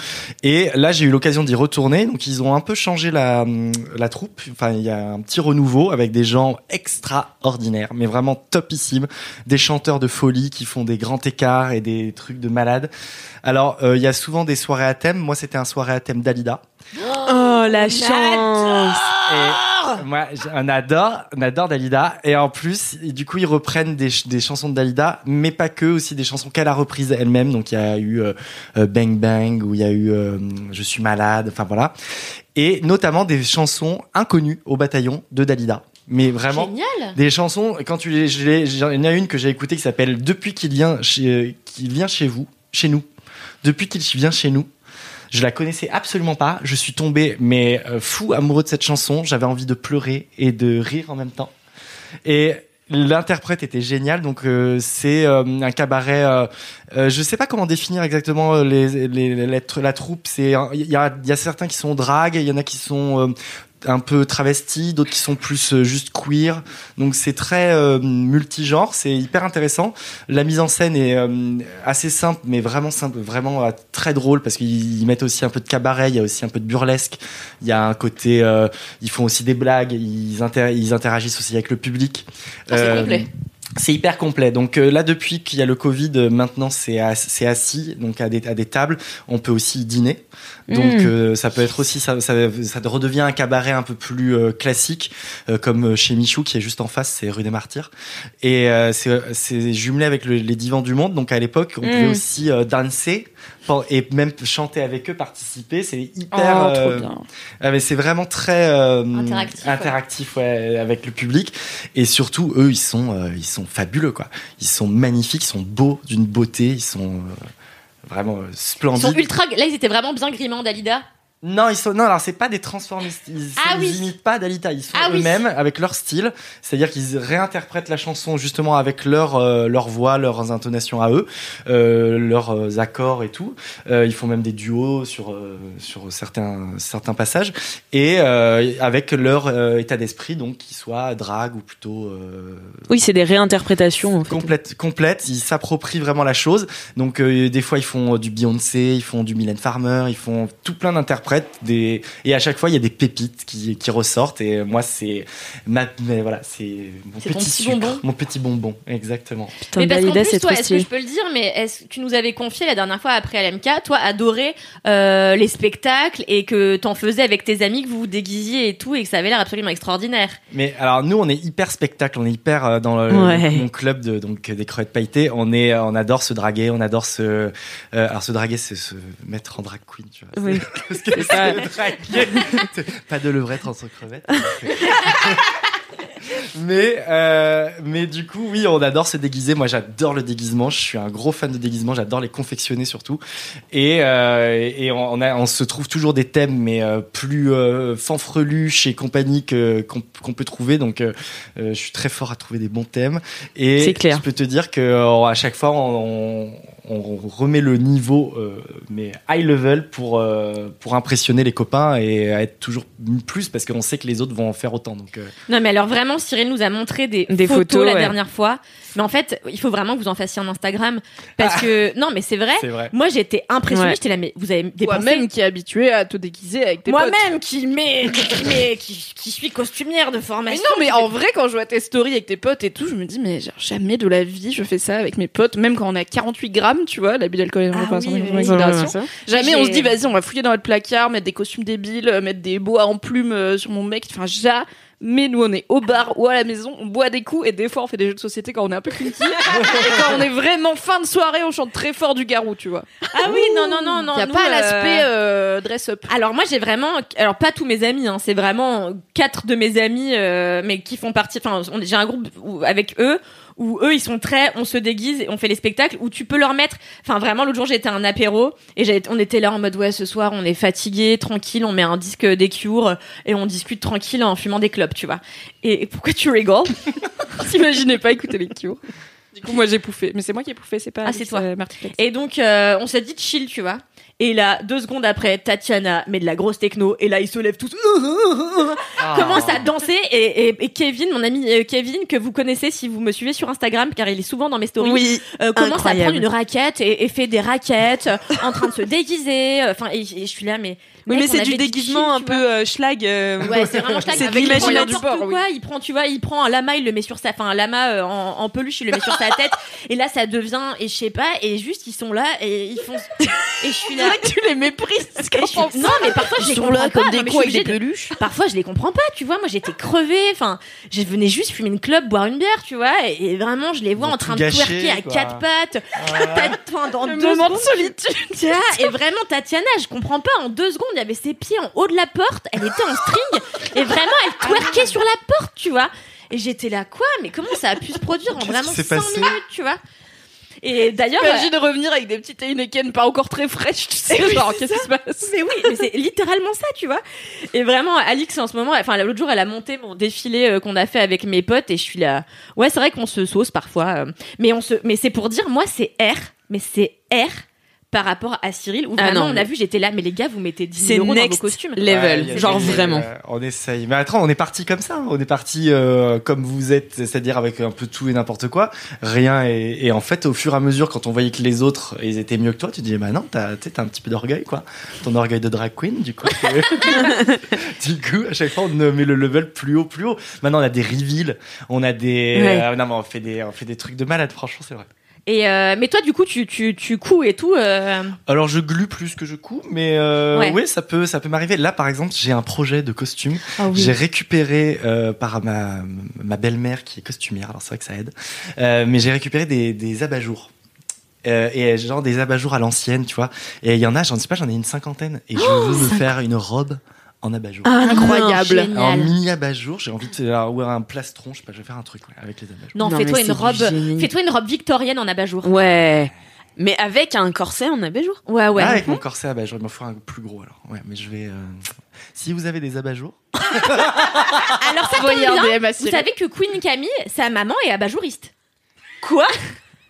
Speaker 2: Et là, j'ai eu l'occasion d'y retourner. Donc, ils ont un peu changé la, hum, la troupe. Enfin, il y a un petit renouveau avec des gens extraordinaires, mais vraiment topissimes. Des chanteurs de folie qui font des grands écarts et des trucs de malades. Alors, euh, il y a souvent des soirées à thème. Moi, c'était un soirée à thème d'Alida.
Speaker 4: Oh la chance.
Speaker 2: Et moi, j- on adore, on adore Dalida. Et en plus, et du coup, ils reprennent des, ch- des chansons de Dalida, mais pas que, aussi des chansons qu'elle a reprises elle-même. Donc, il y a eu euh, euh, Bang Bang, ou il y a eu euh, Je suis malade, enfin voilà. Et notamment des chansons inconnues au bataillon de Dalida. Mais vraiment,
Speaker 3: Génial.
Speaker 2: des chansons, quand tu les. je les- j'en- Il y en a une que j'ai écoutée qui s'appelle Depuis qu'il vient, chez, euh, qu'il vient chez vous, chez nous. Depuis qu'il vient chez nous. Je la connaissais absolument pas. Je suis tombé, mais euh, fou amoureux de cette chanson. J'avais envie de pleurer et de rire en même temps. Et. L'interprète était génial, donc euh, c'est euh, un cabaret. euh, euh, je sais pas comment définir exactement euh, les, les, les- la tr- la troupe. C'est un- il y a, il y a certains qui sont drague, il y en a qui sont euh, un peu travestis, d'autres qui sont plus euh, juste queer. Donc c'est très euh, multigenre, c'est hyper intéressant. La mise en scène est euh, assez simple, mais vraiment simple, vraiment euh, très drôle parce qu'ils ils mettent aussi un peu de cabaret, il y a aussi un peu de burlesque, il y a un côté, euh, ils font aussi des blagues, ils, inter- ils interagissent aussi avec le public. Euh,
Speaker 3: Ah, c'est complet.
Speaker 2: C'est hyper complet. Donc euh, là, depuis qu'il y a le Covid, euh, maintenant c'est ass- c'est assis, donc à des, à des tables. On peut aussi dîner. Donc
Speaker 3: Hmm.
Speaker 4: Mm.
Speaker 2: euh, ça peut être aussi, ça, ça, ça redevient un cabaret un peu plus euh, classique, euh, comme euh, chez Michou qui est juste en face, c'est rue des Martyrs. Et euh, c'est- c'est jumelé avec le- les divans du monde. Donc à l'époque, on
Speaker 3: Hmm.
Speaker 2: pouvait
Speaker 4: Mm.
Speaker 2: aussi euh, danser pen- et même chanter avec eux, participer. C'est hyper.
Speaker 6: Oh, trop
Speaker 2: euh,
Speaker 6: bien.
Speaker 2: ah, mais c'est vraiment très euh,
Speaker 3: Interactif, ouais.
Speaker 2: interactif, ouais, avec le public et surtout eux ils sont euh, ils sont fabuleux quoi. Ils sont magnifiques, ils sont beaux d'une beauté, ils sont euh, vraiment euh,
Speaker 3: Ils
Speaker 2: splendides.
Speaker 3: sont ultra. Là, ils étaient vraiment bien grimants, Dalida.
Speaker 2: Non, ils sont non, alors c'est pas des transformistes, ils,
Speaker 3: Ah
Speaker 2: ils
Speaker 3: oui.
Speaker 2: imitent pas Dalita, ils sont
Speaker 3: Ah oui.
Speaker 2: eux-mêmes avec leur style, c'est-à-dire qu'ils réinterprètent la chanson justement avec leur euh, leur voix, leurs intonations à eux, euh, leurs euh, accords et tout. Euh, ils font même des duos sur euh, sur certains certains passages et euh, avec leur euh, état d'esprit donc qui soit drague ou plutôt euh,
Speaker 4: Oui, c'est des réinterprétations en fait.
Speaker 2: complète complète ils s'approprient vraiment la chose donc euh, des fois ils font euh, du Beyoncé ils font du Mylène Farmer ils font tout plein d'interprètes des et à chaque fois il y a des pépites qui, qui ressortent et moi c'est ma mais voilà c'est mon
Speaker 3: C'est
Speaker 2: petit,
Speaker 3: ton petit
Speaker 2: sucre,
Speaker 3: bonbon.
Speaker 2: mon petit bonbon exactement
Speaker 4: Putain,
Speaker 3: mais parce qu'en
Speaker 4: Dalida,
Speaker 3: plus,
Speaker 4: c'est
Speaker 3: toi,
Speaker 4: trop
Speaker 3: est-ce que
Speaker 4: stylé.
Speaker 3: je peux le dire, mais est-ce que tu nous avais confié la dernière fois après LMK, toi, adorais euh, les spectacles et que t'en faisais avec tes amis, que vous vous déguisiez et tout, et que ça avait l'air absolument extraordinaire.
Speaker 2: Mais alors nous on est hyper spectacle, on est hyper euh, dans le,
Speaker 4: Ouais.
Speaker 2: mon club de donc des crevettes pailletées, on est euh, on adore se draguer, on adore se euh, alors se draguer c'est se mettre en drag queen, tu vois.
Speaker 4: Oui.
Speaker 2: <laughs> Parce que C'est pas... <laughs> pas de levrette entre crevettes. <laughs> mais, euh, mais du coup, oui, on adore se déguiser. Moi, j'adore le déguisement. Je suis un gros fan de déguisement. J'adore les confectionner surtout. Et, euh, et on, on a, on se trouve toujours des thèmes, mais euh, plus euh, fanfreluches et compagnie que- qu'on qu'on peut trouver. Donc, euh, euh, je suis très fort à trouver des bons thèmes. Et
Speaker 4: C'est clair.
Speaker 2: je peux te dire que euh, à chaque fois, on, on- on remet le niveau, euh, mais high level, pour, euh, pour impressionner les copains et être toujours plus parce qu'on sait que les autres vont en faire autant. Donc, euh,
Speaker 3: Non, mais alors vraiment, Cyril nous a montré des,
Speaker 4: Des
Speaker 3: photos,
Speaker 4: photos,
Speaker 3: la
Speaker 4: ouais.
Speaker 3: dernière fois. Mais en fait, il faut vraiment que vous en fassiez un Instagram. Parce que, non, mais c'est vrai.
Speaker 2: c'est vrai.
Speaker 3: Moi, j'étais impressionnée.
Speaker 4: Ah. Ouais.
Speaker 3: J'étais là, mais vous avez dépensé.
Speaker 6: Toi-même qui est habitué à te déguiser avec tes potes.
Speaker 3: Moi-même qui, mets- qui, mets- qui, qui suis costumière de
Speaker 6: Mais
Speaker 3: formation.
Speaker 6: non, mais en vrai, quand je vois tes stories avec tes potes et tout, je me dis, mais genre, jamais de la vie, je fais ça avec mes potes, même quand on a 48 grammes, tu vois, l'habit d'alcool est
Speaker 3: Ah
Speaker 6: pas
Speaker 3: oui,
Speaker 6: sans-
Speaker 3: oui,
Speaker 6: sans
Speaker 3: oui.
Speaker 6: considération.
Speaker 4: Ça.
Speaker 6: Jamais
Speaker 3: J'ai-
Speaker 6: on se dit, vas-y, on va fouiller dans notre placard, mettre des costumes débiles, euh, mettre des boas en plumes euh, sur mon mec. Enfin, jamais. Nous, on est au bar ou à la maison, on boit des coups et des fois, on fait des jeux de société quand on est un peu <laughs> kinky. et quand on est vraiment fin de soirée, on chante très fort du garou, tu vois.
Speaker 3: Ah oui, non, non, non, non.
Speaker 6: Il n'y a
Speaker 3: nous,
Speaker 6: pas
Speaker 3: euh,
Speaker 6: l'aspect euh, dress-up.
Speaker 3: Alors moi j'ai vraiment, alors pas tous mes amis, hein, c'est vraiment quatre de mes amis, euh, mais qui font partie. Enfin, on- j'ai un groupe où- avec eux où eux ils sont très, on se déguise, et on fait les spectacles où tu peux leur mettre. Enfin vraiment l'autre jour j'étais à un apéro et j'avais- on était là en mode ouais ce soir on est fatigué, tranquille, on met un disque des cures et on discute tranquille en fumant des clopes, tu vois. Et, et pourquoi tu rigoles
Speaker 6: Ah, T'imaginais pas écouter les kios. Du coup, moi, j'ai pouffé. Mais c'est moi qui ai pouffé, c'est pas.
Speaker 3: Ah,
Speaker 6: Alex,
Speaker 3: c'est toi.
Speaker 6: euh, Martinez.
Speaker 3: Et donc, euh, on s'est dit chill, tu vois. Et là, deux secondes après, Tatiana met de la grosse techno. Et là, ils se lèvent tous. Commence à danser. Et, et- et Kevin, mon ami euh, Kevin, que vous connaissez si vous me suivez sur Instagram, car il est souvent dans mes stories,
Speaker 4: Oui.
Speaker 3: euh, commence
Speaker 4: incroyable.
Speaker 3: à prendre une raquette et, et fait des raquettes euh, en train de se déguiser. euh, Enfin, et, et je suis là, mais.
Speaker 4: Oui,
Speaker 3: mec,
Speaker 4: mais
Speaker 3: on
Speaker 4: c'est
Speaker 3: avait
Speaker 4: du
Speaker 3: dit
Speaker 4: déguisement un
Speaker 3: chill, tu vois.
Speaker 4: peu euh, schlag. euh,
Speaker 3: Ouais, c'est
Speaker 4: <laughs>
Speaker 3: vraiment schlag.
Speaker 4: C'est de
Speaker 3: Avec- il prend
Speaker 4: l'imaginaire
Speaker 3: n'importe
Speaker 6: du bord, oui.
Speaker 3: quoi, Il prend, tu vois, il prend un lama, il le met sur sa, enfin un lama euh, en, en peluche, il le met sur sa
Speaker 4: <laughs>
Speaker 3: tête. Et là, ça devient, et je sais pas, et juste ils sont là et ils font. Et je
Speaker 4: <laughs>
Speaker 3: suis
Speaker 4: On
Speaker 3: là.
Speaker 4: dirait que tu les méprises.
Speaker 3: Et je suis- Non, mais parfois je les comprends pas. Non, mais je suis obligée de-
Speaker 4: peluches.
Speaker 3: Parfois je les comprends pas, tu vois. Moi j'étais crevée, enfin, je venais juste fumer une clope, boire une bière, tu vois. Et, et vraiment, je les vois
Speaker 2: Ils ont
Speaker 3: en train
Speaker 2: tout
Speaker 3: de
Speaker 2: gâché,
Speaker 3: twerker à
Speaker 2: quoi.
Speaker 3: quatre pattes, <laughs> Pas- enfin, dans
Speaker 6: Le
Speaker 3: deux
Speaker 6: moment de
Speaker 3: secondes, tu vois. Et vraiment, Tatiana, je comprends pas. En deux secondes, il y avait ses pieds en haut de la porte, elle était en string, et vraiment, elle twerkait sur la porte, tu vois. Et j'étais là, quoi Mais comment ça a pu se produire en
Speaker 2: Qu'est-ce
Speaker 3: vraiment
Speaker 2: qui s'est
Speaker 3: 5
Speaker 2: passé
Speaker 3: minutes, tu vois Et d'ailleurs,
Speaker 6: Imagine de revenir avec des petites Heineken pas encore très fraîches, tu sais.
Speaker 3: oui,
Speaker 6: genre,
Speaker 3: c'est
Speaker 6: qu'est-ce qui se passe
Speaker 3: Mais oui, mais c'est littéralement ça, tu vois. Et vraiment, Alix, en ce moment, enfin, l'autre jour, elle a monté mon défilé euh, qu'on a fait avec mes potes et je suis là. Ouais, c'est vrai qu'on se sauce parfois, euh, mais on se, mais c'est pour dire, moi, c'est R, mais c'est R par rapport à Cyril où
Speaker 4: Ah
Speaker 3: vraiment,
Speaker 4: non,
Speaker 3: on a vu, j'étais là, mais les gars, vous mettez 10
Speaker 4: C'est
Speaker 3: 000 euros dans vos
Speaker 4: next
Speaker 3: costumes.
Speaker 4: level.
Speaker 2: Ouais, y a
Speaker 4: genre
Speaker 2: des-
Speaker 4: vraiment.
Speaker 2: euh, on essaye. Mais attends, on est parti comme ça. On est parti euh, comme vous êtes, c'est-à-dire avec un peu tout et n'importe quoi. Rien. Et, et en fait, au fur et à mesure, quand on voyait que les autres, ils étaient mieux que toi, tu te disais, bah non, t'as tu sais, t'as un petit peu d'orgueil, quoi. Ton orgueil de drag queen, du coup.
Speaker 4: <laughs>
Speaker 2: c'est- du coup, à chaque fois, on met le level plus haut, plus haut. Maintenant, on a des reveals. On a des.
Speaker 4: Ouais.
Speaker 2: euh, non, mais on fait des, on fait des trucs de malade, franchement, c'est vrai.
Speaker 3: Et euh, mais toi, du coup, tu tu tu couds et tout. euh,
Speaker 2: Alors, je glue plus que je couds, mais euh,
Speaker 3: Ouais.
Speaker 2: oui, ça peut, ça peut m'arriver. Là, par exemple, j'ai un projet de costume.
Speaker 3: Ah
Speaker 2: J'ai récupéré euh, par ma, ma belle-mère qui est costumière, alors c'est vrai que ça aide, Euh, mais j'ai récupéré des, des abat-jours. Euh, et genre des abat-jours à l'ancienne, tu vois. Et il y en a, j'en sais pas, j'en ai une cinquantaine. Et je
Speaker 3: Oh,
Speaker 2: veux me faire une robe en abat-jour.
Speaker 4: Ah, Incroyable.
Speaker 2: un
Speaker 3: Ah, génial.
Speaker 2: mini abat-jour, j'ai envie de faire ouais, un plastron, je sais pas, je vais faire un truc ouais, avec les abat-jours.
Speaker 3: Non,
Speaker 4: Non,
Speaker 3: fais-toi
Speaker 4: mais
Speaker 3: une
Speaker 4: c'est
Speaker 3: robe,
Speaker 4: du génie.
Speaker 3: fais-toi une robe victorienne en abat-jour.
Speaker 4: Ouais. Mais avec un corset en abat-jour.
Speaker 3: Ouais, Mhm. ouais.
Speaker 2: Ah, avec mon corset abat-jour, il m'en faut un plus gros alors. Ouais, mais je vais. euh, Si vous avez des abat-jours,
Speaker 3: Ah, Alors ça tombe
Speaker 6: Envoyer
Speaker 3: bien.
Speaker 6: un DM à
Speaker 3: Vous
Speaker 6: Cyril.
Speaker 3: savez que Queen Camille, sa maman est abat-jouriste. Quoi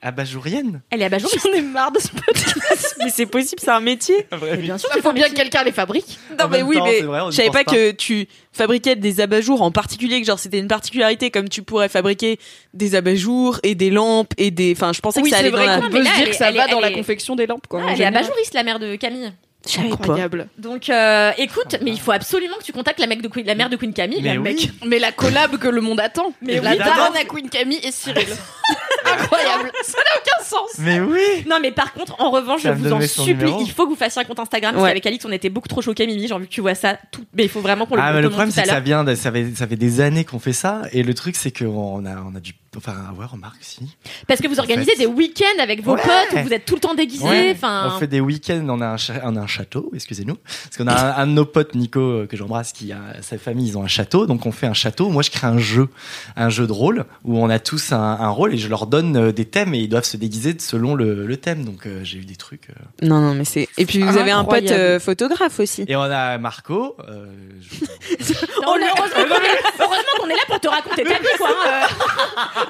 Speaker 2: abat-jourienne
Speaker 3: Elle est abat-jouriste.
Speaker 4: J'en ai marre de ce podcast. <laughs> mais c'est possible, c'est un métier.
Speaker 3: Bien sûr.
Speaker 6: Il faut bien que quelqu'un les fabrique.
Speaker 4: Non,
Speaker 2: En
Speaker 4: mais
Speaker 2: même
Speaker 4: oui,
Speaker 2: temps,
Speaker 4: mais
Speaker 2: c'est vrai, on y
Speaker 4: je savais
Speaker 2: pense
Speaker 4: pas,
Speaker 2: pas.
Speaker 4: que tu fabriquais des abat-jours en particulier, que genre c'était une particularité, comme tu pourrais fabriquer des abat-jours et des lampes et des. Enfin, je pensais
Speaker 6: Oui,
Speaker 4: que ça
Speaker 6: c'est
Speaker 4: allait dans
Speaker 6: vrai
Speaker 4: la.
Speaker 3: Non,
Speaker 6: qu'on
Speaker 3: mais
Speaker 6: peut
Speaker 3: là,
Speaker 6: se dire
Speaker 3: elle
Speaker 6: que ça
Speaker 3: est-
Speaker 6: va
Speaker 3: elle
Speaker 6: dans
Speaker 3: est-
Speaker 6: la confection des lampes, quoi. en
Speaker 3: Ah, elle est
Speaker 6: général.
Speaker 3: abat-jouriste, la mère de Camille.
Speaker 4: Je savais pas.
Speaker 6: Incroyable.
Speaker 3: Donc, euh, écoute, mais il faut absolument que tu contactes la, mec de Queen- la mère de Queen Camille,
Speaker 2: Mais
Speaker 3: la
Speaker 2: oui.
Speaker 3: mec.
Speaker 6: Mais la collab que le monde attend.
Speaker 3: Mais
Speaker 6: la
Speaker 2: oui,
Speaker 6: daronne à Queen Camille et Cyril. <laughs>
Speaker 3: <laughs>
Speaker 6: Incroyable. Ça n'a aucun sens.
Speaker 2: Mais oui
Speaker 3: Non, mais par contre, en revanche,
Speaker 2: Ça
Speaker 3: je
Speaker 2: me
Speaker 3: vous en
Speaker 2: donnait son
Speaker 3: supplie,
Speaker 2: numéro.
Speaker 3: il faut que vous fassiez un compte Instagram. Parce
Speaker 4: Ouais.
Speaker 3: qu'avec Alix, on était beaucoup trop choqués, Mimi. J'ai envie que tu vois ça. Tout... Mais il faut vraiment qu'on le
Speaker 2: Ah, mais le
Speaker 3: commente
Speaker 2: problème,
Speaker 3: tout
Speaker 2: c'est
Speaker 3: à
Speaker 2: que ça
Speaker 3: l'heure.
Speaker 2: vient, de- ça fait, ça fait des années qu'on fait ça, et le truc, c'est qu'on a, on a dû Enfin, ah ouais, remarque, si.
Speaker 3: Parce que vous
Speaker 2: En
Speaker 3: organisez
Speaker 2: fait.
Speaker 3: des week-ends avec vos
Speaker 2: Ouais.
Speaker 3: potes, où vous êtes tout le temps déguisés.
Speaker 2: Ouais.
Speaker 3: Enfin,
Speaker 2: On fait des week-ends, on a un, cha- on a un château, excusez-nous. Parce qu'on a un, un de nos potes, Nico, euh, que j'embrasse, qui a sa famille, ils ont un château. Donc on fait un château. Moi, je crée un jeu, un jeu de rôle, où on a tous un, un rôle et je leur donne euh, des thèmes et ils doivent se déguiser selon le, le thème. Donc euh, j'ai eu des trucs. euh.
Speaker 4: Non, non, mais c'est. Et puis vous avez un pote
Speaker 6: Incroyable.
Speaker 4: euh, photographe aussi.
Speaker 2: Et on a Marco. euh, je-
Speaker 3: Non, mais heureusement qu'on est- heureusement qu'on est là pour te raconter ta vie, quoi. hein.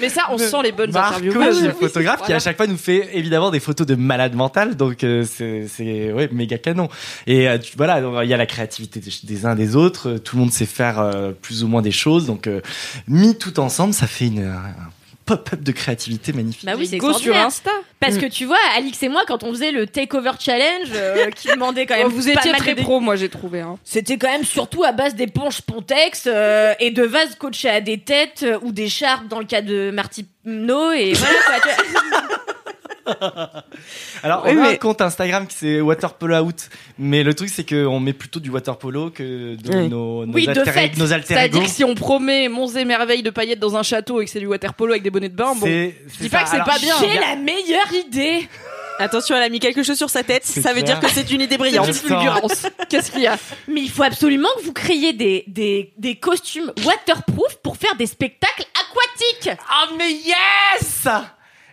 Speaker 6: Mais ça, on sent les bonnes
Speaker 2: Marco,
Speaker 6: interviews.
Speaker 2: le photographe, qui
Speaker 6: Voilà.
Speaker 2: à chaque fois nous fait évidemment des photos de malade mental, donc euh, c'est c'est, ouais, méga canon. Et euh, tu- voilà, donc, il y a la créativité des, des uns des autres, euh, tout le monde sait faire euh, plus ou moins des choses, donc euh, mis tout ensemble, ça fait une, un pop-up de créativité magnifique.
Speaker 3: Bah oui, c'est
Speaker 6: Go sur
Speaker 3: extraordinaire.
Speaker 6: Insta.
Speaker 3: Parce que tu vois, Alix et moi, quand on faisait le takeover challenge, <laughs> euh, qui demandait quand même.
Speaker 6: vous
Speaker 3: pas
Speaker 6: étiez
Speaker 3: mal
Speaker 6: très
Speaker 3: de dé-
Speaker 6: pro, moi j'ai trouvé. hein.
Speaker 3: C'était quand même surtout à base d'éponges Pontex euh, et de vases coachés à des têtes euh, ou d'écharpes dans le cas de Marty No et voilà <laughs> quoi. tu vois.
Speaker 2: Alors
Speaker 4: Oui,
Speaker 2: on a
Speaker 4: mais-
Speaker 2: un compte Instagram qui c'est Waterpolo Out, mais le truc c'est qu'on met plutôt du waterpolo que de
Speaker 4: Oui.
Speaker 2: nos, nos
Speaker 3: Oui, de
Speaker 2: alter,
Speaker 3: fait.
Speaker 2: nos alter
Speaker 6: C'est-à-dire
Speaker 2: ego.
Speaker 6: que si on promet Monts et merveilles de paillettes dans un château et que c'est du waterpolo avec des bonnets de bain, bon.
Speaker 2: C'est- c'est
Speaker 6: dis pas
Speaker 2: ça.
Speaker 6: que c'est
Speaker 2: Alors,
Speaker 6: pas bien.
Speaker 3: J'ai la meilleure idée.
Speaker 4: Attention, elle a mis quelque chose sur sa tête.
Speaker 2: C'est
Speaker 4: Ça veut
Speaker 2: clair.
Speaker 4: dire que c'est une idée
Speaker 6: C'est
Speaker 4: brillante.
Speaker 6: une
Speaker 2: sens.
Speaker 6: fulgurance. Qu'est-ce qu'il y a
Speaker 3: Mais il faut absolument que vous créiez des, des, des costumes waterproof pour faire des spectacles aquatiques.
Speaker 2: Ah mais yes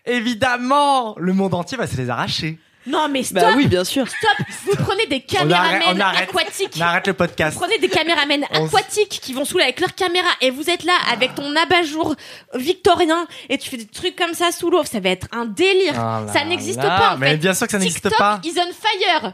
Speaker 2: Évidemment Le monde entier va se les arracher.
Speaker 3: Non mais stop,
Speaker 4: Bah oui, bien sûr.
Speaker 3: stop. Vous prenez des
Speaker 2: On arrête- on
Speaker 3: caméramens
Speaker 2: arrête.
Speaker 3: aquatiques.
Speaker 2: On arrête le podcast.
Speaker 3: Vous prenez des caméramens
Speaker 2: On s-
Speaker 3: aquatiques qui vont sous avec leur caméra et vous êtes là avec ton abat-jour victorien et tu fais des trucs comme ça sous l'eau. Ça va être un délire.
Speaker 2: Oh là
Speaker 3: ça n'existe
Speaker 2: là.
Speaker 3: pas en
Speaker 2: Mais
Speaker 3: fait.
Speaker 2: bien sûr que ça n'existe
Speaker 3: TikTok
Speaker 2: pas.
Speaker 3: is on fire.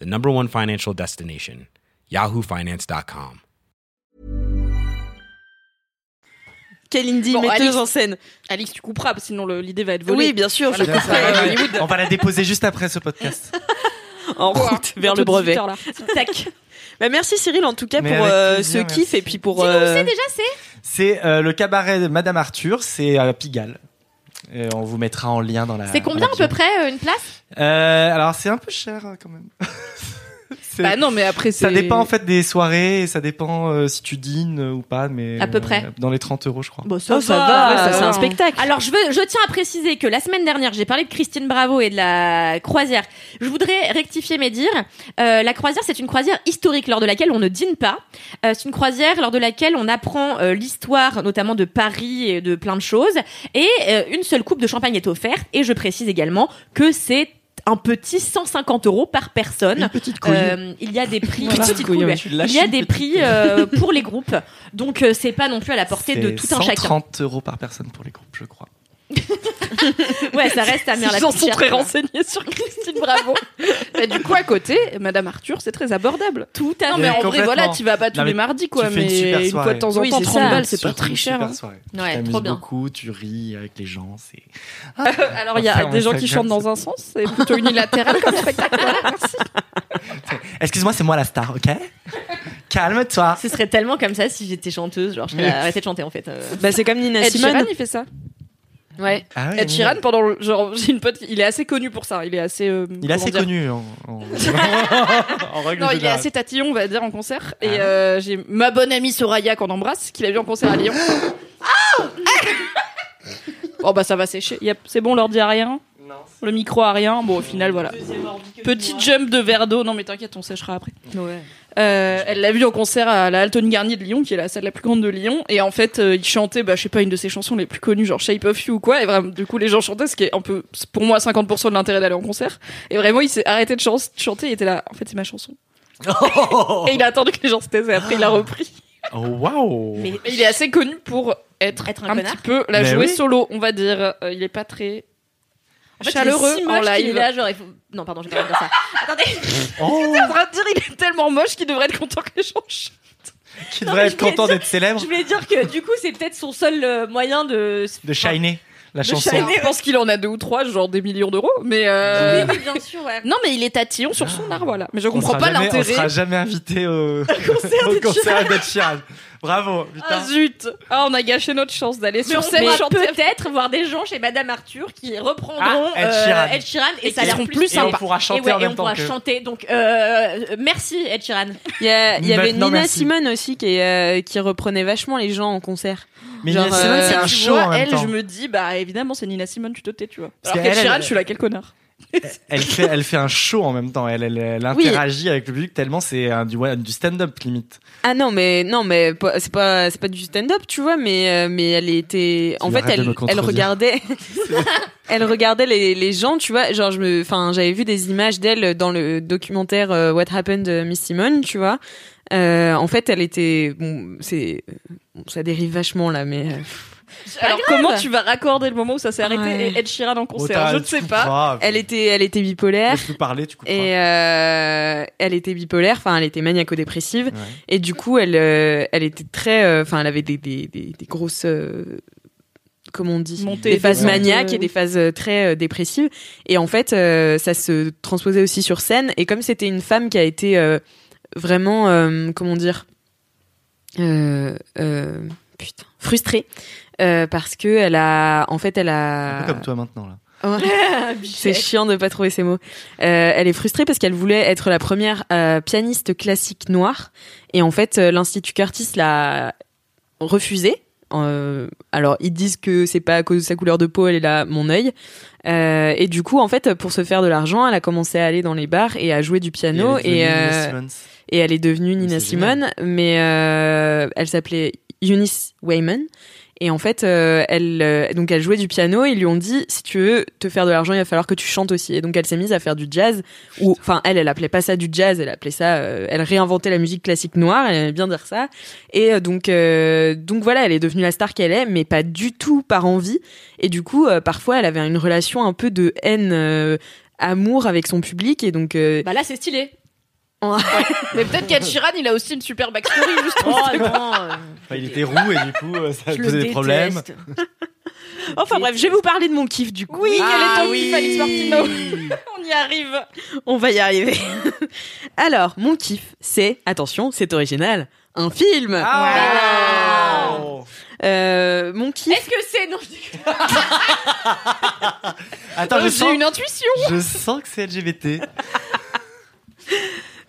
Speaker 1: the number one financial destination, yahoofinance.com.
Speaker 4: Quelle indie
Speaker 6: Bon,
Speaker 4: metteuse
Speaker 6: Alice-
Speaker 4: en scène.
Speaker 6: Alix, tu couperas, sinon le- l'idée va être volée.
Speaker 4: Oui, bien sûr.
Speaker 6: Voilà.
Speaker 4: je
Speaker 2: Bien
Speaker 4: coupe
Speaker 2: sûr,
Speaker 6: Ouais,
Speaker 2: ouais,
Speaker 4: euh,
Speaker 2: ouais.
Speaker 6: Hollywood.
Speaker 2: On va la déposer juste après ce podcast.
Speaker 4: <laughs> en route vers le
Speaker 6: Bientôt
Speaker 4: brevet.
Speaker 6: 18 heures, là.
Speaker 3: Tac.
Speaker 4: Bah, merci Cyril en tout cas
Speaker 2: Mais
Speaker 4: pour
Speaker 2: avec
Speaker 4: euh, ce
Speaker 2: plaisir,
Speaker 4: kiff
Speaker 2: merci.
Speaker 4: et puis pour.
Speaker 3: Dis-nous où
Speaker 4: euh,
Speaker 3: c'est déjà c'est.
Speaker 2: C'est euh, le cabaret de Madame Arthur, c'est à Pigalle. Et on vous mettra en lien dans la.
Speaker 3: C'est combien à
Speaker 2: dans
Speaker 3: peu
Speaker 2: la bio.
Speaker 3: près euh, une place
Speaker 2: Euh, Alors c'est un peu cher euh, quand même. <laughs> C'est-
Speaker 6: Bah non, mais après,
Speaker 2: ça
Speaker 6: c'est-
Speaker 2: dépend en fait des soirées, et ça dépend euh, si tu dînes euh, ou pas, mais
Speaker 3: À peu
Speaker 2: euh,
Speaker 3: près.
Speaker 2: dans les 30 euros je crois.
Speaker 3: Bon,
Speaker 4: ça, ça va,
Speaker 6: ouais,
Speaker 4: ça, c'est
Speaker 6: va,
Speaker 4: un
Speaker 6: hein.
Speaker 4: spectacle.
Speaker 3: Oh, Alors je veux, je tiens à préciser que la semaine dernière j'ai parlé de Christine Bravo et de la croisière. Je voudrais rectifier mes dires. Euh, la croisière c'est une croisière historique lors de laquelle on ne dîne pas. Euh, c'est une croisière lors de laquelle on apprend euh, l'histoire notamment de Paris et de plein de choses. Et euh, une seule coupe de champagne est offerte. Et je précise également que c'est un petit 150 euros par personne.
Speaker 2: petite
Speaker 3: Euh, il y a des prix,
Speaker 2: Voilà.
Speaker 3: Petite
Speaker 2: Couille,
Speaker 3: couille.
Speaker 2: ouais, tu lâches
Speaker 3: il y a
Speaker 2: une
Speaker 3: des
Speaker 2: petite
Speaker 3: prix euh, pour les groupes, donc euh, c'est pas non plus à la portée de tout un chacun.
Speaker 2: 30 euros par personne pour les groupes je crois.
Speaker 3: Ouais, ça
Speaker 2: <laughs>
Speaker 3: reste à mère la
Speaker 6: Ils en
Speaker 3: petite
Speaker 6: sont
Speaker 3: chère,
Speaker 6: très
Speaker 3: quoi.
Speaker 6: renseignés sur Christine <laughs> Bravo. Mais Bah, du coup, à côté, Madame Arthur, c'est très abordable.
Speaker 3: Tout à
Speaker 6: Non,
Speaker 2: Mais
Speaker 6: mais
Speaker 3: fait.
Speaker 6: en vrai,
Speaker 2: complètement.
Speaker 6: voilà, tu vas pas tous
Speaker 2: Non, mais
Speaker 6: les mardis, quoi.
Speaker 2: tu fais
Speaker 6: Mais
Speaker 2: une super
Speaker 6: une fois de
Speaker 2: soirée.
Speaker 6: temps en
Speaker 4: Oui,
Speaker 6: temps,
Speaker 4: c'est
Speaker 6: 30
Speaker 4: ça.
Speaker 6: balles, c'est pas
Speaker 2: Surtout
Speaker 6: très
Speaker 2: une
Speaker 6: cher.
Speaker 2: super
Speaker 6: hein.
Speaker 2: soirée.
Speaker 3: Ouais,
Speaker 2: tu t'amuses
Speaker 3: trop bien.
Speaker 2: beaucoup, tu ris avec les gens, c'est
Speaker 6: Alors, il y a
Speaker 2: Enfin,
Speaker 6: des gens
Speaker 2: ça
Speaker 6: qui
Speaker 2: gratte.
Speaker 6: chantent dans un sens, c'est plutôt unilatéral comme <laughs> spectacle. Voilà, merci.
Speaker 2: Excuse-moi, c'est moi la star, ok Calme-toi.
Speaker 3: Ce serait tellement comme ça si j'étais chanteuse, genre je serais
Speaker 2: Mais-
Speaker 3: arrêtée de chanter en fait. euh.
Speaker 4: Bah, c'est comme Nina
Speaker 6: Ed Sheeran,
Speaker 4: Simone.
Speaker 6: il fait ça. Ouais.
Speaker 2: Ah oui,
Speaker 6: Ed Sheeran, pendant le- genre, j'ai une pote, il est assez connu pour ça. Il est assez. euh,
Speaker 2: Il est
Speaker 6: comment
Speaker 2: assez
Speaker 6: dire
Speaker 2: connu en, en- en règle
Speaker 6: Non, il est
Speaker 2: générale. Ah.
Speaker 6: assez tatillon, on va dire, en concert. Et euh, j'ai ma bonne amie Soraya qu'on embrasse, qui l'a vu en concert à Lyon.
Speaker 2: Ah
Speaker 6: Bon bah ça va sécher. Yep, c'est bon, l'ordi à rien. Le micro à rien. Bon, au final, voilà. Petit jump de verre d'eau. Non, mais t'inquiète, on séchera après. Euh, elle l'a vu en concert à la Alton Garnier de Lyon, qui est la salle la plus grande de Lyon. Et en fait, euh, il chantait, bah, je sais pas, une de ses chansons les plus connues, genre Shape of You ou quoi. Et vraiment, du coup, les gens chantaient, ce qui est un peu, c'est pour moi, 50% de l'intérêt d'aller en concert. Et vraiment, il s'est arrêté de chan- chanter. Il était là, en fait, c'est ma chanson. Et il a attendu que les gens se taisaient. Après, il a repris.
Speaker 2: Oh, waouh
Speaker 3: Mais
Speaker 6: Mais il est assez connu pour être,
Speaker 3: Être un
Speaker 6: un,
Speaker 3: connard.
Speaker 6: petit peu la
Speaker 2: Mais
Speaker 6: jouer
Speaker 2: oui.
Speaker 6: solo, on va dire. Euh, il est pas très
Speaker 3: en fait,
Speaker 6: chaleureux
Speaker 3: il est si
Speaker 6: en
Speaker 3: moche qu'il est
Speaker 6: live.
Speaker 3: là, genre il faut... Non, pardon,
Speaker 2: <laughs>
Speaker 3: j'ai pas envie de dire ça. Attendez,
Speaker 2: Oh.
Speaker 6: On va dire, il est tellement moche qu'il devrait être content que les gens chantent.
Speaker 2: qui
Speaker 3: Non,
Speaker 2: devrait
Speaker 3: mais
Speaker 2: être
Speaker 3: je voulais
Speaker 2: content
Speaker 3: dire-
Speaker 2: d'être célèbre,
Speaker 3: Je voulais dire que du coup, c'est peut-être son seul euh, moyen de.
Speaker 2: de shiner la
Speaker 6: De
Speaker 2: chanson.
Speaker 6: Shining, Je pense qu'il en a deux ou trois, genre des millions d'euros, mais euh,
Speaker 3: Oui, oui, bien sûr, ouais.
Speaker 6: non, mais il est tatillon sur son art, voilà. Mais je
Speaker 2: On
Speaker 6: comprends
Speaker 2: sera
Speaker 6: pas
Speaker 2: jamais- On
Speaker 6: l'intérêt.
Speaker 2: sera jamais invité <laughs> au, au
Speaker 3: concert de
Speaker 2: concert d'Ed Sheeran. Bravo,
Speaker 6: Ah
Speaker 2: putain.
Speaker 6: zut Ah, on a gâché notre chance d'aller
Speaker 3: Mais on
Speaker 6: sur scène
Speaker 3: pourra
Speaker 6: chanter.
Speaker 3: peut-être voir des gens chez Madame Arthur qui reprendront
Speaker 2: Ah, Ed
Speaker 3: euh,
Speaker 2: Sheeran.
Speaker 3: Ed Sheeran et,
Speaker 6: Et
Speaker 3: ça a
Speaker 6: qui
Speaker 3: l'air
Speaker 6: seront
Speaker 3: plus
Speaker 2: Et
Speaker 6: plus
Speaker 2: on
Speaker 3: sympa.
Speaker 6: sympa.
Speaker 2: pourra
Speaker 3: Et,
Speaker 2: chanter
Speaker 3: ouais,
Speaker 2: en
Speaker 3: et
Speaker 2: même
Speaker 3: on
Speaker 2: temps
Speaker 3: pourra
Speaker 2: que.
Speaker 3: chanter. Donc, euh, euh, merci Ed Sheeran.
Speaker 4: Il y, a- il y avait
Speaker 2: Maintenant,
Speaker 4: Nina
Speaker 2: Bah, merci.
Speaker 4: Simone aussi qui, est, euh, qui reprenait vachement les gens en concert.
Speaker 2: Mais
Speaker 4: Genre,
Speaker 2: Nina Simone,
Speaker 4: euh,
Speaker 2: c'est un
Speaker 6: tu
Speaker 2: show
Speaker 6: vois,
Speaker 2: en même
Speaker 6: elle,
Speaker 2: temps.
Speaker 6: je me dis, bah évidemment, c'est Nina Simone, tu te tais, tu vois.
Speaker 2: Parce
Speaker 6: Alors
Speaker 2: qu'elle,
Speaker 6: qu'Ed Sheeran,
Speaker 2: elle-
Speaker 6: je suis là, quel connard.
Speaker 2: Elle fait, elle fait un show en même temps. Elle, elle, elle
Speaker 4: Oui.
Speaker 2: interagit avec le public tellement c'est un, du, ouais, du stand-up limite.
Speaker 4: Ah non, mais non, mais pas- c'est pas c'est pas du stand-up, tu vois, mais euh, mais elle était en fait
Speaker 2: arrêtes de me
Speaker 4: elle elle
Speaker 2: contredire. <laughs>
Speaker 4: regardait <laughs> elle regardait les, les gens, tu vois, genre je me enfin j'avais vu des images d'elle dans le documentaire euh, What Happened euh, Miss Simone, tu vois. Euh, en fait, elle était bon, c'est bon, ça dérive vachement là, mais euh,
Speaker 6: Alors comment tu vas raccorder le moment où ça s'est arrêté
Speaker 4: Ouais.
Speaker 6: et Ed Sheeran en
Speaker 2: Oh,
Speaker 6: concert
Speaker 2: t'as-
Speaker 6: Je ne
Speaker 2: tu
Speaker 6: sais pas.
Speaker 2: couperas.
Speaker 4: elle était elle était bipolaire.
Speaker 2: Laisse-nous parler, tu comprends.
Speaker 4: Et euh, elle était bipolaire, enfin elle était maniaco-dépressive, et du coup elle, euh, elle était très, euh, enfin elle avait des, des, des, des grosses, euh, comment on dit,
Speaker 6: Montée
Speaker 4: des
Speaker 6: et
Speaker 4: phases
Speaker 6: descente,
Speaker 4: maniaques
Speaker 6: euh,
Speaker 4: et des phases euh, très euh, dépressives. Et en fait euh, ça se transposait aussi sur scène. Et comme c'était une femme qui a été euh, vraiment, euh, comment dire, euh, euh, putain, frustrée. euh, parce que elle a, en fait, elle a.
Speaker 2: Un peu comme toi maintenant là.
Speaker 4: Ouais.
Speaker 6: Ah,
Speaker 4: <laughs> C'est chiant de pas trouver ces mots. Euh, elle est frustrée parce qu'elle voulait être la première euh, pianiste classique noire et en fait euh, l'institut Curtis l'a refusée. Euh, alors ils disent que c'est pas à cause de sa couleur de peau, elle est là mon œil. Euh, et du coup en fait pour se faire de l'argent, elle a commencé à aller dans les bars et à jouer du piano
Speaker 2: elle est
Speaker 4: et,
Speaker 2: devenue Nina
Speaker 4: euh,
Speaker 2: Simone.
Speaker 4: et elle est devenue Nina
Speaker 2: Ah, c'est génial.
Speaker 4: Simone, mais euh, elle s'appelait Eunice Wayman. Et en fait, euh, elle, euh, donc elle jouait du piano et ils lui ont dit si tu veux te faire de l'argent, il va falloir que tu chantes aussi. Et donc elle s'est mise à faire du jazz. Ou enfin elle, elle appelait pas ça du jazz, elle appelait ça, euh, elle réinventait la musique classique noire. Elle aimait bien dire ça. Et euh, donc euh, donc voilà, elle est devenue la star qu'elle est, mais pas du tout par envie. Et du coup, euh, parfois elle avait une relation un peu de haine. euh, amour avec son public et donc euh,
Speaker 3: Bah là, c'est stylé.
Speaker 6: <laughs> Mais peut-être qu'Ed Sheeran, il a aussi une super backstory. juste.
Speaker 3: Oh non. euh,
Speaker 2: Enfin, il était roux et du coup euh, ça
Speaker 3: je le
Speaker 2: posait des
Speaker 3: déteste.
Speaker 2: problèmes.
Speaker 4: Enfin bref, je vais vous parler de mon kiff du coup.
Speaker 6: Oui,
Speaker 3: Ah
Speaker 6: quel est ton
Speaker 3: oui.
Speaker 6: kiff, Alex Martino On y arrive.
Speaker 4: On va y arriver. <laughs> Alors, mon kiff, c'est, attention, c'est original, un film.
Speaker 2: Ah Oh.
Speaker 4: Euh, mon kiff,
Speaker 3: Est-ce que c'est non je dis-
Speaker 2: Attends, je
Speaker 6: J'ai
Speaker 2: sens,
Speaker 6: une intuition.
Speaker 2: je sens que c'est LGBT.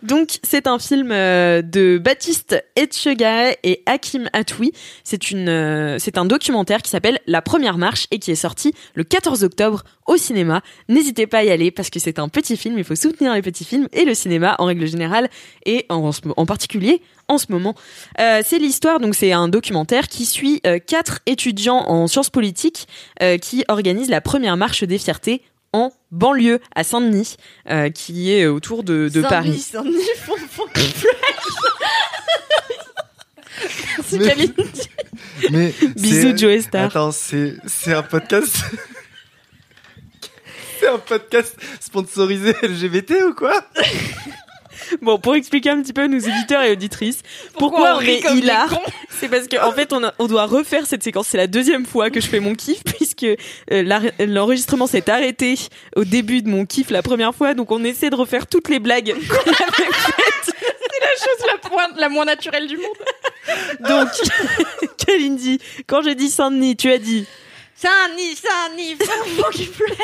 Speaker 4: donc, c'est un film euh, de Baptiste Etchegaray et Hakim Atoui. C'est une, euh, c'est un documentaire qui s'appelle La Première Marche et qui est sorti le 14 octobre au cinéma. N'hésitez pas à y aller parce que c'est un petit film. Il faut soutenir les petits films et le cinéma en règle générale et en, en ce- en particulier en ce moment. Euh, c'est l'histoire, donc c'est un documentaire qui suit euh, quatre étudiants en sciences politiques euh, qui organisent la première marche des fiertés en banlieue à Saint-Denis, euh, qui est autour de, de
Speaker 3: Saint-Denis,
Speaker 4: Paris.
Speaker 3: Saint-Denis, faut- faut que je pleure.
Speaker 4: Merci
Speaker 2: Mais-
Speaker 4: Camille.
Speaker 2: <laughs> Mais
Speaker 4: <laughs>
Speaker 2: c'est-
Speaker 4: Bisous Joe Star.
Speaker 2: Attends, c'est c'est un podcast. <laughs> c'est un podcast sponsorisé LGBT ou quoi
Speaker 4: Bon, pour expliquer un petit peu à nos auditeurs et auditrices pourquoi, on, est
Speaker 6: comme des
Speaker 4: hilar,
Speaker 6: cons
Speaker 4: <laughs> c'est parce qu'en fait on, a- on doit refaire cette séquence. C'est la deuxième fois que je fais mon kiff <laughs> puisque euh, l'ar- l'enregistrement s'est arrêté au début de mon kiff la première fois, donc on essaie de refaire toutes les blagues
Speaker 6: <laughs>
Speaker 4: qu'on avait
Speaker 6: chose la, point- la moins naturelle du monde.
Speaker 4: Donc, <laughs> Kalindi, quand j'ai dit Saint-Denis, tu as dit.
Speaker 3: Saint-Denis, Saint-Denis, faut faut que je pleure.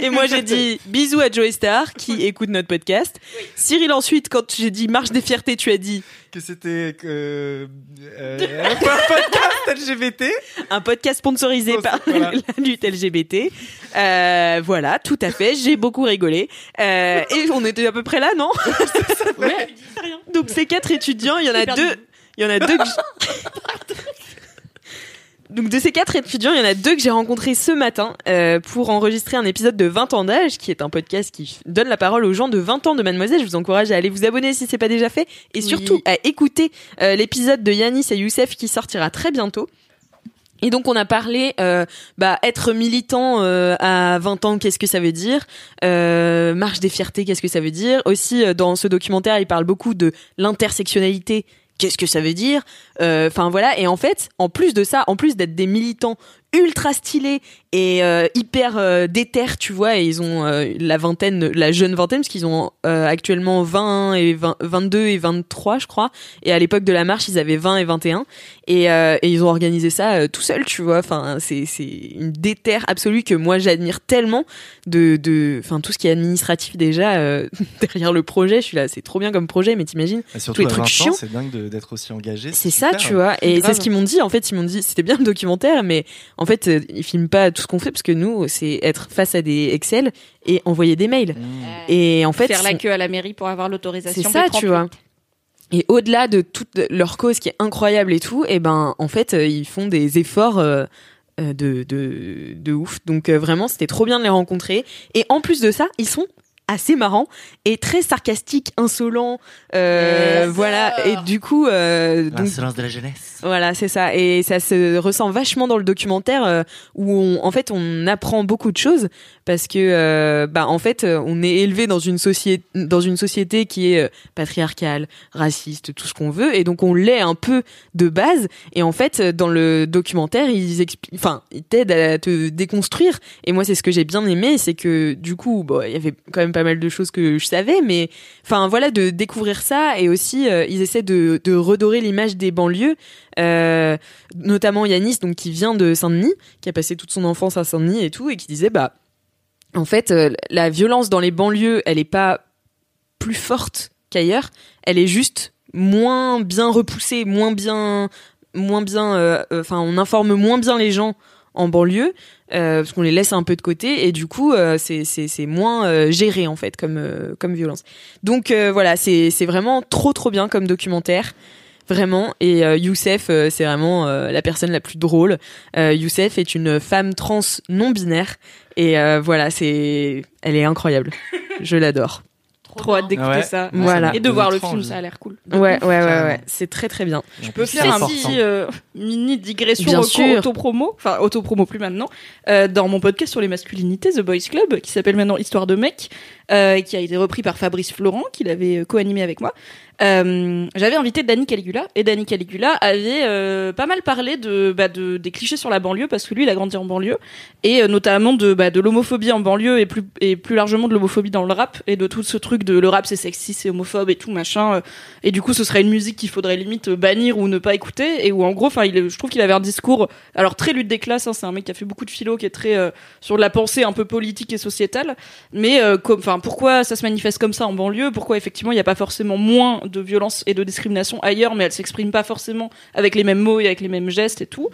Speaker 4: Et moi, j'ai dit bisous à Joey Star, qui écoute notre podcast. Cyril, ensuite, quand j'ai dit Marche des fiertés, tu as dit
Speaker 2: Que c'était euh, euh, un podcast LGBT
Speaker 4: un podcast sponsorisé
Speaker 2: Oh,
Speaker 4: par <laughs>
Speaker 2: c'est- voilà.
Speaker 4: la lutte LGBT. Euh, voilà, tout à fait. J'ai beaucoup rigolé. Euh, et on était à peu près là, non
Speaker 3: Ouais, je dis rien.
Speaker 4: Donc, ces quatre étudiants, il y en a
Speaker 3: J'ai perdu.
Speaker 4: deux. Il y en a deux que j'- Donc de ces quatre étudiants, il y en a deux que j'ai rencontrés ce matin euh, pour enregistrer un épisode de 20 ans d'âge, qui est un podcast qui donne la parole aux gens de 20 ans de Mademoiselle. Je vous encourage à aller vous abonner si c'est pas déjà fait, et surtout à écouter euh, l'épisode de Yanis et Youssef qui sortira très bientôt. Et donc on a parlé, euh, bah, être militant euh, à 20 ans, qu'est-ce que ça veut dire Euh, Marche des fiertés, qu'est-ce que ça veut dire Aussi, euh, dans ce documentaire, il parle beaucoup de l'intersectionnalité qu'est-ce que ça veut dire Euh, Enfin voilà, et en fait, en plus de ça, en plus d'être des militants ultra stylés et euh, hyper euh, déter, tu vois, et ils ont euh, la vingtaine, la jeune vingtaine, parce qu'ils ont euh, actuellement 20 et 20 22 et 23, je crois, et à l'époque de la marche, ils avaient 20 et 21, et, euh, et ils ont organisé ça euh, tout seuls, tu vois, enfin c'est c'est une déterre absolue que moi j'admire tellement de, de, enfin tout ce qui est administratif déjà euh, <laughs> derrière le projet, je suis là, c'est trop bien comme projet, mais t'imagines
Speaker 2: Et surtout
Speaker 4: les
Speaker 2: à
Speaker 4: trucs
Speaker 2: 20 ans,
Speaker 4: chiants.
Speaker 2: c'est dingue de- d'être aussi engagé.
Speaker 4: c'est ça,
Speaker 2: super.
Speaker 4: tu vois. Et
Speaker 6: grave.
Speaker 4: c'est ce qu'ils m'ont dit. En fait, ils m'ont dit, c'était bien le documentaire, mais en fait, euh, ils filment pas tout ce qu'on fait parce que nous, c'est être face à des Excel et envoyer des mails.
Speaker 2: Mmh.
Speaker 4: Et en fait,
Speaker 6: Euh, faire la
Speaker 4: son-
Speaker 6: queue à la mairie pour avoir l'autorisation.
Speaker 4: c'est ça,
Speaker 6: des 30
Speaker 4: tu vois. Et au-delà de toute leur cause qui est incroyable et tout, et ben, en fait, euh, ils font des efforts euh, euh, de, de, de ouf. Donc euh, vraiment, c'était trop bien de les rencontrer. Et en plus de ça, ils sont assez marrants et très sarcastiques, insolents. euh,
Speaker 6: Yes.
Speaker 4: voilà. Et du coup,
Speaker 2: Ah,
Speaker 4: euh, donc,
Speaker 2: L'insolence de la jeunesse.
Speaker 4: voilà, c'est ça. Et ça se ressent vachement dans le documentaire euh, où on, en fait on apprend beaucoup de choses parce que euh, bah en fait euh, on est élevé dans une société dans une société qui est euh, patriarcale, raciste, tout ce qu'on veut et donc on l'est un peu de base et en fait euh, dans le documentaire ils expliquent enfin ils t'aident à te déconstruire et moi c'est ce que j'ai bien aimé c'est que du coup bon il y avait quand même pas mal de choses que je savais mais enfin voilà de découvrir ça et aussi euh, ils essaient de, de redorer l'image des banlieues euh, notamment Yanis donc qui vient de Saint-Denis qui a passé toute son enfance à Saint-Denis et tout et qui disait bah en fait euh, la violence dans les banlieues elle est pas plus forte qu'ailleurs elle est juste moins bien repoussée moins bien moins bien euh, euh, enfin on informe moins bien les gens en banlieue euh, parce qu'on les laisse un peu de côté et du coup euh, c'est c'est c'est moins euh, géré en fait comme euh, comme violence donc euh, voilà, c'est c'est vraiment trop trop bien comme documentaire. Vraiment, et euh, Youssef, euh, c'est vraiment euh, la personne la plus drôle. Euh, Youssef est une femme trans non binaire, et euh, voilà, c'est, elle est incroyable. Je l'adore.
Speaker 6: minutes. Trop hâte d'écouter
Speaker 2: Ouais.
Speaker 6: ça.
Speaker 4: Voilà.
Speaker 6: Et de voir le
Speaker 2: Étrange.
Speaker 6: film, ça a l'air cool.
Speaker 4: Ouais, ouais, ouais,
Speaker 2: carrément.
Speaker 4: ouais. C'est très très bien.
Speaker 2: Je
Speaker 6: peut faire un petit euh, mini digression
Speaker 4: Bien
Speaker 6: au-
Speaker 4: sûr.
Speaker 6: auto-promo, enfin auto-promo plus maintenant, euh, dans mon podcast sur les masculinités, The Boys Club, qui s'appelle maintenant Histoire de mec, euh, qui a été repris par Fabrice Florent, qui l'avait euh, co-animé avec moi. Euh, J'avais invité Danny Caligula, et Danny Caligula avait euh, pas mal parlé de, bah, de des clichés sur la banlieue, parce que lui, il a grandi en banlieue, et euh, notamment de, bah, de l'homophobie en banlieue, et plus, et plus largement de l'homophobie dans le rap, et de tout ce truc de le rap c'est sexy, c'est homophobe et tout, machin. euh, et du coup ce serait une musique qu'il faudrait limite euh, bannir ou ne pas écouter et où en gros enfin il est- je trouve qu'il avait un discours alors très lutte des classes hein, c'est un mec qui a fait beaucoup de philo qui est très euh, sur de la pensée un peu politique et sociétale mais euh, comme enfin pourquoi ça se manifeste comme ça en banlieue pourquoi effectivement il n'y a pas forcément moins de violence et de discrimination ailleurs mais elle s'exprime pas forcément avec les mêmes mots et avec les mêmes gestes et tout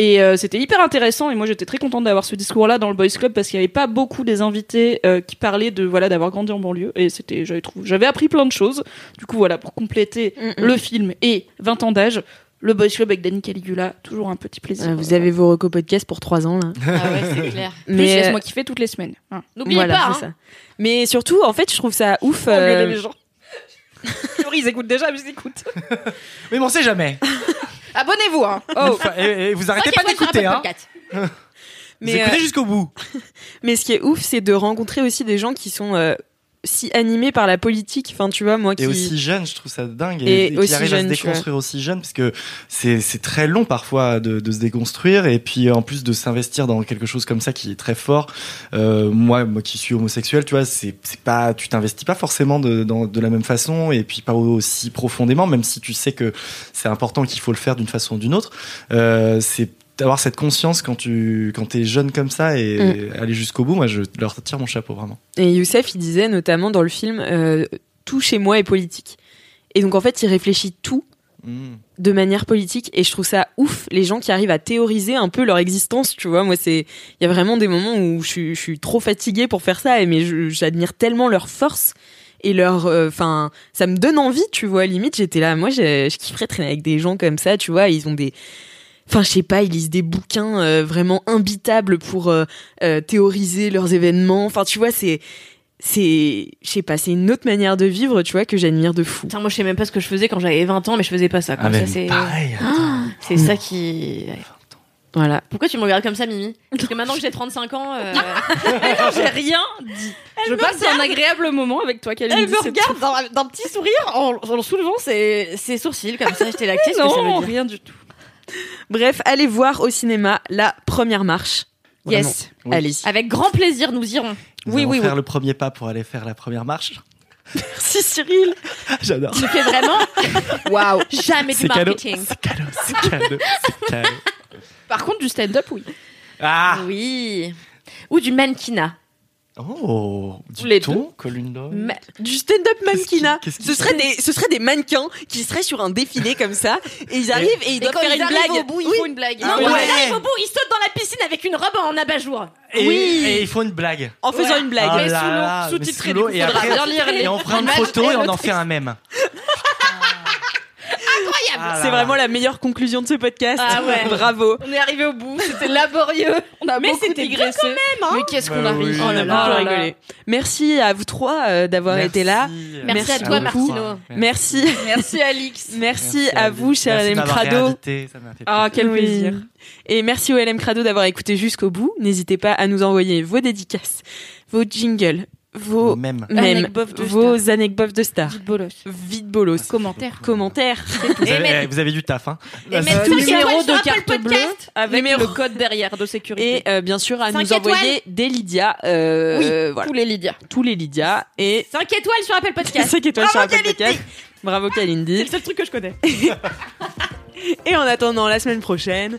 Speaker 6: et euh, c'était hyper intéressant et moi j'étais très contente d'avoir ce discours-là dans le Boys Club parce qu'il n'y avait pas beaucoup des invités euh, qui parlaient de voilà d'avoir grandi en banlieue et c'était j'avais trouvé j'avais appris plein de choses du coup, voilà, pour compléter
Speaker 4: Mm, mm.
Speaker 6: le film et 20 ans d'âge, le Boys Club avec Danny Caligula, toujours un petit plaisir.
Speaker 4: Euh, vous avez vos recos podcast pour trois ans là.
Speaker 3: Ah ouais, <laughs> c'est clair.
Speaker 6: Plus,
Speaker 4: Mais
Speaker 6: laisse-moi kiffer toutes les semaines. hein.
Speaker 4: euh,
Speaker 3: N'oubliez
Speaker 4: voilà,
Speaker 3: pas,
Speaker 4: c'est
Speaker 3: hein.
Speaker 4: ça. Mais surtout, en fait, je trouve ça ouf.
Speaker 6: Faut engueuler
Speaker 4: euh,
Speaker 6: les gens. A priori, ils écoutent déjà, mais ils écoutent.
Speaker 2: Mais bon, on sait jamais.
Speaker 6: <laughs> Abonnez-vous, hein. Oh.
Speaker 2: Enfin, et, et vous arrêtez
Speaker 3: Cinq
Speaker 2: pas
Speaker 3: étoiles sur
Speaker 2: d'écouter,
Speaker 3: Apple
Speaker 2: hein.
Speaker 3: Podcast.
Speaker 2: Vous
Speaker 4: Mais,
Speaker 2: écoutez
Speaker 4: euh,
Speaker 2: jusqu'au bout.
Speaker 4: Mais ce qui est ouf, c'est de rencontrer aussi des gens qui sont euh, si animés par la politique. Enfin, tu vois, moi qui.
Speaker 2: Et aussi jeune, je trouve ça dingue.
Speaker 4: Et
Speaker 2: Et, et
Speaker 4: aussi
Speaker 2: qu'il arrive à se
Speaker 4: jeune, tu vois.
Speaker 2: déconstruire aussi jeune, parce que c'est c'est très long parfois de, de se déconstruire. Et puis en plus de s'investir dans quelque chose comme ça qui est très fort. Euh, moi, moi qui suis homosexuel, tu vois, c'est c'est pas, tu t'investis pas forcément de, dans- de la même façon et puis pas aussi profondément, même si tu sais que c'est important qu'il faut le faire d'une façon ou d'une autre. Euh, c'est avoir cette conscience quand tu quand es jeune comme ça et
Speaker 4: Mm.
Speaker 2: aller jusqu'au bout. Moi, je leur tire mon chapeau vraiment.
Speaker 4: Et Youssef, il disait notamment dans le film euh, Tout chez moi est politique. Et donc, en fait, il réfléchit tout
Speaker 2: Mm.
Speaker 4: de manière politique et je trouve ça ouf les gens qui arrivent à théoriser un peu leur existence tu vois moi c'est il y a vraiment des moments où je, suis- je suis trop fatiguée pour faire ça et mais je- j'admire tellement leur force et leur euh, enfin ça me donne envie tu vois limite j'étais là moi je, je kifferais traîner avec des gens comme ça tu vois ils ont des Enfin, je sais pas, ils lisent des bouquins euh, vraiment imbitables pour euh, euh, théoriser leurs événements. Enfin, tu vois, c'est, c'est, je sais pas, c'est une autre manière de vivre, tu vois, que j'admire de fou.
Speaker 3: Putain, moi, je sais même pas ce
Speaker 2: Ah,
Speaker 3: Ah,
Speaker 4: Ah.
Speaker 3: que je faisais quand j'avais 20 ans, mais je faisais pas ça. quoi. ça c'est
Speaker 2: pareil.
Speaker 3: c'est ça qui.
Speaker 4: Voilà.
Speaker 3: Pourquoi tu me regardes comme ça, Mimi Parce que maintenant que j'ai 35 ans,
Speaker 6: <laughs>
Speaker 3: euh, <laughs>
Speaker 6: Non, j'ai rien dit. je passe un agréable moment avec toi, Kalindi.
Speaker 3: elle me
Speaker 6: c'est
Speaker 3: regarde d'un- d'un petit sourire en, en soulevant ses, ses sourcils comme ça. J'étais là, qu'est-ce
Speaker 6: tout.
Speaker 3: que ça veut
Speaker 6: Non,
Speaker 3: dire
Speaker 6: rien du tout.
Speaker 4: Bref, allez voir au cinéma la première marche. Vraiment.
Speaker 6: Yes.
Speaker 2: Oui.
Speaker 4: Allez-y.
Speaker 3: Avec grand plaisir, nous irons.
Speaker 2: Nous
Speaker 6: Oui,
Speaker 2: allons
Speaker 6: oui,
Speaker 2: faire le premier pas pour aller faire la première marche.
Speaker 4: Merci Cyril.
Speaker 2: <laughs> J'adore.
Speaker 3: Tu fais vraiment
Speaker 4: Waouh.
Speaker 3: jamais du
Speaker 2: C'est cadeau.
Speaker 3: marketing.
Speaker 2: C'est cadeau. C'est cadeau. C'est cadeau.
Speaker 6: Par contre, du stand-up, oui.
Speaker 2: Ah
Speaker 3: Oui. Ou du mannequinat.
Speaker 2: Oh Du
Speaker 6: Les
Speaker 2: ton, Colune d'or.
Speaker 3: Ma-
Speaker 4: Ah, Du stand-up mannequinat.
Speaker 2: Qu'est-ce qui-
Speaker 4: Ce
Speaker 2: qu'est-ce qui-
Speaker 4: serait des ce serait des mannequins qui seraient sur un défilé comme ça et ils arrivent et ils doivent faire une blague. Oui.
Speaker 6: une blague.
Speaker 3: Non,
Speaker 2: Ah
Speaker 3: mais
Speaker 2: ouais.
Speaker 3: là, il faut bout, il saute dans la piscine avec une robe en abat-jour.
Speaker 2: Et,
Speaker 4: Oui.
Speaker 2: et il faut une blague.
Speaker 4: En faisant
Speaker 6: Ouais.
Speaker 4: une
Speaker 2: Ah
Speaker 4: blague.
Speaker 2: là là, mais
Speaker 6: sous-titré,
Speaker 2: sous l'eau,
Speaker 6: du coup,
Speaker 2: et
Speaker 6: faudra
Speaker 2: après-
Speaker 6: bien lire les-
Speaker 2: <laughs> Et on prend une
Speaker 6: l'image
Speaker 2: photo
Speaker 6: et
Speaker 2: et on
Speaker 6: le
Speaker 2: en fait un mème. Ah Incroyable.
Speaker 4: C'est vraiment la meilleure conclusion de ce podcast.
Speaker 3: Ah ouais.
Speaker 4: <laughs> Bravo.
Speaker 6: On est arrivé au bout, c'était laborieux. On a
Speaker 3: Mais
Speaker 6: beaucoup
Speaker 3: c'était bien
Speaker 6: digressé.
Speaker 4: hein.
Speaker 6: Mais qu'est-ce qu'on
Speaker 2: Bah
Speaker 6: arrive
Speaker 2: oui.
Speaker 4: On a
Speaker 2: Oh là
Speaker 4: beaucoup
Speaker 6: là.
Speaker 4: rigolé. Merci à vous trois euh, d'avoir été là.
Speaker 3: Merci
Speaker 4: à toi,
Speaker 3: Martino.
Speaker 4: Merci.
Speaker 6: Merci Alix.
Speaker 4: Merci, à vous, cher LM Crado.
Speaker 6: Ah, quel
Speaker 4: Oui.
Speaker 6: plaisir.
Speaker 4: Et merci au LM Crado d'avoir écouté jusqu'au bout. N'hésitez pas à nous envoyer vos dédicaces, vos jingles, vos
Speaker 2: Même.
Speaker 4: mèmes,
Speaker 6: Anecdotes de
Speaker 4: vos anecdotes de stars.
Speaker 6: Bolos.
Speaker 4: Vite bolos.
Speaker 6: Commentaire.
Speaker 4: Commentaires.
Speaker 2: Vous
Speaker 3: Et
Speaker 2: avez,
Speaker 3: mettre-
Speaker 2: vous avez du taf, hein
Speaker 3: Et
Speaker 2: Là,
Speaker 3: mettre
Speaker 2: c'est-
Speaker 3: tout
Speaker 6: numéro de
Speaker 3: sur Apple
Speaker 6: carte bleue.
Speaker 3: Podcast.
Speaker 6: Avec
Speaker 4: Numéro-
Speaker 6: le code derrière de sécurité.
Speaker 4: Et euh, bien sûr, à
Speaker 3: Cinq
Speaker 4: nous envoyer
Speaker 3: étoiles.
Speaker 4: des Lydia. euh, voilà.
Speaker 6: Tous les Lydia.
Speaker 4: Tous les Lydia. Et
Speaker 3: 5 étoiles sur Apple Podcast.
Speaker 4: 5 étoiles
Speaker 3: Bravo,
Speaker 4: sur Apple
Speaker 3: Kalindi.
Speaker 4: Podcast. Bravo
Speaker 3: C'est
Speaker 4: Kalindi.
Speaker 3: le seul truc que je connais.
Speaker 4: <laughs> Et en attendant la semaine prochaine,